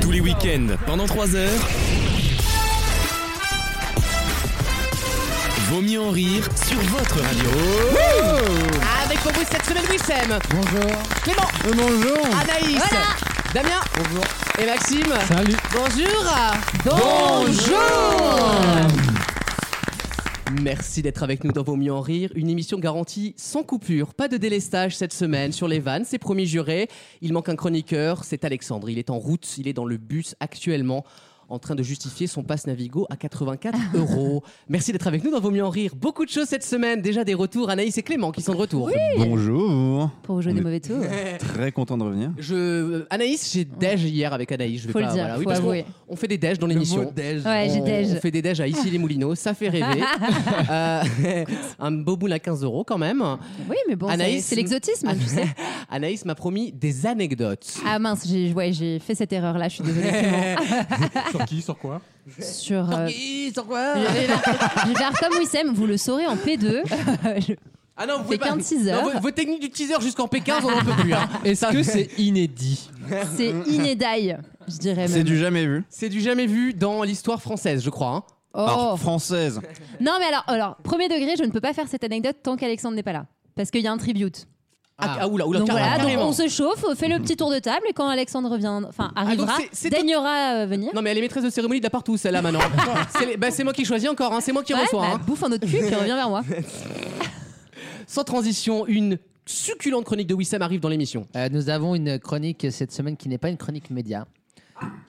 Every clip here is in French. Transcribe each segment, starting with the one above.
Tous les week-ends, pendant 3 heures. Vaut mieux en rire sur votre radio. Avec pour vous cette semaine Wissem, Bonjour. Euh, Clément, bonjour. Anaïs, Damien Bonjour. et Maxime. Salut. Bonjour Merci d'être avec nous dans Vos Mieux en Rire, une émission garantie sans coupure. Pas de délestage cette semaine sur les vannes, c'est promis juré. Il manque un chroniqueur, c'est Alexandre. Il est en route, il est dans le bus actuellement en train de justifier son passe Navigo à 84 euros. Merci d'être avec nous dans Vos Mieux en Rire. Beaucoup de choses cette semaine, déjà des retours. Anaïs et Clément qui sont de retour. Bonjour. Pour jouer On des est mauvais tours. Très content de revenir. Je, euh, Anaïs, j'ai déj hier avec Anaïs. Je vais Faut le pas- dire, voilà. faut parce qu'on- avouer. on fait des déj dans l'émission. Ouais, j'ai on, on déj. fait des déj à Ici les Moulineaux, ça fait rêver. Euh, un beau boule à 15 euros quand même. Oui, mais bon, c'est Anaïs- c'est l'exotisme, tu sais. Anaïs m'a promis des anecdotes. Ah mince, j'ai ouais, j'ai fait cette erreur-là, je suis désolée. Clément. Sur qui Sur quoi Sur. euh, je vais faire- je vais faire comme Wissem, vous le saurez en P2. Je- Ah non, vous C'est pouvez pas- qu'un teaser. Non, vos, vos techniques du teaser jusqu'en P15, on n'en peut plus. hein. Est-ce que c'est inédit C'est inédai, je dirais C'est même. du jamais vu. C'est du jamais vu dans l'histoire française, je crois. hein. Oh. Alors, Ah, française. Non, mais alors, alors, premier degré, je ne peux pas faire cette anecdote tant qu'Alexandre n'est pas là. Parce qu'il y a un tribute. Ah, ah, oula, oula, donc carré- voilà, donc carrément. on se chauffe, on fait le petit tour de table et quand Alexandre revient, enfin arrivera, Ah, c'est- c'est- daignera euh, venir. Non, mais elle est maîtresse de cérémonie de la partout, celle-là maintenant. c'est les- bah, c'est moi qui choisis encore, hein, c'est moi qui Ouais, reçois. bah, hein. bouffe un autre cul puis revient vers moi. Sans transition, une succulente chronique de Wissam arrive dans l'émission. Euh, nous avons une chronique cette semaine qui n'est pas une chronique média.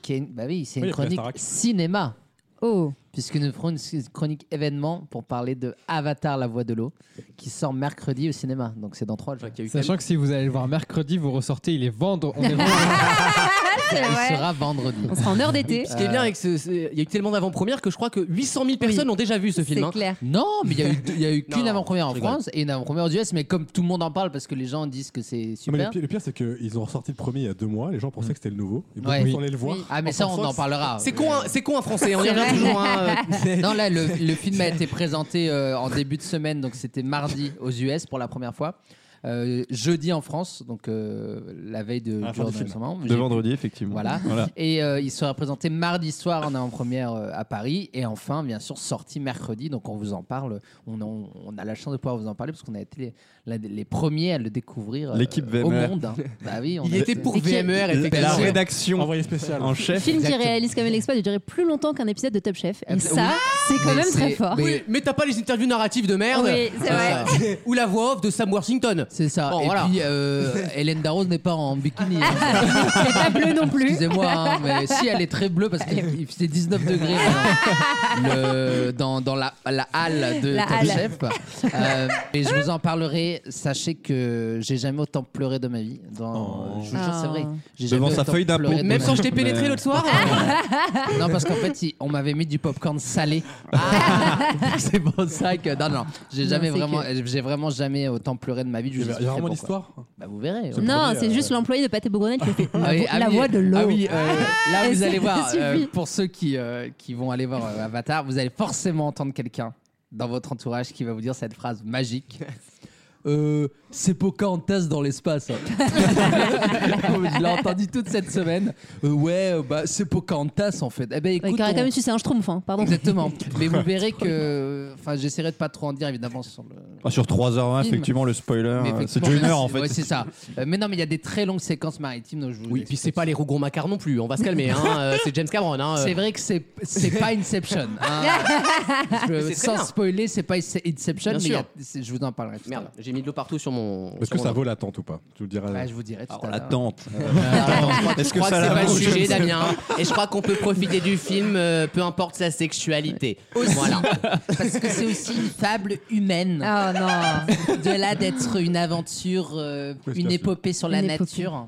Qui est une- bah oui, c'est Oui, une il y a pas la chronique Starac. cinéma. Oh, Puisque nous ferons une s- chronique événement pour parler de Avatar, la voix de l'eau, qui sort mercredi au cinéma. Donc c'est dans trois jours. Enfin, qu'il y a eu Sachant que si vous allez le voir mercredi, vous ressortez, il est vendre. On est vendre. Ah, c'est Il vrai. sera vendredi. On sera en heure d'été. Ce qui est bien avec ce, ce- il y a eu tellement d'avant-premières que je crois que 800 000 personnes ont déjà vu ce film. C'est hein. clair. Non, mais il y a eu, il y a eu qu'une Non, avant-première en je rigole. France et une avant-première aux US, mais comme tout le monde en parle parce que les gens disent que c'est Non, mais le super. pire, le pire, c'est qu'ils ont ressorti le premier il y a deux mois, les gens pensaient que c'était le nouveau, et beaucoup Ouais. sont allés le voir. Oui. Ah, mais ça, on en parlera. C'est con, un- c'est con un français, on y C'est revient vrai. toujours. hein. Non, là, le, le film a été présenté euh, en début de semaine, donc c'était mardi aux US pour la première fois. Euh, jeudi en France, donc euh, la veille de, À la du fin du film. enregistrement. De J'ai- vendredi, effectivement. Voilà. Voilà. Et euh, il sera présenté mardi soir en avant-première euh, à Paris. Et enfin, bien sûr, sorti mercredi. Donc on vous en parle. On, on- on a la chance de pouvoir vous en parler parce qu'on a été les, la- les premiers à le découvrir euh, L'équipe au VMR. monde. hein. Bah oui, on Il a- était pour Et qui- VMR, La effectivement. rédaction Envoyé spécial. en chef. Film qui Exactement. réalise quand même l'exploit de durer plus longtemps qu'un épisode de Top Chef. Et Oui. ça, c'est quand Mais même c'est- très fort. mais- Oui, mais t'as pas les interviews narratives de merde. Oui, c'est Ça, ça. Ou la voix off de Sam Worthington. C'est ça. Bon, et voilà. puis, euh, Hélène Darroze n'est pas en bikini. hein. Mais pas bleu non plus. Excusez-moi, hein, mais si elle est très bleue parce qu'il faisait 19 degrés Ah, dans, le- dans, dans la, la halle de La Top halle. Chef. Euh, mais je vous en parlerai. Sachez que j'ai jamais autant pleuré de ma vie. Dans, Oh. Je vous jure, c'est vrai. J'ai Devant jamais sa autant feuille d'impôt. pleuré de Même ma quand vie. je t'ai pénétré Mais- l'autre soir. hein. Non, parce qu'en fait, il- on m'avait mis du popcorn salé. c'est pour ça que. Non, non, j'ai Non, jamais c'est vraiment, j'ai vraiment jamais autant pleuré de ma vie. Il Je y vous a- il y a expliquerai vraiment une pourquoi. histoire Bah, vous verrez. Non, premier, c'est euh, juste l'employé de Pâté Bourgonnet qui fait Ah la, oui, vo- ah la oui, voix de l'eau. Ah oui, euh, là Et vous ça allez voir, suffit. euh, pour ceux qui, euh, qui vont aller voir euh, Avatar, vous allez forcément entendre quelqu'un dans votre entourage qui va vous dire cette phrase magique. Euh, c'est Pocahontas dans l'espace. Je l'ai entendu toute cette semaine. Euh, ouais, euh, bah, c'est Pocahontas en fait. Eh ben, Ouais, écoute, qui aurait on- quand même sucé un schtroumpf, hein, pardon. Exactement. Mais vous verrez que. Enfin, j'essaierai de pas trop en dire évidemment sur le. Ah, Sur 3h20, Film. effectivement, le spoiler. Mais euh, C'est effectivement, Joyner, là, en c'est- ouais, fait. c'est ça. Euh, mais non, mais il y a des très longues séquences maritimes. Donc je vous Oui, puis c'est pas les Rougon Macquart non plus, on va se calmer. hein. Euh, C'est James Cameron. hein. C'est vrai que c'est c'est pas Inception. hein. Je- c'est très sans bien. spoiler, c'est pas Ince- Inception, Bien mais il y a- sûr. c'est- je vous en parlerai. tout à Merde, l'heure. j'ai mis de l'eau partout sur mon. Est-ce sur que mon ça ordre. vaut l'attente ou pas Tu le diras. Ah, je vous dirai tout Alors, à l'heure. l'attente. Je Est-ce que crois que ça c'est la pas le vaut Je ne sujet, sais pas. Damien. Et je crois qu'on peut profiter du film, euh, peu importe sa sexualité. Voilà. Parce que c'est aussi une fable humaine. Oh non. De là d'être une aventure, euh, Oui, une c'est épopée sur la Une épopée. nature.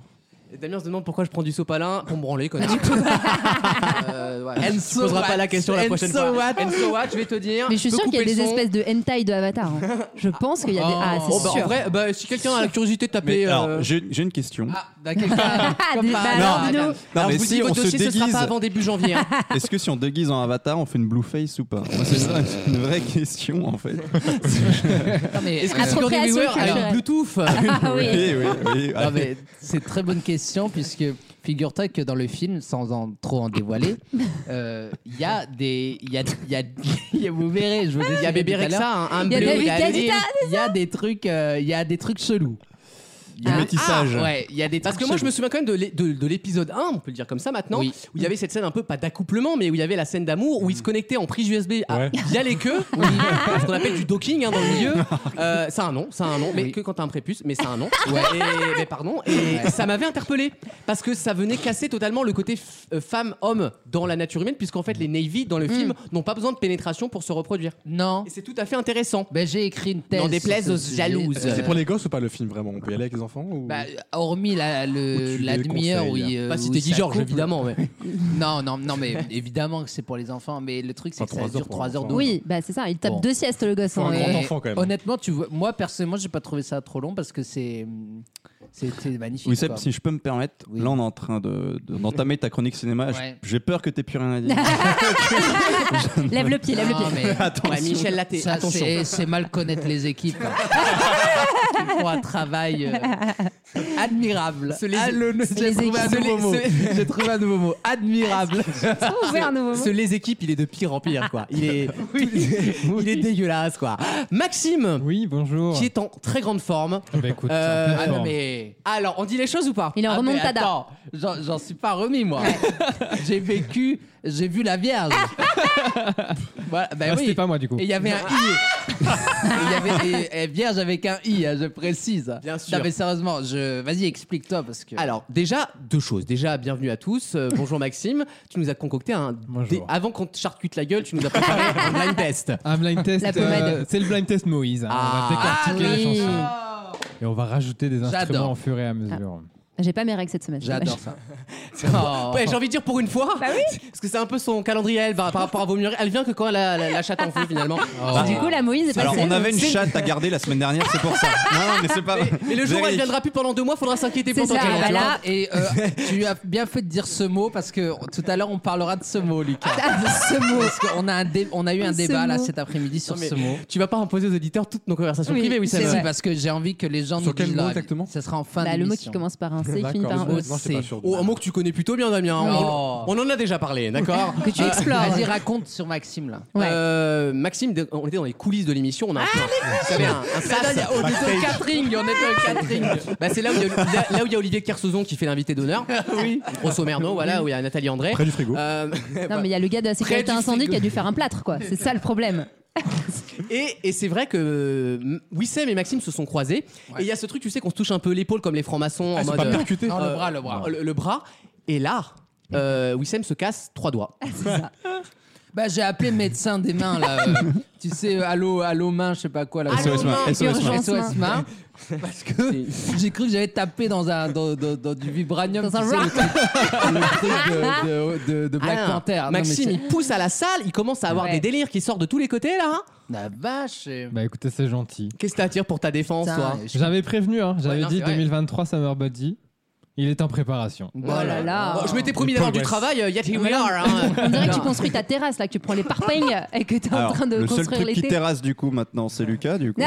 Damien se demande pourquoi je prends du sopalin pour me branler, connard. euh, voilà. And Tu so poseras what pas la question la And prochaine so fois. what And so what, je vais te dire. Mais je suis peux sûre qu'il y a couper des le son. espèces de hentai de Avatar. hein. Je pense qu'il y a des. Ah, c'est Oh, bah, en sûr. vrai, bah, si quelqu'un a la curiosité de Mais taper. euh, alors, j'ai j'ai une question. Ah, bah, quelqu'un- comme des par balles. hasard. Non, Non, alors, mais je vous si dis, on votre se dossier, ce sera pas déguise, avant début janvier. hein. est-ce que si on déguise en avatar, on fait une blue face ou pas Moi, C'est ça, c'est une vraie question, en fait. Non, mais, Est-ce que euh, Sigourney Appropriation Weaver a culturelle. un Bluetooth Ah oui. oui, oui. non, mais c'est une très bonne question puisque Figure-toi que dans le film, sans en trop en dévoiler, euh, il y a des. Il y a, il y a- il y a- vous verrez, je vous ai Il Ah, y a bébé Rexa, un, un Il y a bleu, David il y a Guetta. Nick. Il y a des trucs, euh, il y a des trucs chelous. Du Ah. métissage. Ah, ouais, il y a des Parce que trucs moi, je chelous. me souviens quand même de l'é- de de l'épisode 1, on peut le dire comme ça maintenant, Oui. où il y avait cette scène un peu, pas d'accouplement, mais où il y avait la scène d'amour, où ils se Mm. connectaient en prise USB à- Ouais. ah, via les queues, ce qu'on appelle du docking hein, dans le milieu. Euh, ça a un nom, ça a un nom, mais Oui. que quand t'as un prépuce, mais ça a un nom. Ouais. Et, mais pardon, et Ouais. ça m'avait interpellé, parce que ça venait casser totalement le côté f- euh, femme-homme dans la nature humaine, puisqu'en Mm. fait, les Navy dans le film n'ont pas besoin de pénétration pour se reproduire. Non. Et c'est tout à fait intéressant. Ben, j'ai écrit une thèse. N'en sur déplaise ce aux sujet. jalouses. Euh, C'est pour les gosses ou pas le film vraiment On peut y aller avec les enfants ou... bah, hormis la, le- Ou tu la les demi-heure où conseilles. il. euh, Pas si où t'es dit ça Georges, couple. évidemment, mais. Non, non, non, mais évidemment que c'est pour les enfants, mais le truc, c'est Enfin, que ça trois dure heures pour 3 heures l'enfant. de Oui, bah c'est ça, il tape Bon. deux siestes le gosse. Faut un hein, grand et- enfant, quand même. Honnêtement, tu vois, moi personnellement, j'ai pas trouvé ça trop long parce que c'est hum, c'était magnifique. Oui, Seb, quoi. si je peux me permettre, Oui. là on est en train de- de- d'entamer ta chronique cinéma. J- Ouais. J'ai peur que t'aies plus rien à dire. Lève le pied, lève le Ah, Non, pied. mais Ouais, Michel Laté, ça, attention. c'est c'est mal connaître les équipes. Ils font un travail euh, admirable. Se les- Ah, le- se J'ai les trouvé, un équipes. nouveau mot. Se les- J'ai trouvé un nouveau mot. Admirable. Trop ouvert, nouveau. Ce les équipes, il est de pire en pire, quoi. Il est, il est dégueulasse, quoi. Maxime, Oui, bonjour. qui est en très grande forme. Ah bah écoute, Euh, en pleine Ah non, forme. mais. Alors, on dit les choses ou pas Il est en Ah, mais remontada. attends, J'en j'en suis pas remis, moi. j'ai vécu, j'ai vu la Vierge. Ah. voilà, euh, bah Ah, oui. C'était pas moi du coup. Et il y avait un i. Et il y avait- et- et vierge avec un i, hein, je précise. Bien sûr. Non mais sérieusement, je... vas-y explique-toi parce que. Alors, déjà, deux choses. Déjà, bienvenue à tous. Euh, bonjour Maxime. Tu nous as concocté un. Bonjour. Avant qu'on te charcute la gueule, tu nous as préparé un blind test. Un blind test. euh, La pommade. c'est le blind test Moïse. hein. Ah. on va décortiquer Ah oui. la chanson et on va rajouter des J'adore. instruments au fur et à mesure. Ah. Oh. J'ai pas mes règles cette semaine. J'adore ça. Ouais, j'ai envie de dire pour une fois. Bah Parce que c'est un peu son calendrier, elle, par, par rapport à vos murs. Elle vient que quand la, la- la chatte en feu, finalement. Bah, Du coup, la Moïse est pas Oh. Alors celle- on avait une c'est- chatte à garder la semaine dernière, c'est pour ça. Non, non, mais c'est pas. Mais le jour où elle viendra plus pendant deux mois, faudra s'inquiéter pour C'est toi. ça, Clément, bah tu vois. là, Et euh, tu as bien fait de dire ce mot parce que tout à l'heure on parlera de ce mot, Lucas. Ah, ce mot. Parce qu'on a, un dé- on a eu un Ce débat là mot. cet après-midi sur Non, mais ce mot. Tu vas pas imposer aux auditeurs toutes nos conversations Oui, privées, oui, C'est ça vrai. parce que j'ai envie que les gens Sur nous quel disent mot leur- exactement Ça sera en fin Bah, le mot qui d'émission. commence par un C et qui finit D'accord, par E. un je- O. non, j'étais pas sûr de- Oh, un mot que tu connais plutôt bien, Damien. Non. On, on en a déjà parlé, d'accord Que tu explores. Vas-y, raconte sur Maxime là. Ouais. Ah, Euh, Maxime, de- on était dans les coulisses de l'émission. On a un peu- vous savez, un, un sas. oh, On était au catering, on était au catering. Bah, c'est là où il y a, là- là où il y a Olivier Kersozon qui fait l'invité d'honneur. Oui. Grosso merdo, voilà, où il y a Nathalie André. Près du frigo. Euh, Non, mais il y a le gars de la sécurité Près du incendie frigo. qui a dû faire un plâtre, quoi. C'est ça le problème. et et c'est vrai que mm, Wissem et Maxime se sont croisés. Et il y a ce truc, tu sais, qu'on se touche un peu l'épaule comme les francs-maçons en Ah, c'est mode. pas euh, percuté. Non, Euh, le bras, le bras. le, le bras. Et là, euh, Wissem se casse trois doigts. Bah, j'ai appelé médecin des mains là. euh, tu sais, euh, allô, allô main, je sais pas quoi là. Ah, Allô, SOS main, main, SOS main. urgence. SOS main. Parce que j'ai cru que j'avais tapé dans un dans, dans- dans du vibranium. Dans tu un sais, rock. le truc, le truc de, de- de- de Black Ah, Panther. Non, mais Maxime, c'est- il pousse à la salle, il commence à avoir Ouais. des délires qui sortent de tous les côtés là. hein. La vache. euh, Bah écoutez, c'est gentil. Qu'est-ce que t'attires pour ta défense, putain, toi je- J'avais prévenu, hein, Ouais, j'avais non, dit c'est vrai. 2023 Summer Body. Il est en préparation. Oh là là. Bon, je m'étais promis Il d'avoir du progresse. travail, euh, yet here we are. hein. On dirait que tu Non. construis ta terrasse, là, que tu prends les parpaings et que t'es en Alors, train de le seul construire truc qui l'été. terrasse du coup maintenant, c'est Lucas du coup.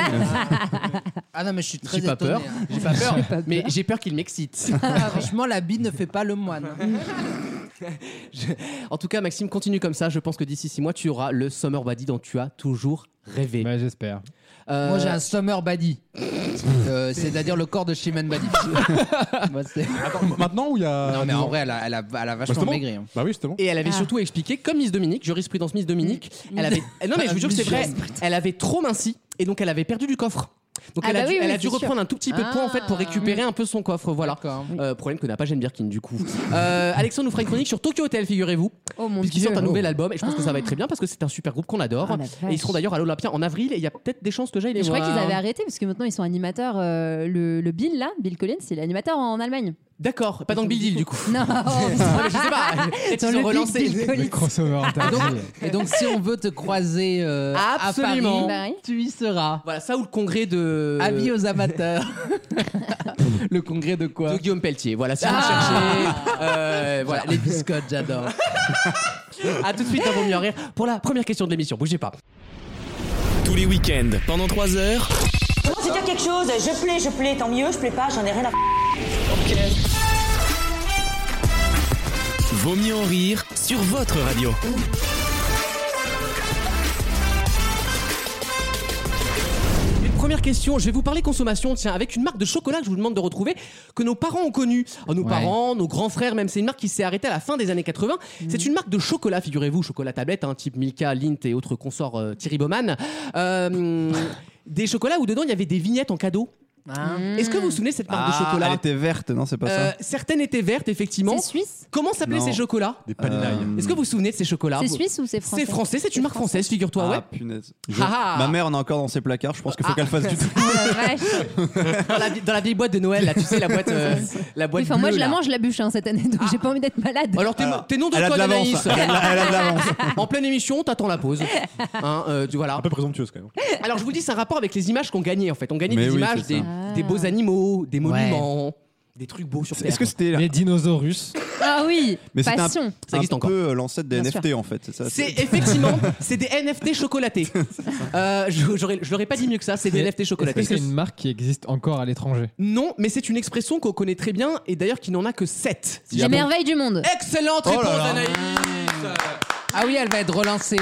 Ah non, mais je suis très J'ai pas étonné, peur. hein. J'ai pas peur, mais j'ai peur qu'il m'excite. Franchement, la bille ne fait pas le moine. en tout cas, Maxime, continue comme ça. Je pense que d'ici six mois, tu auras le summer body dont tu as toujours rêvé. Bah j'espère. Euh, Moi, j'ai un summer body. Euh, C'est-à-dire le corps de Shimon Badi. Moi, c'est- Attends, m- maintenant où il y a. non, mais des en enfants vrai, elle a, elle a- elle a vachement Justement. maigri. hein. Bah oui, justement. Et elle avait Ah. surtout expliqué, comme Miss Dominique, jurisprudence Miss Dominique, elle avait. Eh, Non, mais je vous jure que c'est vrai, elle avait trop minci et donc elle avait perdu du coffre. Donc Ah elle, a bah dû, oui, oui, elle a c'est dû sûr. reprendre un tout petit peu de poids en fait pour Ah. récupérer un peu son coffre, voilà. D'accord. Euh, problème que n'a pas Jane Birkin du coup. Euh, Alexandre nous fera une chronique sur Tokyo Hotel, figurez-vous, Oh mon puisqu'ils dieu. sortent un nouvel album et je pense que ça va être très bien parce que c'est un super groupe qu'on adore. Ah, la vache. et ils seront d'ailleurs à l'Olympia en avril et il y a peut-être des chances que j'aille les Mais je voir. crois qu'ils avaient arrêté parce que maintenant ils sont animateurs. euh, le, le Bill là, Bill Collins, il est animateur en Allemagne. D'accord, pas dans le Big Deal du coup. Non, Ouais, mais je sais pas, peut-être Dans ils Ah, le ont Big relancé. Deal. Le crossover bah, interdit. Et donc, si on veut te croiser euh, à Absolument. Bah Paris, tu y seras. Voilà, ça ou le congrès de. Avis aux amateurs. le congrès de quoi de Guillaume Pelletier. Voilà, si vous Ah. cherchez. euh, voilà, Voilà, les biscottes, j'adore. à tout de suite, un vaut mieux en rire pour la première question de l'émission. Bougez pas. Tous les week-ends, pendant 3 heures. Non, c'est dire quelque chose. Je plais, je plais, tant mieux. Je plais pas, j'en ai rien à. Vaut mieux en rire sur votre radio. Une première question, je vais vous parler consommation, tiens, avec une marque de chocolat que je vous demande de retrouver, que nos parents ont connue. Ah, nos Ouais. parents, nos grands frères, même, c'est une marque qui s'est arrêtée à la fin des années 80. Mhm. C'est une marque de chocolat, figurez-vous, chocolat tablette, hein, type Milka, Lint et autres consorts euh, Thierry Baumann. Euh, des chocolats où dedans il y avait des vignettes en cadeau. Mmh. Est-ce que vous vous souvenez de cette marque de Ah. Elle chocolat était verte, non, c'est pas Euh, ça. Certaines étaient vertes, effectivement. C'est suisse Comment s'appelaient Non. ces chocolats Des palinailles. Euh, Est-ce que vous vous souvenez de ces chocolats C'est Vous- suisse ou c'est français C'est français, c'est une marque française, figure-toi, Ah, ouais. punaise. Je- Ah. Ma mère en a encore dans ses placards, je pense qu'il faut Ah. qu'elle fasse du tout. Ah la vache. Dans la, vie- dans la vieille boîte de Noël, là, tu sais, la boîte, euh, la Oui, boîte enfin, moi, bleue, je la là. Ah. mange la bûche hein, cette année, donc j'ai pas envie d'être malade. Alors, t'es Alors, t'es non de Elle a de toi, l'avance. Anaïs. Elle a de la- elle a de l'avance. En pleine émission, t'attends la pause. Hein, euh, tu- voilà. Un peu présomptueuse quand même. Alors je vous dis, c'est un rapport avec les images qu'on gagnait en fait. On gagnait Mais des oui, images c'est des, ça. Ah. des beaux animaux, des Ouais. monuments, des trucs beaux sur Terre. Est-ce que c'était Les dinosaures. Ah oui, Mais c'était un- passion. Ça existe un encore. peu euh, l'ancêtre des Bien sûr. NFT en fait, c'est ça C'est effectivement, c'est des NFT chocolatés. Euh, je j'aurais- je l'aurais pas dit mieux que ça, c'est des NFT Est-ce que chocolatés. c'est une marque qui existe encore à l'étranger Non, mais c'est une expression qu'on connaît très bien et d'ailleurs qui n'en a que 7. Les merveilles du monde. Excellente Oh là réponse, là. Anaïs Ah oui, elle va être relancée.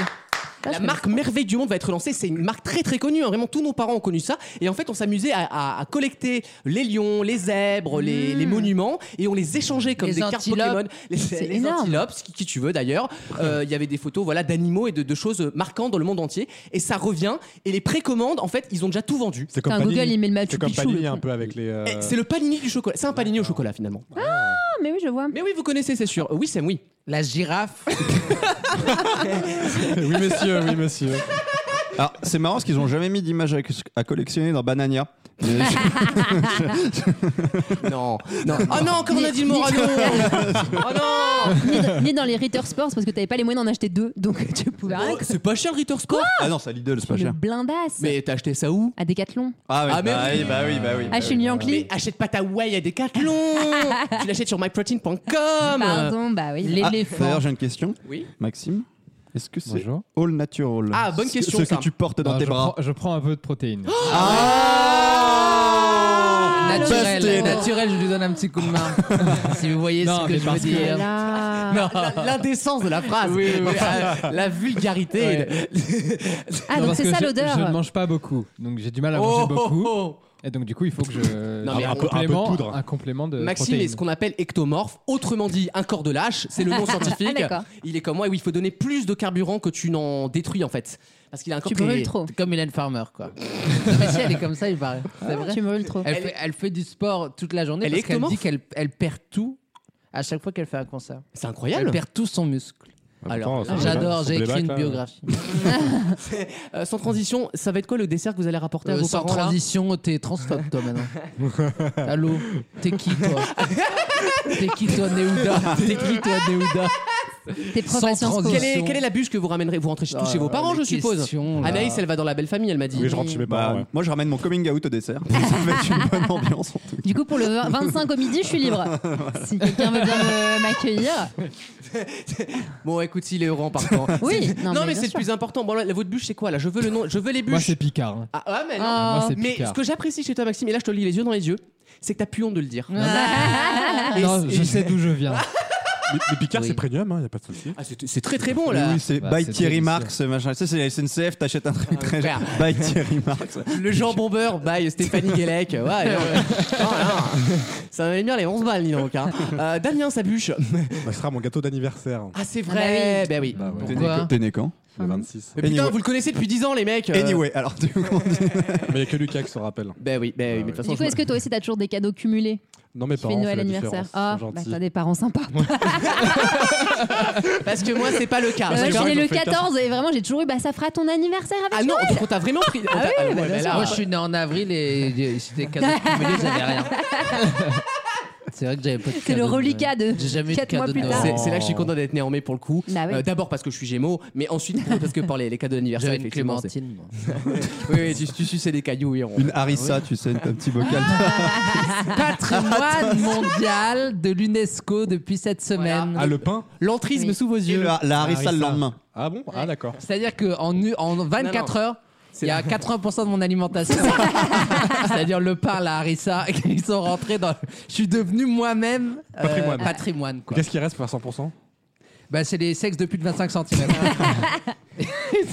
La marque Merveille du Monde va être lancée. C'est une marque très très connue. hein. Vraiment, tous nos parents ont connu ça. Et en fait, on s'amusait à, à- à collecter les lions, les zèbres, les, les monuments et on les échangeait comme Les des antilopes. cartes Pokémon. Les, C'est les énorme. antilopes, qui, qui tu veux d'ailleurs. Euh, Il y avait des photos voilà, d'animaux et de, de choses marquantes dans le monde entier. Et ça revient. Et les précommandes, en fait, ils ont déjà tout vendu. C'est comme Putain, Google, il Panini. met le C'est Machu comme Picchu. Panini le un con. peu avec les. euh, Et C'est le panini du chocolat. C'est un panini au chocolat finalement. Ah, mais oui, je vois. Mais oui, vous connaissez, c'est sûr. Oui, Sam, oui. La girafe. oui monsieur, oui monsieur. Alors, c'est marrant parce qu'ils ont jamais mis d'image à, à collectionner dans Banania. Mais je- Non. non. Oh non, encore on a dit le mot radio. Oh non Ni dans, ni dans les Ritter Sports parce que t'avais pas les moyens d'en ater deux, donc tu pouvais rien. Oh, C'est pas cher le Ritter Sport. Ah non, c'est à Lidl, c'est pas Le cher. blindasse. Mais t'as acheté ça où À Decathlon. Ah, oui, Ah, mais bah, oui. oui, bah oui, bah oui. Ah, bah je oui. suis une Mais Yankee. achète pas ta Way à Decathlon Tu l'achètes sur myprotein.com Pardon, bah oui. Ah, L'éléphant. D'ailleurs, j'ai une question. Oui Maxime, est-ce que c'est Bonjour. all natural Ah, bonne Ce- question, Ce ça. que tu portes dans Bah, Non, tes je, bras. prends, je prends un peu de protéines. Ah Naturel, Basté. naturel, je lui donne un petit coup de main. si vous voyez Non, ce que mais je veux parce que- dire. Là. L'indécence de la phrase La, Ah, la vulgarité Ouais. Ah, Non, donc parce c'est que ça je- Je ne l'odeur. mange pas beaucoup, donc j'ai du mal à Oh, manger oh, beaucoup. oh. Et donc du coup, il faut que je Non, mais un, un peu- un peu de complément, poudre. un complément de Maxime protéines. est ce qu'on appelle ectomorphe, autrement dit un corps de lâche, c'est le nom Ah, scientifique. d'accord. il est comme moi, et oui, il faut donner plus de carburant que tu n'en détruis en fait. Parce qu'il a un corps Tu très- brûles trop. Comme Hélène Farmer, quoi. Non, mais si elle est comme ça, il paraît. C'est vrai. Ah, Tu brûles trop. Elle, Elle fait, elle fait du sport toute la journée Elle est parce qu'elle ectomorphe. dit qu'elle elle perd tout à chaque fois qu'elle fait un concert. C'est Elle incroyable. Ah, perd tout son muscle. En même temps, Alors, son J'adore, playback- son j'ai écrit playback, une là, biographie. Euh, sans transition, ça va être quoi le dessert que vous allez rapporter à Euh, vos sans parents là transition, t'es transphobe toi maintenant. Allô T'es qui toi T'es qui toi Néouda T'es qui toi Néouda T'es prof Sans à Sciences Po. transition. quelle est, quelle est la bûche que vous ramènerez Vous rentrez tous chez vos parents, je suppose. Anaïs, elle va dans la belle famille, elle m'a dit. Oui, je rentre chez mes Bah, parents. ouais. Moi, je ramène mon coming out au dessert. Ah, ça va être une bonne ambiance en tout cas. Du coup, pour le 20 25 au midi, je suis libre. Si quelqu'un veut bien me- m'accueillir. Bon, écoute, il est heureux en partant. Oui, Non, non, mais mais, bien c'est le sûr. plus important. Bon, là, la- votre bûche, c'est quoi là Je veux le nom, je veux les Moi, bûches. c'est Picard. hein. ah, ah, mais non. Ah. Moi, c'est mais Picard. ce que j'apprécie chez toi, Maxime, et là, je te lis les yeux dans les yeux, c'est que t'as plus honte de le dire. Ah. Et Non, Ah, c'est- je sais d'où je viens. Mais, mais Picard, Oui. c'est premium, hein, y a pas de souci. Ah, c'est c'est très très bon là. Ah, Oui, oui, c'est Bah, by c'est Thierry délicieux. Marx, machin. Tu sais, c'est la SNCF, t'achètes un truc très cher. By Thierry Marx. Le jambon beurre by Stéphanie Guélec. Ah, Ouais, ouais, bah ouais. Voilà. Ah. Ça m'avait bien les 11 balles, dis donc. hein. Euh, Damien, sa bûche. Bah, ce sera mon gâteau d'anniversaire. Ah, c'est vrai. Ah Ben oui. Bah T'es né Pourquoi quand- T'es né quand Le 26. Mais putain, Anyway. vous le connaissez depuis 10 ans, les mecs. euh. Anyway, alors du coup, Mais il a que Lucas qui s'en rappelle. Bah Ben oui, ben oui, mais de toute façon. Du coup, je est-ce que toi aussi, t'as toujours des cadeaux cumulés Non, mes Tu fais parents. Noël, c'est la anniversaire. différence, Ah, ils sont bah gentils. t'as des parents sympas. me- Parce que moi, c'est pas le cas. Euh, D'accord J'ai ils né ont le fait le 14 et vraiment, j'ai toujours eu, bah ça fera ton anniversaire avec Ah non, donc on t'a vraiment pris. on t'a- Ah ouais, ben là, Moi, je suis né en avril et j'étais cadeau cumulé, j'avais rien. C'est vrai que j'avais pas de C'est le cadeau de- reliquat de J'ai jamais eu de 4 mois cadeau de plus Noël. tard. C'est c'est là que je suis content d'être né en mai pour le coup. Bah oui. Euh, D'abord parce que je suis Gémeaux, mais ensuite parce que par les, les cadeaux d'anniversaire, J'avais une effectivement. c'est- clémentine. moi. Oui, oui, tu, tu suçais des cailloux, Ah oui. on- une harissa, tu sais, un petit bocal. Ah, Patrimoine mondial de l'UNESCO depuis cette semaine. Ah, le pain L'entrisme Oui. sous vos Et yeux. le- la harissa le lendemain. Ah bon Ah, d'accord. C'est-à-dire qu'en en 24 heures, Il y a 80% de mon alimentation, c'est-à-dire le pain, la harissa, qui sont rentrés dans. Je suis devenu moi-même euh, Patrimoine. patrimoine, quoi. Qu'est-ce qui reste pour faire 100% Bah, c'est les sexes de plus de 25 cm.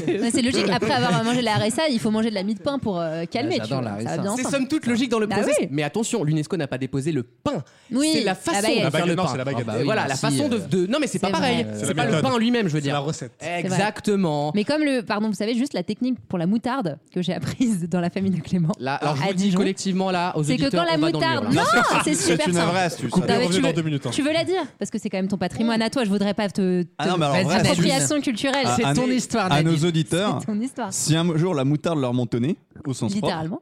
Mais c'est logique. Après avoir mangé de la RSA, il faut manger de la mie de pain pour euh, calmer. Ah, j'adore tu vois. la Ça va harissa. bien C'est ensemble. somme toute logique dans le Bah process. oui. Ah Mais attention, l'UNESCO n'a pas déposé le pain. Oui, bah, C'est la la façon baguette. de La faire baguette, le non, pain. c'est la baguette. Ah bah oui, voilà, la merci, façon de. euh, de- Non, mais c'est pas c'est pareil. vrai, c'est C'est la pas le méthode. pain lui-même, je veux C'est la dire. recette. Exactement. Mais comme le, pardon, vous savez juste la technique pour la moutarde que j'ai apprise dans la famille de Clément. Là, Ah, alors je à vous le dis Dijon. collectivement là aux Ah, C'est que auditeurs. quand la on va dans le mur, moutarde. là. Non, c'est super C'est une simple. vraie astuce. Coupez, Ah ouais, revenez tu dans veux- deux minutes. hein. Tu veux la dire Parce que c'est quand même ton patrimoine à toi. Je voudrais pas te. te- Ah non, mais alors, vraie Vas-y, Nadine. astuce. appropriation culturelle. Ah, C'est à ton nos- histoire, À Nadine. nos auditeurs, C'est ton histoire. si un jour la moutarde leur montonnait, au sens propre, Littéralement.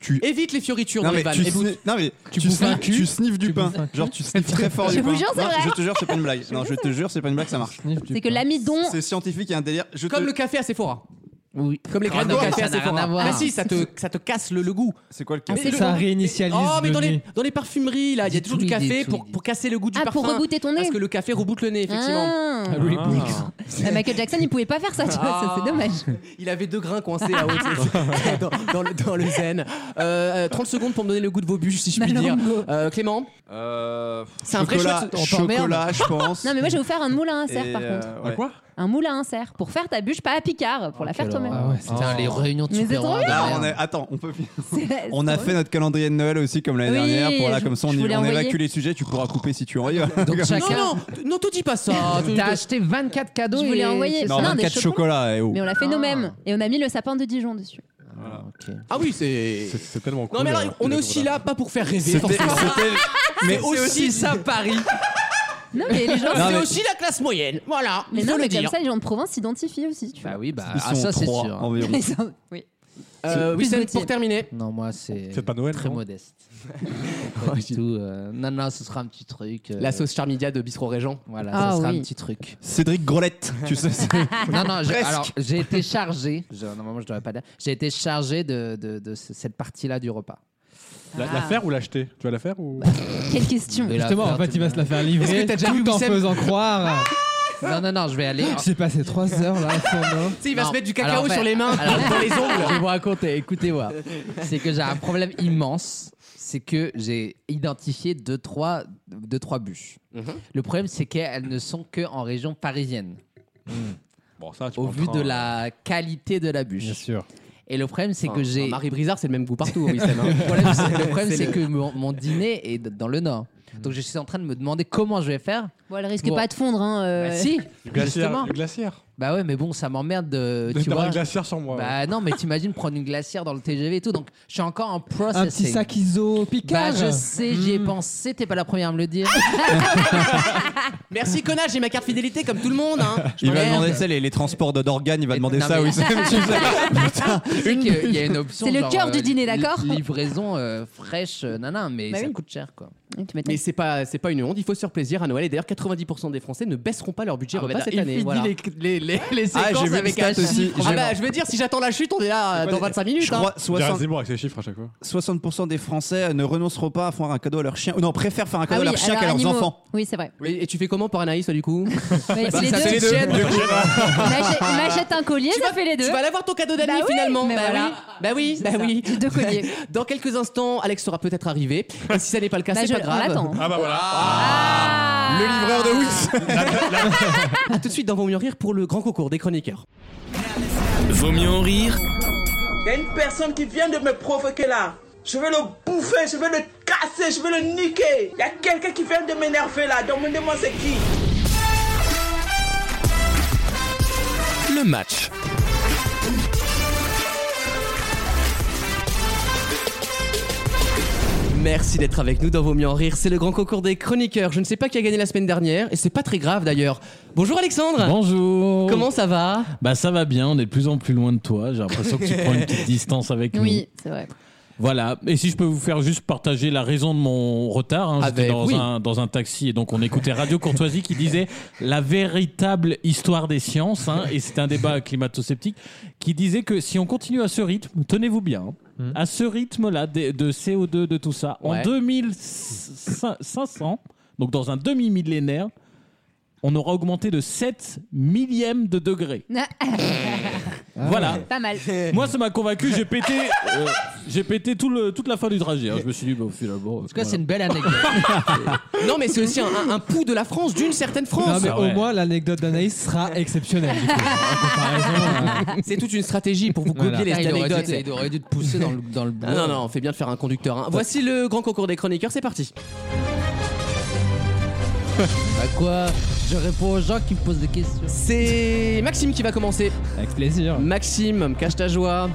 tu Évite les fioritures Non dans les mais, vannes. tu Écoute, sni- non, mais tu, bouffes un sniffes- cul, tu sniffes du tu pain. bouffes un cul. Genre tu sniffes très fort Je du vous pain. jure, c'est Non, vrai. Je te jure, c'est pas une blague. Non, je te jure, c'est pas une blague, ça marche. C'est que l'amidon. C'est scientifique et un délire. Je Comme te- le café à Sephora. oui. Comme les graines de Quoi café à Ça n'a rien à Sephora. voir. Mais si, ça te, ça te casse le, le goût. C'est quoi le Ah, cas c'est Ça bon. réinitialise. Oh, mais le dans les, nez. dans les parfumeries, là, il y a Dis toujours du tout, dis café tout, pour, dis. pour casser le goût du Ah, parfum. pour rebooter ton parce nez. que le café reboot le nez, effectivement. Ah. Ah. Bah, Michael Jackson, il pouvait pas faire ça, tu vois, ça, Ah. c'est dommage. Ah. Il avait deux grains coincés à haute dans, dans le, dans le zen. Euh, euh, 30 sesecondes pour me donner le goût de vos bûches, si je puis dire. Euh, Clément, Euh, C'est un vrai chocolat, chouette- hein. on t'emmerde. chocolat, je pense. Non, mais moi j'ai offert un moule à insert Et, par contre. euh, Un ouais. quoi Un moule à insert pour faire ta bûche, pas à Picard, pour la faire toi-même. Ah ouais, c'est Oh. Putain, les réunions de Mais c'est super trop bien. Là, on est- Attends, on peut. C'est- On a c'est fait notre calendrier de Noël aussi comme l'année Oui, dernière pour là je- comme ça on, je y- voulais on envoyer. évacue les sujets. Tu pourras couper si tu en ris. Donc non, chacun. non, t- non, te dis pas ça. Tu- T'as acheté 24 cadeaux. Je voulais et- envoyer- c'est Non, Non, des 24 chocolats. eh oh. Mais on l'a fait Ah. nous-mêmes et on a mis le sapin de Dijon dessus. ça. Ok. Ah oui, c'est. C'est- C'est tellement cool. Non, mais euh, alors, on est les aussi Gondas. là, pas pour faire rêver. C'était, c'était- mais C'est aussi ça, Paris. Non, mais les gens. Non, C'est mais- aussi la classe moyenne. Voilà, Mais il faut non, le mais comme dire. ça, les gens de province s'identifient aussi, tu vois. Bah oui, bah ils ah, sont ça c'est trois sûr. environ. Les gens- oui. Euh, Plus Wissem, Gauthier. pour terminer. Non, moi c'est. C'est pas Noël, Très non modeste. Pas du tout. euh, Non, non, ce sera un petit truc. euh, La sauce charmidia de Bistro Régent. Voilà, Ah ça sera oui. un petit truc. Cédric Grolette, tu sais. c'est- Non, non, je- Presque. alors j'ai été chargé. je- Normalement, je devrais pas dire. J'ai été chargé de, de, de ce- cette partie-là du repas. La, Ah, Ah. la faire ou l'acheter Tu vas la faire Bah. ou Quelle question Mais la Justement, en faire, fait, tu il va me- se la faire Est-ce que livrer t'as déjà vu tout en Wissem faisant croire. Ah Non, non, non, je vais aller. J'ai passé 3 heures là. pendant- Tu sais, il va Non. se mettre du cacao Alors, en fait- sur les mains, alors- dans les Je vais ongles. vous raconter, écoutez-moi. C'est que j'ai un problème immense, c'est que j'ai identifié deux trois, deux, trois bûches. Mhm. Le problème, c'est qu'elles ne sont que en région parisienne, Hmm. Bon, ça, tu hein. au prends le vu train, de la qualité de la Bien bûche. sûr. Et le problème, c'est que Enfin, j'ai. Marie Brizard, c'est le même goût partout, Wissem. hein. Le problème, c'est- le problème, C'est c'est le- que mon, mon dîner est d- dans le nord. Mhm. Donc je suis en train de me demander comment je vais faire. Bon, elle risque Bon. pas de fondre, hein. euh, Bah si, Du glaciaire. justement. Du glaciaire. Bah ouais, mais bon, ça m'emmerde de. Tu D'avoir vois. un glaciaire sur moi. ouais. Bah non, mais t'imagines prendre une glacière dans le TGV et tout. Donc je suis encore en processing. Un petit sac Hmm. ISO Bah Picard. je sais, j'y ai pensé, t'es pas la première à me le dire. Merci, Connard, j'ai ma carte fidélité comme tout le monde. hein. Je Il va m'emmerde. demander ça, les, les transports de- d'organes, il va Et- demander non, ça. mais- Oui, c'est- C'est qu'il y a une option. C'est le genre, cœur du euh, dîner, li- d'accord Livraison euh, fraîche, euh, nanan, mais Bah ça oui. coûte cher quoi. tu m'étonnes. Mais c'est pas, c'est pas une honte, il faut se faire plaisir à Noël. Et d'ailleurs, 90% des Français ne baisseront pas leur budget Ah, bah, repas cette il année. finit voilà. les- les- les- les Ah, j'ai séquences vu une avec stat un aussi. chiffre. Ah J'ai- bah, je veux dire, si j'attends la chute, on est là euh, dans 25 minutes. Je hein. crois On dirait 60 Zemmour avec ses chiffres à chaque fois. 60% des Français ne renonceront pas à faire un cadeau à leur chien. Non, préfèrent faire un Ah cadeau oui, à leur chien alors, qu'à leurs animaux. enfants. Oui, c'est vrai. Et, et tu fais comment pour Anaïs, toi, du coup Bah, Mais les Ça, deux, c'est les deux. Du coup, il m'achète- il m'achète un collier, ça fait les deux. Tu vas aller voir ton cadeau d'année Bah oui, finalement. mais bah, voilà. oui. bah oui, bah C'est ça, oui. j'ai deux colliers. Dans quelques instants, Alex sera peut-être arrivé. Et si ça n'est pas le cas, Bah, c'est je- pas grave. On l'attend. Ah bah voilà. Ah. Le livreur de Wiss. À tout de suite dans Vaut mieux rire pour le grand concours des chroniqueurs. Vaut mieux en rire Il y a une personne qui vient de me provoquer là. Je vais le bouffer, je vais le casser, je vais le niquer. Il y a quelqu'un qui vient de m'énerver là. Demandez-moi c'est qui. le match. Merci d'être avec nous dans Vaut mieux en rire. C'est le grand concours des chroniqueurs. Je ne sais pas qui a gagné la semaine dernière et c'est pas très grave d'ailleurs. Bonjour Alexandre. Bonjour. Comment ça va Bah ça va bien, on est de plus en plus loin de toi. J'ai l'impression que tu prends une petite distance avec Oui, c'est vrai. nous. Voilà. Et si je peux vous faire juste partager la raison de mon retard, hein, Ah, j'étais ben dans Avec- oui. un dans un taxi et donc on écoutait Radio Courtoisie qui disait la véritable histoire des sciences hein, et c'est un débat climato-sceptique qui disait que si on continue à ce rythme, tenez-vous bien. hein, À ce rythme-là de, de CO2 de tout ça, Ouais. en 2500, donc dans un demi-millénaire, on aura augmenté de 7 millièmes de degré. Voilà. Ah Pas mal. Moi, ça m'a convaincu. J'ai pété, euh, j'ai pété tout le, toute la fin du trajet. hein. Je me suis dit, bon, finalement. tout cas, c'est une belle anecdote. Non, mais c'est aussi un, un- un pouls de la France, d'une certaine Non, France. mais Ah au ouais. moins, l'anecdote d'Anaïs sera exceptionnelle. du coup. En comparaison, euh, C'est toute une stratégie pour vous gober Voilà. les Ah, il, aurait anecdotes. dû, il aurait dû te pousser dans le, dans le Ah non, non, on fait bien de faire un conducteur. hein. Voici le grand concours des chroniqueurs, c'est parti. À quoi Je réponds aux gens qui me posent des questions. C'est Maxime qui va commencer. Avec plaisir. Maxime, cache ta joie.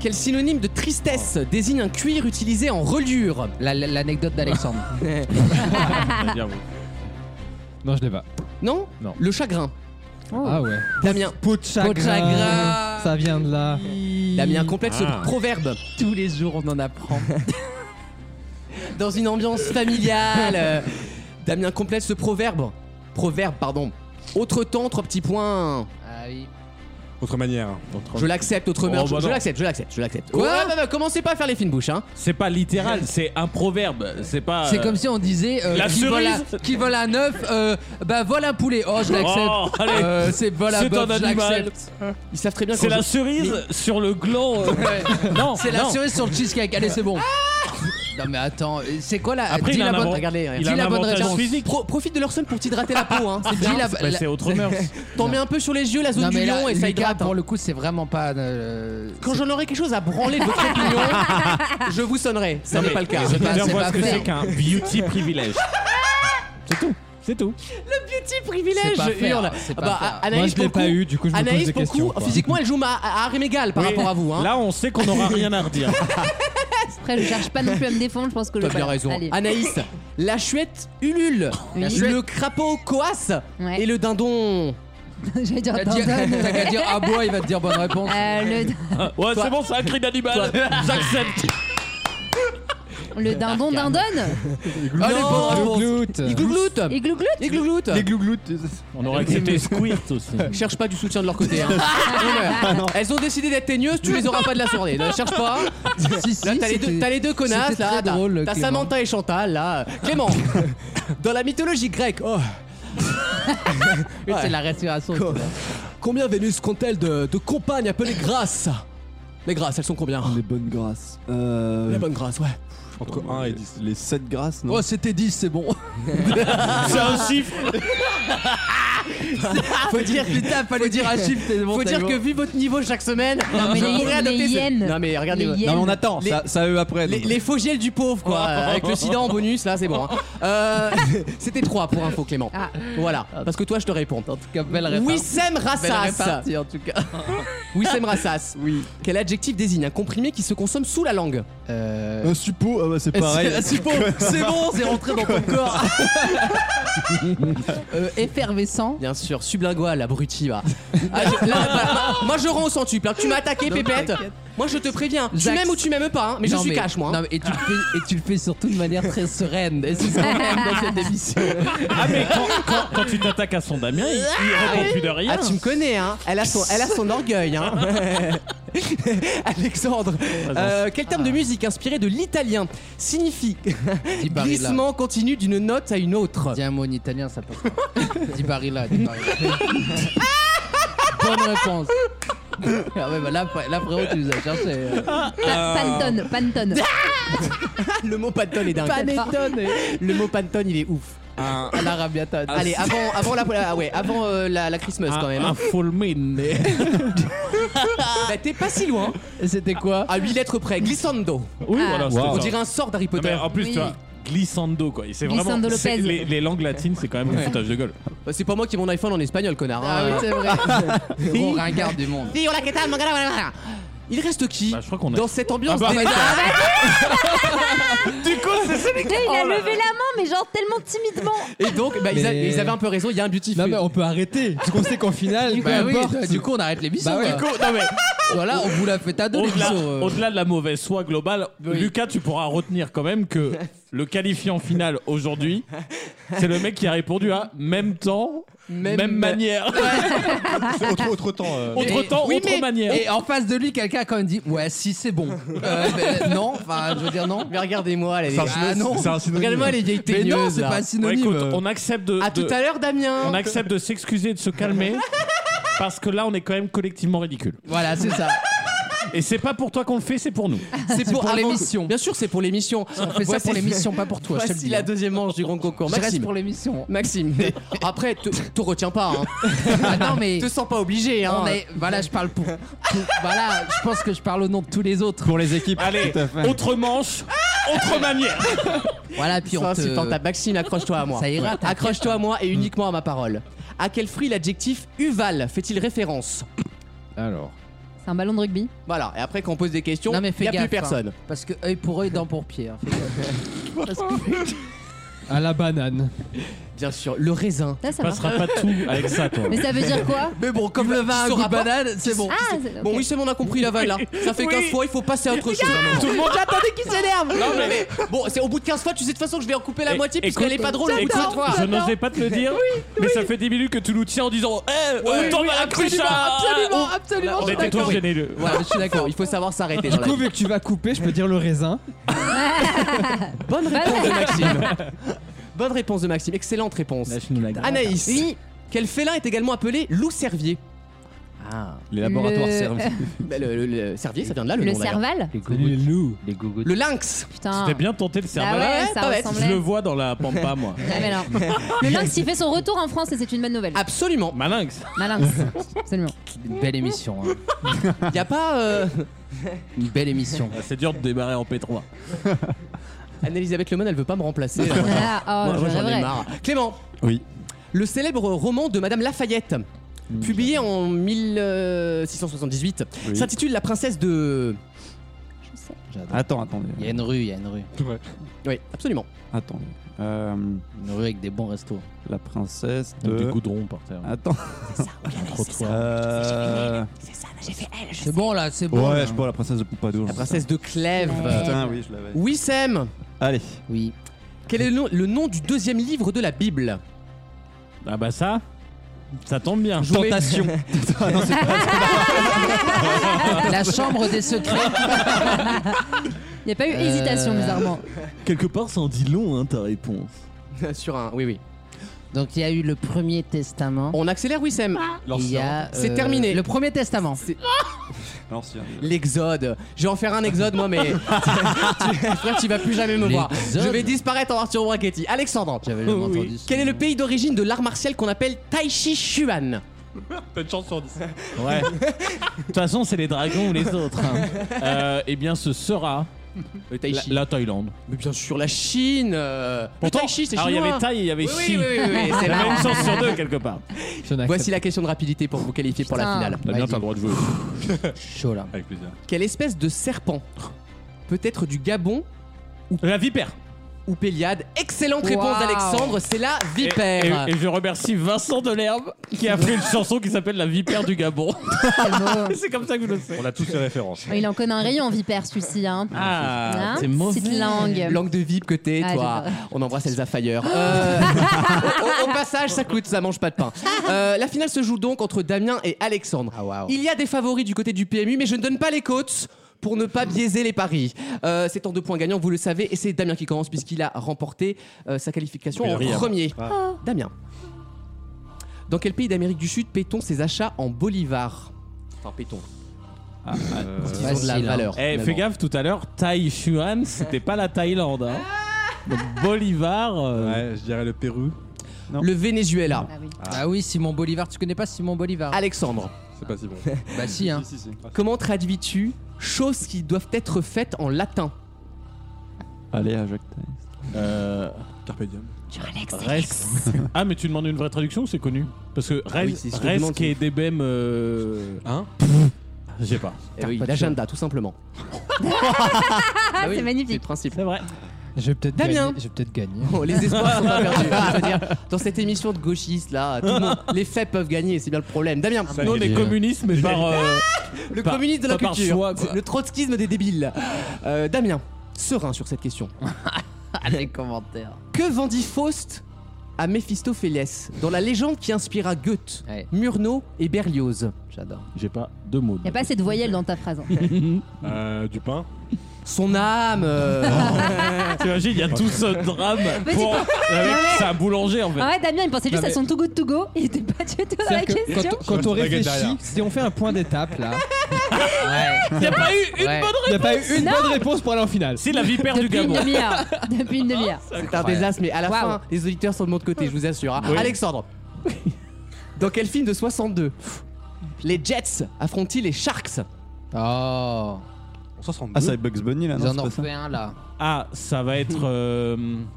Quel synonyme de tristesse désigne un cuir utilisé en reliure Oh. La- la- L'anecdote d'Alexandre. Non, je l'ai pas. Non Non. Le chagrin. Ah ouais. Damien. Peau de chagrin. de chagrin. Ça vient de là. Damien complète Ah. ce proverbe. Tous les jours, on en apprend. Dans une ambiance familiale. euh, Damien complète ce proverbe. Proverbe, pardon. Autre temps, trois petits points. ah oui. Autre manière. Je l'accepte, Ah, autre Oh, meurtre. bah je non. l'accepte, je l'accepte, je l'accepte. Quoi Ouais, bah, bah, commencez pas à faire les fines bouches, hein. C'est pas littéral. C'est un proverbe. C'est pas. C'est comme si on disait euh, Ah La qui, vole un, cerise qui vole un œuf, euh, bah vole un poulet. Oh, je l'accepte. Oh, allez. Euh, c'est vol un C'est un bœuf, je animal. l'accepte. Ils savent très bien C'est qu'on- la cerise sur le gland. euh. non, C'est la non. cerise sur le cheesecake. Allez, c'est bon. non, mais attends, euh, c'est quoi Ah, la. Ah, Après, dis il a la un bonne- avant- Regardez, Il a dis un la bonne avantage réponse. physique. Pro- profite de leur somme pour t'hydrater la peau, hein. C'est Dis bien. la- Bah, la- c'est autre mœurs. T'en mets un peu sur les yeux la zone Non, du mais là, lion et ça les gars, hydrate. hein. pour le coup, c'est vraiment pas. euh, Quand j'en aurai quelque chose à branler de votre opinion, je vous sonnerai. Ça n'est pas le cas. Les auditeurs Bah, c'est voient pas ce que fair. c'est qu'un beauty privilège. C'est tout. C'est tout. Petit C'est pas privilège, fair, hurle. c'est pas Bah, fair. Anaïs, Moi, je pour l'ai le pas coup- eu. Du coup, je me pose Anaïs, des pour le questions. coup, quoi. physiquement, elle joue ma- à à Rémégal par Oui. rapport à vous. Hein. Là, on sait qu'on n'aura rien à redire. Après, je cherche pas non plus à me défendre. Je pense que T'as je. bien raison. Allez. bah, Anaïs, la chouette ulule, Oui. le crapaud coas Ouais. et le dindon. J'allais dire T'as qu'à dire- dindonne. t'as qu'à dire ah bois, il va te dire bonne réponse. Euh, le, Ouais, c'est bon, c'est un cri d'animal. J'accepte. le dindon dindonne Oh, les bonnes réponses. Gloute. Ils glougloutent. et glougloute Ils glougloutent. Les glougloutes. On aurait accepté Squirt aussi. Cherche pas du soutien de leur côté. hein. Non, mais Elles ont décidé d'être teigneuses, tu les auras pas de la soirée. Ne cherche pas. Si, si, Là, t'as les, deux- c'était- t'as les deux connasses, c'était là. très T'as drôle, t'as Clément. Samantha et Chantal, là. Clément, dans la mythologie grecque, oh, Oui, C'est la respiration. Co- combien Vénus compte-t-elle de, de compagnes appelées grâces Les grâces, elles sont combien Les bonnes grâces. Les Euh, bonnes grâces, ouais. Entre 1 et 10. les 7 grâces, non Oh, c'était 10, c'est bon. C'est un chiffre. Faut dire, putain, fallait dire un chiffre. c'est bon, Faut t'as dire eu que bon. vu votre niveau chaque semaine, Non, mais je les- pourrais les adopter ce- hyènes. Non, mais regardez. Les voilà. hyènes. Non, mais on attend. Les- Ça, ça à eux après. Les, donc. les faux gels du pauvre, quoi. Avec le sida en bonus, là, c'est bon. hein. Euh, C'était 3 pour info, Clément. Ah. Voilà. Parce que toi, je te réponds. En tout cas, belle réponse. Wissem belle Rassas. répartie, en tout cas. Wissem Rassas. Oui. Quel adjectif désigne un comprimé qui se consomme sous la langue Euh, Un suppo, ah bah c'est pareil. c'est- c'est bon, c'est bon, c'est rentré dans ton corps. Euh, effervescent. Bien sûr, sublingual, abruti, va. Ah, je- là, bah, bah, moi, je rends au centuple. hein. Tu m'as attaqué, Non, pépette. t'inquiète. Moi, je te préviens. Tu Jacques- m'aimes ou tu m'aimes pas, hein, mais je Non, suis cash, moi. hein. Non, mais, et, tu le fais, et tu le fais surtout de manière très sereine. Et c'est ça qu'on aime dans cette émission. Ah, mais quand, quand- quand tu t'attaques à son Damien, il, il répond plus de rien. Ah, tu me connais, hein. Elle a son, elle a son orgueil, hein. Alexandre, euh, quel terme de musique inspiré de l'italien signifie Dis Barilla. glissement continu d'une note à une autre Dis un mot en italien, ça passe. dis Barilla, dis Barilla. Bonne réponse. Ah ouais, bah là, fr- là, frérot, tu nous as Ah, cherché. euh. Pa- Pantone, Pantone. Le mot pantone est dingue. Panettone. Le mot pantone, il est ouf. Un... L'arabiata. Allez, avant, avant la, ah ouais, avant euh, la, la Christmas Un, quand même. Ah, un hein. fulmine. Bah, T'es pas si loin. C'était quoi À 8 lettres près, glissando. Oui, Ah. voilà, c'est Wow. ça. On dirait un sort d'Harry Non, mais Potter. en plus, Oui. tu vois, glissando quoi. Et C'est vraiment. Glissando c'est- Lopez. Les, les langues latines, c'est quand même un foutage de gueule. Bah, C'est pas moi qui ai mon iPhone en espagnol, connard. Ah hein. oui, c'est vrai. Gros ringard du monde. Dis, hola, ¿qué tal? Il reste qui Bah, je crois qu'on a- dans cette ambiance Ah bah, d'été Là, il a levé la main, mais genre tellement timidement. Et donc, bah, ils, a- Mais- ils avaient un peu raison, il y a un beauty Non, free. mais on peut arrêter. Parce qu'on sait qu'en finale, peu Bah oui, importe. du coup, on arrête l'émission. Bah ouais. quoi. Go, non, mais Voilà, on vous la fait à deux, Au-delà l'émission, euh. au-delà de la mauvaise foi globale, Lucas, tu pourras retenir quand même que le qualifiant final aujourd'hui, c'est le mec qui a répondu à même temps, même, manière. C'est autre, autre temps. euh. autre Et- temps, oui, autre Bah, mais- manière. Et ah, en face de lui, quelqu'un a quand même dit Ouais, si, c'est bon. Euh, ben, non, enfin, je veux dire non. Mais regardez-moi, les un Ah synonyme, non c'est un synonyme. Regardez-moi les vieilles Mais non, teigneuses, c'est là. pas Bon, synonyme. écoute, on accepte euh, de, À de- tout à l'heure, Damien on accepte de s'excuser, et de se calmer. parce que là, on est quand même collectivement ridicule. Voilà, c'est ça. Et c'est pas pour toi qu'on le fait, c'est pour nous. C'est pour, pour avant- l'émission. Bien sûr, c'est pour l'émission. On fait ça Voici- pour l'émission, pas pour toi. Je te le Voici dis. hein. la deuxième manche du grand concours. Je reste Maxime. pour l'émission. Maxime. Après, te, te retiens pas. Hein. Ah non mais te sens pas obligé. Hein. on est- voilà, je parle pour. pour- voilà, bah je pense que je parle au nom de tous les autres. Pour les équipes. Allez, Tout à fait. autre manche, autre manière. Voilà, puis C'est on te. insupportable. Maxime, accroche-toi à moi. Ça ira, t'inquiète. Accroche-toi à moi et uniquement à ma parole. À quel fruit l'adjectif uval fait-il référence Alors. C'est un ballon de rugby. Voilà, et après qu'on pose des questions, Non, mais il fais n'y a plus gaffe, hein. personne. Parce que œil pour œil, dent pour pied. hein. Fais À la banane. Bien sûr, le raisin. Ça, ça Tu marche. passeras pas tout avec ça, toi. Mais ça veut dire quoi Mais bon, comme le Oh, vin à goût de banane, c'est bon. Ah, c'est- Bon, ok. oui, c'est bon, on a compris la vanne là. Ça fait 15 fois, il faut passer à autre chose. Tout le monde attendait qu'il s'énerve. Non, mais, bon, c'est au bout de 15 fois, tu sais de toute façon que je vais en couper la Eh, moitié écoute, puisqu'elle est pas drôle au bout de écoute, 15 fois. Je n'osais pas te le dire, mais ça fait 10 minutes que tu nous tiens en disant Eh, on oui, tombe oui, à la cruche hein. Oh. à- absolument, absolument. On était tous gênés. le- Voilà, je suis d'accord, il faut savoir s'arrêter. Du dans la coup, vie. vu que tu vas couper, je peux dire le raisin. Bonne réponse de Maxime. Bah Bonne réponse de Maxime, excellente réponse. Anaïs, quel félin est également appelé loup cervier Ah. Les laboratoires Le- servent. Bah, le, le- le cervier, ça vient de là, le, Le nom d'ailleurs. cerval Les loups. Le lynx. Putain. T'es bien tenté le cerveau. Ah ouais, pas ça bête. Je le ressemblait. vois dans la pampa, moi. Ah, mais non. Le lynx, il fait son retour en France et c'est une bonne nouvelle. Absolument. Malinx. Malinx. Absolument. Une belle émission. hein. Il n'y a pas. euh, Une belle émission. Ah, C'est dur de démarrer en P3. Anne-Elisabeth Lemon, elle veut pas me remplacer. euh. là. Ah, oh, Moi, moi, je j'en ai rêverais. marre. Clément. Oui. Le célèbre roman de Madame Lafayette, publié en 1678, Oui. s'intitule La princesse de. Je sais. Attends, attendez. Il y a une rue, il y a une rue. Oui, absolument. Attendez. Euh, Une rue avec des bons restos. la princesse Des de. goudrons par terre. Attends. Euh, C'est bon là, c'est bon. Ouais, là. je sais pas, la princesse de Pompadour. La princesse de Clèves. Putain, oui, je l'avais. Oui, Sam. Allez. Oui. Quel est le nom, le nom du deuxième livre de la Bible Ah bah ça, ça tombe bien. Je vous mets- La chambre des secrets. Il n'y a pas eu Euh, hésitation, bizarrement. Quelque part, ça en dit long, hein, ta réponse. Sur un. Oui, oui. Donc il y a eu le premier testament. On accélère, oui, Sam. Il y a, euh, C'est terminé. Le premier testament. L'ancien. L'exode. Je vais en faire un exode, moi, mais. Frère, tu vas plus jamais me voir. L'exode. Je vais disparaître en Arthur Brachetti. Alexandre. J'avais jamais Oui. entendu. ce Quel est le nom. pays d'origine de l'art martial qu'on appelle Tai Chi Chuan Bonne chance sur 10. Ouais. De toute façon, c'est les dragons ou les autres. hein. Euh, eh bien, ce sera Le Tai la, Chi. la Thaïlande. Mais bien sûr, la Chine. euh, Pourtant, le Tai Chi, c'est alors chinois. il hein. y avait Thaï et il y avait Oui, oui, Chi. oui, oui, oui, Il c'est y là. avait une chance sur deux, quelque part. Je n'accepte Voici la question de rapidité pour vous qualifier pour la Putain. finale. T'as bien, t'as le droit de jouer. Chaud là. Avec plaisir. Quelle espèce de serpent peut être du Gabon La vipère. ou Péliade Excellente réponse Waouh. d'Alexandre, c'est la Et- vipère. Et, et je remercie Vincent Delerme qui a fait une chanson qui s'appelle La Vipère du Gabon. Quel Ah. mot. c'est comme ça que je le sais. On a tous les références. Oh, Il en connaît un rayon en vipère, celui-ci. Hein. Ah, Hein c'est mauvais. Petite langue. Langue de vive que t'es, Ah, toi. j'adore. On embrasse Elsa Fire. Euh, au, au- au passage, ça coûte, ça mange pas de pain. Euh, la finale se joue donc entre Damien et Alexandre. Ah waouh. Il y a des favoris du côté du PMU, mais je ne donne pas les côtes pour ne pas biaiser les paris. Euh, c'est en deux points gagnants, vous le savez, et c'est Damien qui commence puisqu'il a remporté euh, sa qualification Je vais en rire. premier. Ah. Damien. Dans quel pays d'Amérique du Sud paie-t-on ses achats en bolivars Enfin, paie-t-on. Ah, euh, Ils ont de la Facile, hein. valeur. Eh, Mais fais bon. gaffe tout à l'heure, Taïchuan, c'était pas la Thaïlande. Hein. Donc Bolivar. euh, Ouais, je dirais le Pérou. Le Venezuela. Ah oui. Ah oui, Simon Bolivar. Tu connais pas Simon Bolivar Alexandre. C'est pas si bon. Bah si hein. Si, si, si. Comment traduis-tu choses qui doivent être faites en latin Allez, à Jacques euh, Carpe diem. Res. Ah, mais tu demandes une vraie traduction ou c'est connu Parce que Res, Ah oui, c'est ce que res demande, qui est DBM. Euh... Hein Je sais pas. Eh oui, L'agenda, tout simplement. Ah, oui, c'est C'est le magnifique. principe. C'est vrai. Je vais peut-être Damien. gagner. Je vais peut-être gagner. Bon, les espoirs sont pas perdus. Ah. Je veux dire, dans cette émission de gauchistes, là, tout le monde- les faits peuvent gagner, c'est bien le problème. Damien, Nous, on est bah, communistes, mais par. euh, le par- communisme de la pas par culture, choix, quoi. le trotskisme des débiles. Euh, Damien, serein sur cette question. Ah, les commentaires. Que vendit Faust à Méphistophélès dans la légende qui inspira Goethe, Ouais. Murnau et Berlioz J'adore. J'ai pas. Deux mots. Il a pas assez de voyelles dans ta phrase. hein. Euh, du pain. Son âme euh, T'imagines, il y a tout ce drame pour. Ah, Le mec, C'est un boulanger en fait. Ah ouais, Damien, il pensait juste Non, à son to go to go. Il était pas du tout dans la C'est-à-dire que question. quand, quand on Je me baguette réfléchit, derrière. si on fait un point d'étape là, Il n'y a pas eu une Ouais. bonne il n'y a pas eu une Non. bonne réponse pour aller en finale. C'est la vipère du Depuis une Gabon. demi-heure. Depuis une demi-heure. C'est un désastre, mais à la fin, les auditeurs sont de mon côté, je vous assure. hein. Alexandre, dans quel film de 62 les Jets affrontent-ils les Sharks Oh. On s'en sent Ah, c'est Bugs Bunny là, Ils non en c'est ont pas ça refait un là. Ah, ça va être. euh,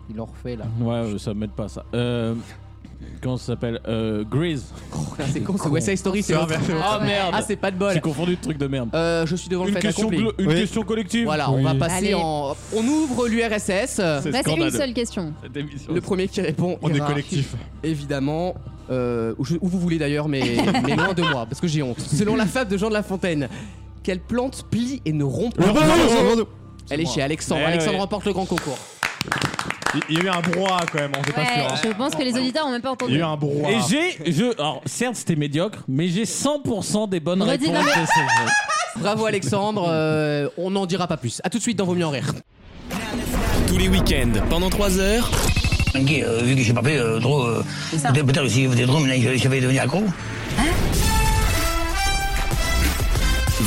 Ils l'ont refait là. Ouais, ça m'aide pas ça. Euh, Comment ça s'appelle euh, Grease. Putain, Ah, C'est con, c'est West Side Story, c'est l'autre. Oh merde Ah, c'est pas de bol. J'ai confondu le truc de merde. Euh, je suis devant le Une fait question, accompli. glo- une Oui. question collective. Voilà, on va passer Allez. en. On ouvre l'URSS. euh, Là, c'est une seule question. Le premier qui répond. On est ira, collectif. Évidemment. euh, où, je- où vous voulez d'ailleurs, mais, mais loin de moi, parce que j'ai honte. Selon la fable de Jean de La Fontaine, quelle plante plie et ne rompt pas Elle est chez Alexandre. Eh Alexandre ouais. remporte le grand concours. Il- Il y a eu un brouhaha quand même, on n'est pas Ouais, sûr. hein. je pense que les auditeurs ont même pas Il y a entendu. eu un brouhaha. Et j'ai, je, alors certes c'était médiocre, mais j'ai 100% des bonnes Redis, réponses. non, mais- de ce jeu. Bravo Alexandre, euh, on n'en dira pas plus. A tout de suite dans Vos mieux en rire. Tous les week-ends, pendant 3 heures. Euh, vu que j'ai pas fait euh, trop. euh, peut-être peut-être que si j'avais fait trop, mais Euh, là, j'avais devenu accro.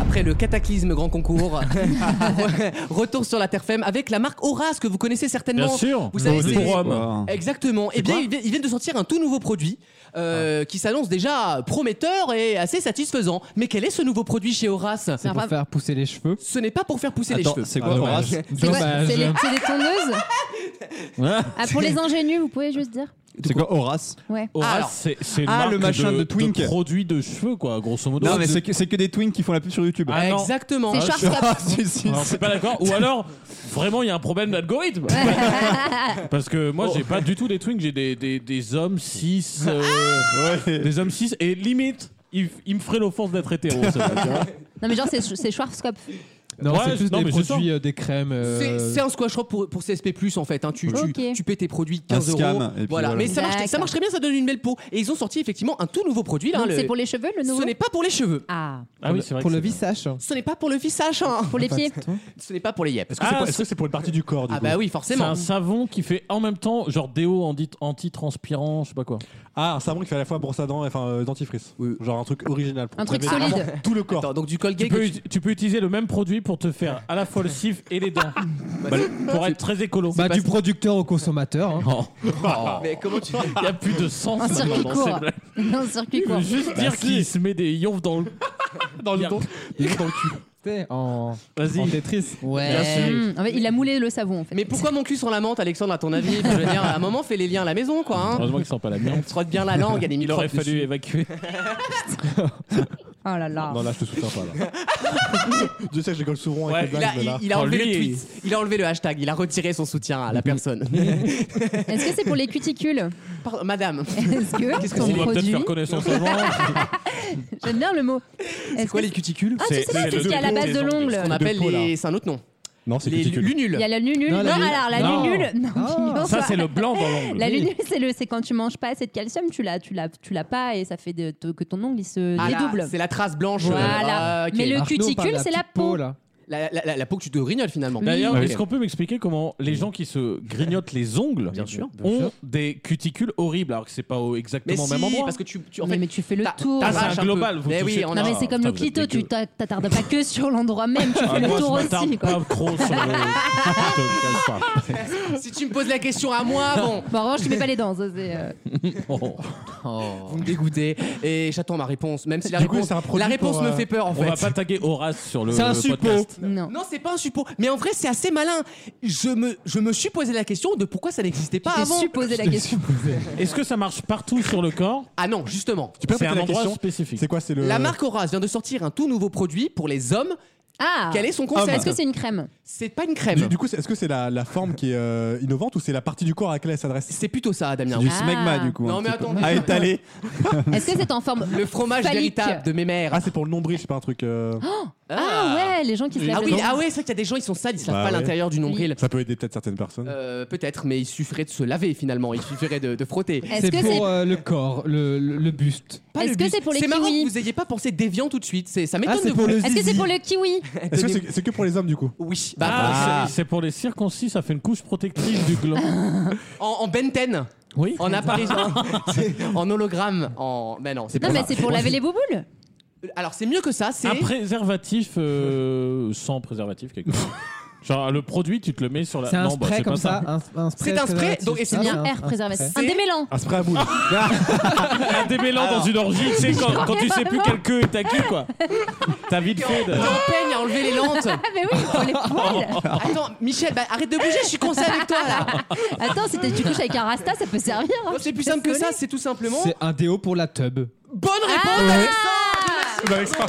Après le cataclysme grand concours, re- retour sur la Terre ferme avec la marque Horace que vous connaissez certainement. Bien sûr. Vous savez, c'est- pour hommes. Wow. Exactement. Eh bien, ils vi- ils viennent de sortir un tout nouveau produit euh, qui s'annonce déjà prometteur et assez satisfaisant. Mais quel est ce nouveau produit chez Horace C'est pour faire pousser les cheveux. Ah, Ce n'est pas pour faire pousser Attends, les cheveux. c'est quoi Horace C'est quoi Dommage. C'est les- c'est des tondeuses ah, Pour les ingénus, vous pouvez juste dire C'est quoi Horace Ouais. Horace, Alors. c'est, c'est une Ah, marque le machin de Twink. de produits de cheveux quoi, grosso modo. Non, mais De- c'est que, c'est que des twins qui font la pub sur YouTube. Ah non. Exactement. C'est Schwarzkopf. si, si, Alors, si. c'est pas d'accord. Ou alors, vraiment, il y a un problème d'algorithme. Parce que moi, j'ai pas du tout des twinks, j'ai des, des, des hommes Ah 6. Des hommes 6, et limite, il, il me ferait l'offense d'être hétéro. ça va, tu vois. Non, mais genre, c'est c'est Schwarzkopf. Non, Ouais, c'est tous non, des mais c'est produits, euh, des crèmes. euh, C'est c'est un squash shop pour, pour CSP, en fait. hein. Tu, tu, Ok. tu paies tes produits Un 15 euros. scan, et puis voilà. voilà. Mais ça marche, ça D'accord. marche très bien, ça donne une belle peau. Et ils ont sorti effectivement un tout nouveau produit. Là, Donc, le- C'est pour les cheveux, le nouveau Ce n'est pas pour les cheveux. Ah, Ah oui, c'est Ah, vrai. Pour que le c'est- visage. Ce n'est pas pour le fissage. hein. pour les pieds. Ce n'est pas pour les yeux. Est-ce que c'est Ah, pour- Est-ce que c'est pour une partie du corps du Ah coup bah oui, C'est forcément. un savon qui fait en même temps genre déo anti- anti-transpirant, je sais pas quoi. Ah, un savon qui fait à la fois brosse à dents et enfin euh, dentifrice. Oui. Genre un truc original. pour Un truc laver solide. vraiment Tout le corps. Attends, donc du Tu Colgate. peux, que ut- tu peux utiliser le même produit pour te faire à la fois le cif et les dents. Bah, pour être très écolo. Bah, C'est du pas- producteur au consommateur. hein. Oh. Mais comment tu Il y a plus de sens Un maintenant circuit dans court. ces blagues. Un circuit Il court. veut juste Bah, dire qu'il se met des yonfs dans le dans le T'sais, En, en Vas-y. Tetris. Bien Ouais. sûr. Hum. Hmm, en fait, il a moulé le savon, en fait. Mais pourquoi mon cul sans la menthe, Alexandre, à ton avis Je veux dire, à un moment, fais les liens à la maison, quoi. Hein. Heureusement qu'ils sont pas la mienne. Frotte bien la langue, il y a des Il microbes aurait fallu dessus. Ah. évacuer. Oh là là. Non, là, je te soutiens pas. Là. je sais que j'école souvent avec Ouais, les Il a, blagues, mais là. il- il a Oh, enlevé lui, Mhm. le tweet, il a enlevé le hashtag, il a retiré son soutien à la personne. Est-ce que c'est pour les cuticules Pardon, madame, Est-ce que Qu'est-ce que ton On va peut-être produit faire connaissance avant. J'aime bien le mot. Est-ce quoi que- les cuticules Ah, tu sais pas, c'est ce qu'il y a à la base de l'ongle. On appelle peau, là. les. C'est un autre nom. Non, c'est Les cuticule. Il lunules. y a la lunule. Non, Non, la lune- alors la non. Ah. lunule. Non, Guillaume, Ça toi. c'est le blanc dans l'ongle. La lunule, c'est le, c'est quand tu manges pas assez de calcium, tu l'as, tu l'as, tu l'as pas et ça fait de- te- que ton ongle il se Ah, là, dédouble. C'est la trace blanche. Voilà. euh, ok. Mais le Arnaud parle cuticule, de c'est la petite peau. là. la, la- la- la peau que tu te grignoles finalement. D'ailleurs, Oui. est-ce qu'on peut m'expliquer comment les gens qui se grignotent les ongles sûr, ont des cuticules horribles alors que c'est pas au- Mais exactement au si, même endroit parce que tu, tu- en mais, fait, mais tu fais le t'as- tour. t'as Ah, c'est arraches un peu. global, vous Mais oui, touchez on pas. non a- mais c'est comme putain, le vous êtes clito, tu dégueu. t'a- t'attardes pas que sur l'endroit même, tu Ah, fais le moi, tour je m'attarde aussi. quoi. pas trop sur le. Je te cache pas. Si tu me poses la question à moi, bon. Bon, en revanche, tu mets pas les dents. ça, c'est, euh, Oh. Vous me dégoûtez et j'attends ma réponse, même si la Du coup, réponse, c'est un produit la réponse pour, me euh, fait peur en On va fait. pas taguer Horace sur le. C'est un le suppôt. podcast. Non. Non, c'est pas un suppôt. Mais en vrai, c'est assez malin. Je me, je me suis posé la question de pourquoi ça n'existait pas J'ai avant. su poser la question. Est-ce que ça marche partout sur le corps Ah non, justement. Tu peux C'est répéter un la endroit question spécifique. C'est quoi C'est le. La marque Horace vient de sortir un tout nouveau produit pour les hommes. Ah. Quel est son Est-ce concept que c'est une crème C'est pas une Du, crème. du coup, c'est- est-ce que c'est la, la forme qui est euh, innovante ou c'est la partie du corps à laquelle elle s'adresse C'est plutôt ça, Damien. Du Ah. smegma du coup. Non, un mais petit peu. attendez. À étaler. Est-ce que c'est en forme Le fromage Phallique. véritable de mes mères. Ah, c'est pour le nombril, c'est pas un truc. euh, Ah ouais, les gens qui se lavent Ah les oui, dents. ah ouais, c'est vrai qu'il y a des gens, ils sont sales, ils se lavent Bah pas ouais. l'intérieur du nombril. Ça peut aider peut-être certaines personnes. Euh, Peut-être, mais il suffirait de se laver finalement, il suffirait de, de frotter. Est-ce C'est que pour euh, le corps, le, le- le buste. Pas Est-ce le que bus. c'est pour les marrant kiwis que vous n'ayez pas pensé déviant tout de suite, c'est- ça m'étonne Ah, c'est de pour vous. le Est-ce que c'est pour le kiwi Est-ce que Donnez- c'est c'est que pour les hommes du coup Oui, bah, Ah, c'est c'est pour les circoncis, ça fait une couche protectrice du gland. en, en benten, Oui. en apparition, en hologramme, en. Mais non, c'est pas Non, mais ça. c'est pour laver les bouboules. Alors c'est mieux que ça, c'est. Un préservatif euh, sans préservatif quelque part. Genre le produit, tu te le mets sur la. C'est un Non, bah, spray c'est pas comme ça. un- C'est un spray, préservatif. donc- et c'est C'est Ah, bien un- air un préservatif. spray. Un démêlant. Un spray à boule. Un démêlant dans une orgie, tu sais, quand, quand tu sais plus quel queue est à qui, quoi. T'as vite fait de. Jean Peigne a enlevé les lentes. Ah bah oui, pour les poils. Attends, Michel, bah, arrête de bouger, je suis coincé avec toi là. Attends, si t'es- tu couches avec un rasta, ça peut servir. hein. Oh, c'est plus simple que ça, c'est tout simplement. C'est un déo pour la tub. Bonne Ah réponse, Alexandre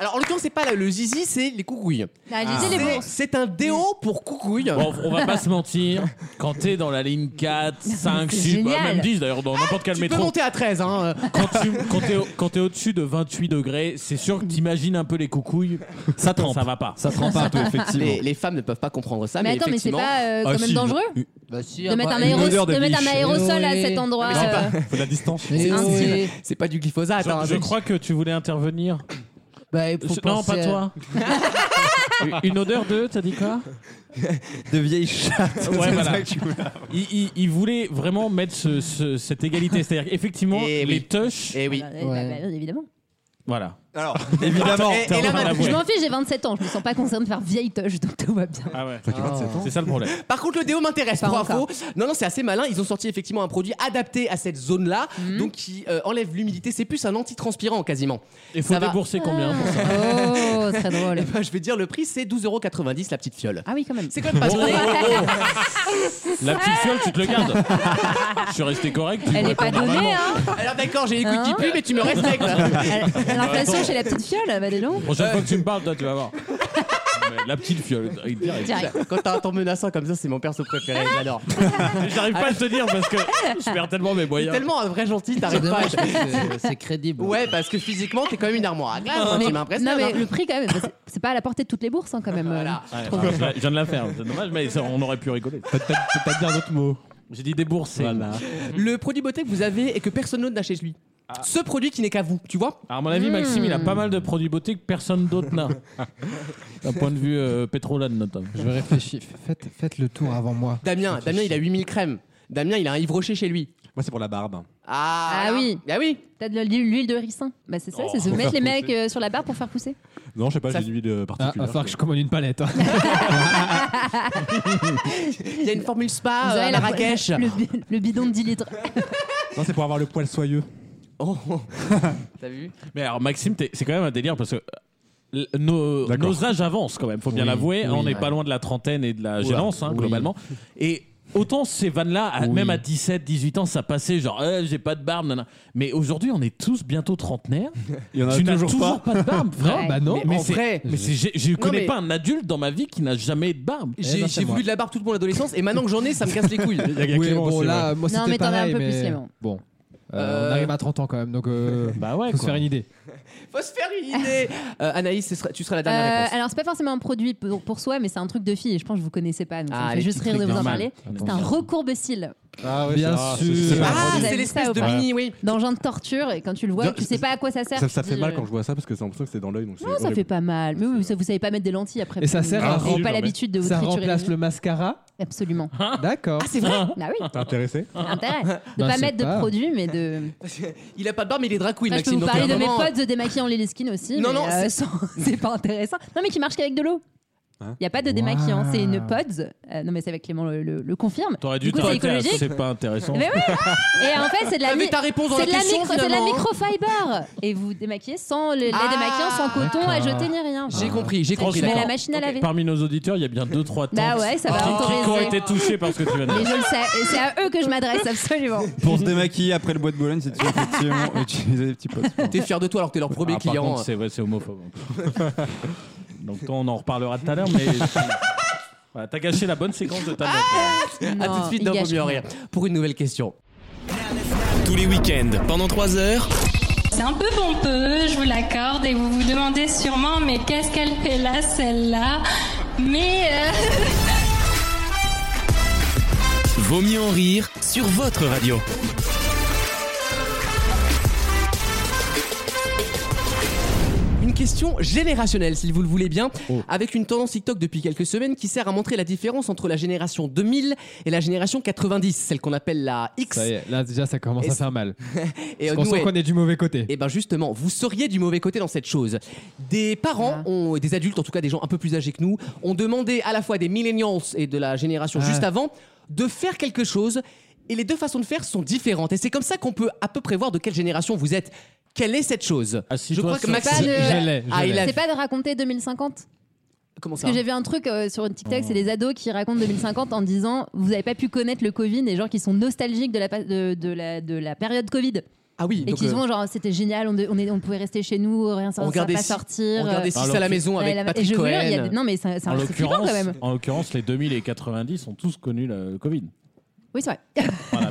Alors en l'occurrence, c'est pas là, le zizi, c'est les coucouilles. Ah, j'ai dit les C'est- bourses. C'est un déo pour coucouilles. Bon, on va pas se mentir, quand t'es dans la ligne 4, 5, c'est 6, bah, génial. même 10 d'ailleurs, dans n'importe quel Ah, tu peux métro, monter à 13, hein. euh. quand tu- quand t'es au- quand t'es au-dessus de 28 degrés, c'est sûr que t'imagines un peu les coucouilles, ça trempe. Ça va pas. Ça se rend pas un peu, Les, effectivement. les femmes ne peuvent pas comprendre ça, mais, Mais attends, mais c'est effectivement. pas euh, quand Ah, même si, dangereux de mettre un, une aéros- odeur de de mettre un biche. aérosol à Oui. cet endroit. Mais c'est euh, Faut de la distance. Eh C'est oui. intime. C'est pas du glyphosate. hein, Je, je donc- crois que tu voulais intervenir. Bah, il faut Je- non, penser euh, pas à- toi. Une odeur de, t'as dit quoi De vieilles chattes. Ouais, C'est voilà. ça que tu voulais. il, il- il voulait vraiment mettre ce- ce- cette égalité. C'est-à-dire qu'effectivement, Eh les oui. touches. Eh oui. bah, bah, bah, évidemment. Voilà. Alors, évidemment. Et, et là, Pardon, maintenant- Ouais. Je m'en fiche, j'ai 27 ans, je me sens pas concernée de faire vieille toche, donc tout va bien. Ah ouais. C'est ça le problème. par contre, le déo m'intéresse. Pas Pour info, encore. non, non, c'est assez malin. Ils ont sorti effectivement un produit adapté à cette zone-là, Mhm. donc qui euh, enlève l'humidité. C'est plus un antitranspirant quasiment. Il faut Ça va. débourser combien pour ça Oh, très Eh drôle. ben, je vais dire le prix, c'est 12,90€ la petite fiole. Ah oui, quand même. C'est quand même pas Oh, donné. La petite fiole, tu te le gardes. Je suis resté correct. tu Elle n'est vois, pas normalement. donnée, hein Alors d'accord, j'ai les couilles qui Hein puent, mais tu me respectes. Elle- L'inflation chez la petite fiole, bah des longs. Prochaine fois que tu me parles, toi, tu vas voir. Mais La petite fiole, direct. Direct. Quand t'as un ton menaçant comme ça, c'est mon perso préféré, j'adore. J'arrive pas à te dire parce que je perds tellement mes T'es moyens. tellement un vrai gentil, C'est t'arrives pas. dommage, parce que C'est crédible. Ouais, parce que physiquement, t'es quand même une armoire à glace, moi, Ah, tu m'impressionnes. non, mais hein. le prix, quand même, bah, c'est- c'est pas à la portée de toutes les bourses, hein, quand même. euh, Voilà. Ouais, bah, je la- je viens de la faire, c'est dommage, mais ça, on aurait pu rigoler. T'as- T'as t'as bien d'autres mots. J'ai dit débourser. Le produit beauté que vous avez et que personne d'autre n'a chez lui. Ce produit qui n'est qu'à vous, tu vois Alors, à mon avis, Maxime, il a Hmm. pas mal de produits beauté que personne d'autre n'a. D'un point de vue euh, pétrolane, notamment. Je vais réfléchir. Faites, faites le tour avant moi. Damien, Damien, il a 8000 crèmes. Damien, il a un Yves Rocher chez lui. Moi, c'est pour la barbe. Ah, Ah voilà. oui. Ah oui Oh. T'as de l'huile de ricin. Bah, c'est ça, c'est se mettre les mecs euh, sur la barre pour faire pousser. Non, je sais pas, Ça- j'ai euh, une huile Ah, va particulière. falloir que je commande une palette. hein. Il y a une formule Vous spa euh, avez à la- Marrakech. Le, bi- le bidon de 10 litres. Non, c'est pour avoir le poil soyeux. Oh. T'as vu Mais alors, Maxime, t'es- c'est quand même un délire parce que. l- Nos, D'accord. nos âges avancent quand même, faut bien l'avouer. on n'est pas loin de la trentaine et de la gênance, hein, globalement. Et autant ces vannes-là, à- même à 17, 18 ans, ça passait genre Eh, j'ai pas de barbe, nanana. Mais aujourd'hui, on est tous bientôt trentenaires. Il y en a tu n'as toujours toujours pas. pas. de barbe, frère. Ouais. bah non. Mais Mais en c'est- vrai, mais c'est- j'ai- je connais mais- pas un adulte dans ma vie qui n'a jamais eu de barbe. Eh j'ai ben, c'est j'ai moi. voulu de la barbe toute mon adolescence et maintenant que j'en ai, ça me casse les couilles. Il y a Oui, Clément bon, aussi, là, moi Non, c'était mais t'en as un pareil, peu plus, mais- Clément. Bon. Euh, Euh, On arrive à 30 ans quand même, donc euh, Bah ouais, faut se faire une idée. Faut se faire une idée. Euh, Anaïs, ce sera- tu seras la dernière Euh, réponse. alors, c'est pas forcément un produit pour, pour soi, mais c'est un truc de fille. Et je pense que vous connaissez pas. Donc Ah, ça me les fait juste petits rire de trucs vous en normales. parler. C'est un recourbecile Ah ouais, Bien c'est- sûr. c'est- c'est- Ah, vous c'est avez l'espèce ça ou de pas mini, oui. d'engin de torture. Et quand tu le vois, Non, tu sais pas à quoi ça sert. Ça, ça Tu fait dis, mal euh, quand je vois ça parce que j'ai l'impression que c'est dans l'œil. donc c'est Non, ça horrible. fait pas mal. Mais oui, ça- vous savez pas mettre des lentilles après. Et ça Vous- sert à- vous n'avez pas l'habitude de vous Ça triturer. remplace le mascara Absolument. D'accord. Ah, c'est vrai Bah oui, T'es intéressé intérêt. De Bah, pas c'est mettre pas- de produits, mais de. Il a pas de barbe, mais il est drag queen, Enfin, je peux vous Maxime. donc parler à un de mes moment- potes de démaquillant les skins aussi. Non, mais, non, euh, sans- c'est pas intéressant. Non, mais qui marche qu'avec de l'eau. Hein Il n'y a pas de démaquillant, Waouh. c'est une pods. Euh, non, mais c'est avec Clément le, le- le confirme. T'aurais Du dû coup, c'est t'arrêter à- écologique. C'est pas intéressant. Mais oui, et en fait, c'est de la, Ah, mais mi- ta réponse dans la c'est de la, question, micro- c'est de la finalement, hein. microfiber. Et vous démaquillez sans le, les Ah, démaquillants, sans coton à jeter ni rien. J'ai compris, j'ai compris. Je mets la d'accord. machine à laver. Parmi nos auditeurs, il y a bien 2-3 tantes Bah ouais, ça va qui- qui ont autoriser. été touchées par ce que tu viens de Et dire. je le sais, et c'est à eux que je m'adresse absolument. Pour se démaquiller après le bois de Boulogne, c'est effectivement utiliser des petits pots. T'es fier de toi alors que t'es leur premier Ah, par client. euh. contre, c'est ouais, c'est homophobe. Donc toi, on en reparlera tout à l'heure, mais Voilà, t'as gâché la bonne séquence de ta Ah note. A tout de suite dans Vaut mieux rire pour une nouvelle question. Tous les week-ends, pendant 3 heures. C'est un peu pompeux, je vous l'accorde, et vous vous demandez sûrement, mais qu'est-ce qu'elle fait là, celle-là Mais. euh, Vaut mieux en rire sur votre radio. Une question générationnelle, si vous le voulez bien, Oh. avec une tendance TikTok depuis quelques semaines qui sert à montrer la différence entre la génération 2000 et la génération 90, celle qu'on appelle la X. Ça y est, là déjà ça commence Et à faire mal. Et Parce qu'on sent qu'on est du mauvais côté. Et ben justement, vous seriez du mauvais côté dans cette chose. Des parents, ont- des adultes, en tout cas des gens un peu plus âgés que nous, ont demandé à la fois des millennials et de la génération Ah. juste avant de faire quelque chose. Et les deux façons de faire sont différentes. Et c'est comme ça qu'on peut à peu près voir de quelle génération vous êtes. Quelle est cette chose Je crois que C'est Maxime, pas de- Ah, il a- C'est pas de raconter 2050 Comment Parce que j'ai vu un truc euh, sur une TikTok, c'est les ados qui racontent 2050 en disant vous n'avez pas pu connaître le Covid, les gens qui sont nostalgiques de la, pa- de, de la, de la période Covid. Ah oui, Et donc, qui euh, se vont genre c'était génial, on, de- on, est- on pouvait rester chez nous, rien ça, on On va regardait pas six- sortir. on regardait euh, six à la alors maison que- avec ouais, la- Patrick et je vous jure, il y a Cohen. des- Non mais c'est un- c'est en un- c'est flippant l'occurrence, quand même. en l'occurrence, les 2000 et 90 ont tous connu le le Covid. Ah, Oui c'est vrai. Voilà,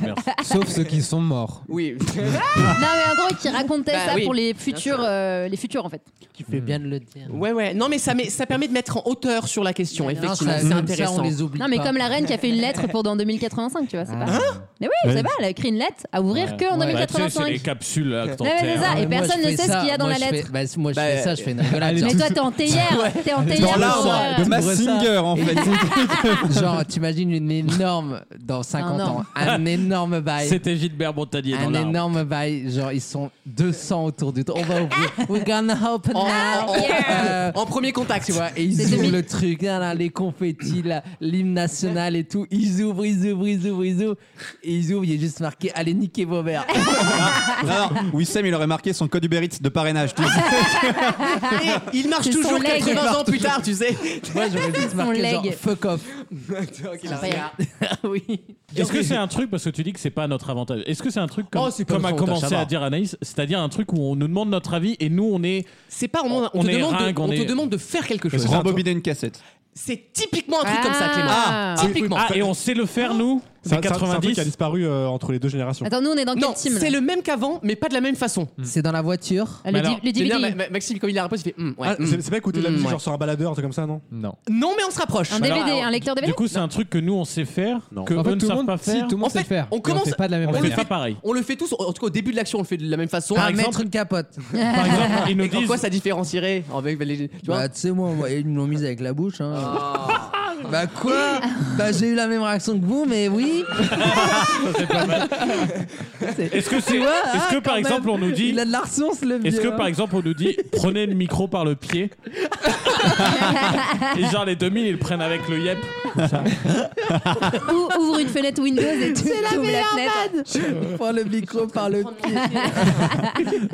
merci. Sauf ceux qui sont morts. Oui. non mais en gros qui racontait Bah ça oui, pour les bien futurs, euh, les futurs en fait. Tu fais bien de le dire. Ouais, ouais. Non, mais ça, met- ça permet de mettre en hauteur sur la question, effectivement. ça- C'est ça, on intéressant. les oublie Non mais comme la reine qui a fait une lettre pour dans 2085, tu vois, c'est pas. Hein mais oui, Ouais. c'est pas, elle a écrit une lettre à ouvrir que en Ouais. Bah, tu sais, 2085. c'est les capsules Ouais, mais c'est ça, et personne ne sait ce qu'il y a dans la lettre. moi, je Bah, fais ça, je fais une rigolade. Mais genre. toi, t'es en théière, t'es en théière. Dans l'arbre, pour, euh, de Mass Bressa. Singer, en fait. Genre, t'imagines une énorme, dans 50 Un ans, orbe. un énorme bail. C'était Gilbert Montagnier dans Un l'arbre. énorme bail, genre ils sont 200 autour du tour. On va ouvrir. We're gonna open En, now. en- Euh, en premier contact, tu vois, et ils ouvrent le truc, là, là, les confettis, là, l'hymne national et tout. Ils ouvrent, ils ouvrent, ils ouvrent, ils ouvrent. Et ils ouvrent, il est juste marqué Allez, niquez vos verres. Non, non, Wissem, il aurait marqué son code Uber Eats de parrainage. tu Ah, vois. Et il marche C'est son toujours leg. 80 ans plus tard, tu sais. Moi, j'aurais juste Son marqué genre, leg. fuck off. Est-ce que c'est un truc, parce que tu dis que c'est pas à notre avantage, est-ce que c'est un truc comme, Oh, c'est pas comme a notre avantage, commencé ça va. à dire Anaïs, c'est-à-dire un truc où on nous demande notre avis et nous on est. C'est pas, on, on te est demande de- ringue, on te est- demande de faire quelque chose. Rembobiner une cassette. C'est typiquement un truc comme ça, Clément. Ah, typiquement. Ah, et on sait le faire, nous C'est C'est un- c'est un- c'est un truc 90 qui a disparu euh, entre les deux générations. Attends, nous, on est dans Non, quelle team là c'est le même qu'avant, mais pas de la même façon. C'est dans la voiture. Le, di- le C'est DVD. bien, Ma- Ma- Maxime, quand il la repose, il fait. hum, ouais, Ah, hum, c'est c'est pas écouter de la hum, musique, ouais. genre sur un baladeur, un truc comme ça, non Non. Non, mais on se rapproche. Un Alors, DVD, alors, un lecteur DVD Du coup, c'est un truc que nous on sait faire, Non. que En fait, eux ne tout le savent monde, pas si, faire. tout le monde En fait, sait le faire. on mais commence- fait pas de la même on On manière. fait pas pareil. On le fait tous, en tout cas au début de l'action, on le fait de la même façon. Un exemple- mettre une capote. Par exemple, ils nous Et en disent. quoi ça différencierait avec les- tu vois Oh. Bah, tu sais, moi, on voyait- ils me l'ont mise avec la bouche. hein. Bah, quoi Bah, j'ai eu la même réaction que vous, mais oui. Est-ce que c'est. Tu vois, Est-ce que ah, par quand exemple même. on nous dit. Il a de la ressource, le vieux. Est-ce que par exemple on nous dit prenez le micro par le pied Et genre les 2000 ils le prennent avec le yep. Ou- Ouvre une fenêtre Windows et tout. C'est la meilleure Prends le micro par le pied.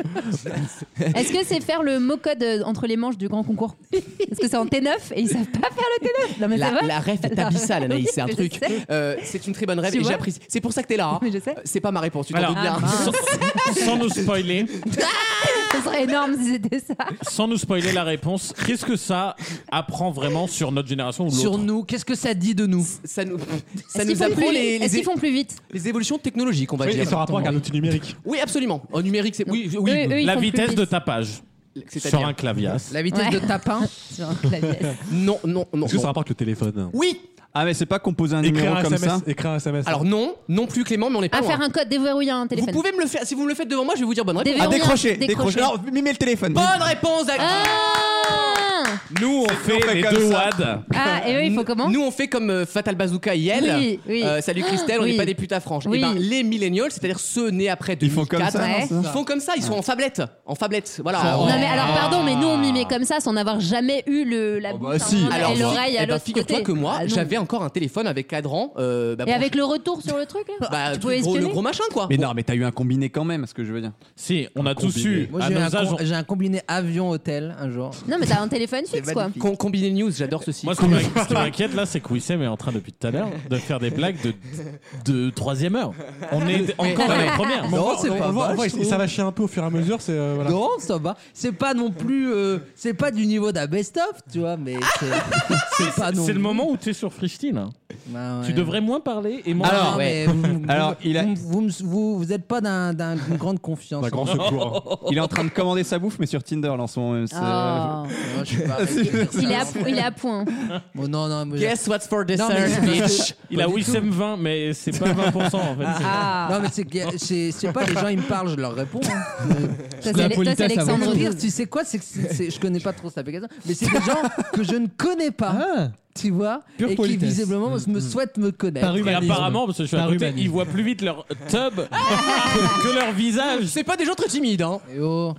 Est-ce que c'est faire le mot code euh, entre les manches du grand concours Est-ce que c'est en T9 et ils savent pas faire le T9 Non, mais c'est La, vrai. la rêve est La- abyssale, Anaïs, c'est un Oui, je truc. sais. Euh, c'est une très bonne rêve Tu et vois j'apprécie. C'est pour ça que t'es là. hein. Mais je sais. C'est pas ma réponse, tu t'en Alors, doutes bien. Ah, mince. sans, sans nous spoiler, Ce serait énorme si c'était ça. sans nous spoiler la réponse, qu'est-ce que ça apprend vraiment sur notre génération ou Sur l'autre nous, qu'est-ce que ça dit de nous ça nous, Est-ce ça qu'ils nous font apprend plus- les, Est-ce les, qu'ils font plus vite les évolutions technologiques, on va Oui, dire. et ce rapport avec un outil numérique. Oui, absolument. En numérique, c'est. Oui, oui. Eux- eux, ils La font plus vitesse vite. de tapage C'est-à-dire- sur un clavias. La vitesse Ouais. de tapin. Sur un clavier. Non, non, non. Est-ce que non. ça rapporte le téléphone Oui Ah, mais c'est pas composer un numéro un comme SMS, ça Écrire un SMS. Alors, non, non plus Clément, mais on est pas. À loin. faire un code, déverrouiller un Vous téléphone. pouvez me le faire. Si vous me le faites devant moi, je vais vous dire bonne réponse. Déverrouiller Ah, un- décrocher, décrocher. Alors, mimez le téléphone. Bonne réponse, Alex. Ah Nous on on fait fait les comme deux ça. wads. Ah, et eux, ils font comment Nous, on fait comme euh, Fatal Bazooka et elle. Oui, oui. Ah, Euh, salut Christelle, on n'est Oui. pas des putes à franges. Oui. Et ben, les millennials, c'est-à-dire ceux nés après Ils font 2004, comme ça, Ouais. non, ça Ah. ils font comme ça, ils sont en fablette. En fablette, voilà. Non mais alors pardon mais nous on mimait comme ça sans avoir jamais eu le la Oh, bouche bah, à un si. moment Alors, et l'oreille eh à ben, l'autre figure-toi côté. que moi, Ah, non. j'avais encore un téléphone avec cadran. euh, bah, et bon, avec le retour sur le truc là bah, tu tout pouvais gros, le scanner gros machin, quoi. Mais non, mais t'as eu un combiné quand même, ce que je veux dire. Si, on a tous combiné. eu. Moi, à j'ai nos un, âges, com- on- j'ai un combiné avion-hôtel un jour. non mais t'as un téléphone fixe Netflix, quoi. Com- Combiné News, j'adore ceci. Moi, ce qui m'inqui- ce qui m'inquiète là, c'est que Wissem est en train depuis tout à l'heure de faire des blagues de, de troisième heure. On est encore à la première. Non, c'est on pas le voit, mal, on voit, je trouve. ça va chier un peu au fur et à mesure. C'est euh, voilà. Non, ça va. C'est pas non plus. euh, c'est pas du niveau d'un best-of, tu vois, mais c'est- Ah c'est pas non C'est le moment où tu es sur freestyle. hein. Ah ouais. Tu devrais moins parler et moins. Alors, mais vous- Alors, vous- vous, vous, me- vous- vous êtes pas d'un- d'un- d'une grande confiance. hein. Il est en train de commander sa bouffe, mais sur Tinder, là, en ce moment même. c'est- euh, Ah. Non, je suis pas- Il est à, il est à point. Bon, non, non, mais- Guess what's for Non, dessert, mais c'est parce que- bitch. Il a Wissem 20, mais c'est pas 20% en fait. Ah. Non, mais c'est que- c'est c'est pas les gens, ils me parlent, je leur réponds. hein. Ça, c'est toi, c'est Alexandre Le pire, Douze. tu sais quoi, c'est que c'est- c'est- je connais pas trop cette application, mais c'est des gens que je ne connais pas, tu vois, Pure et qui politesse. visiblement me souhaitent me connaître. Par Et humanisme. apparemment, parce que je suis à Par côté, humanisme. ils voient plus vite leur tub que leur visage. C'est pas des gens très timides, hein. Et oh,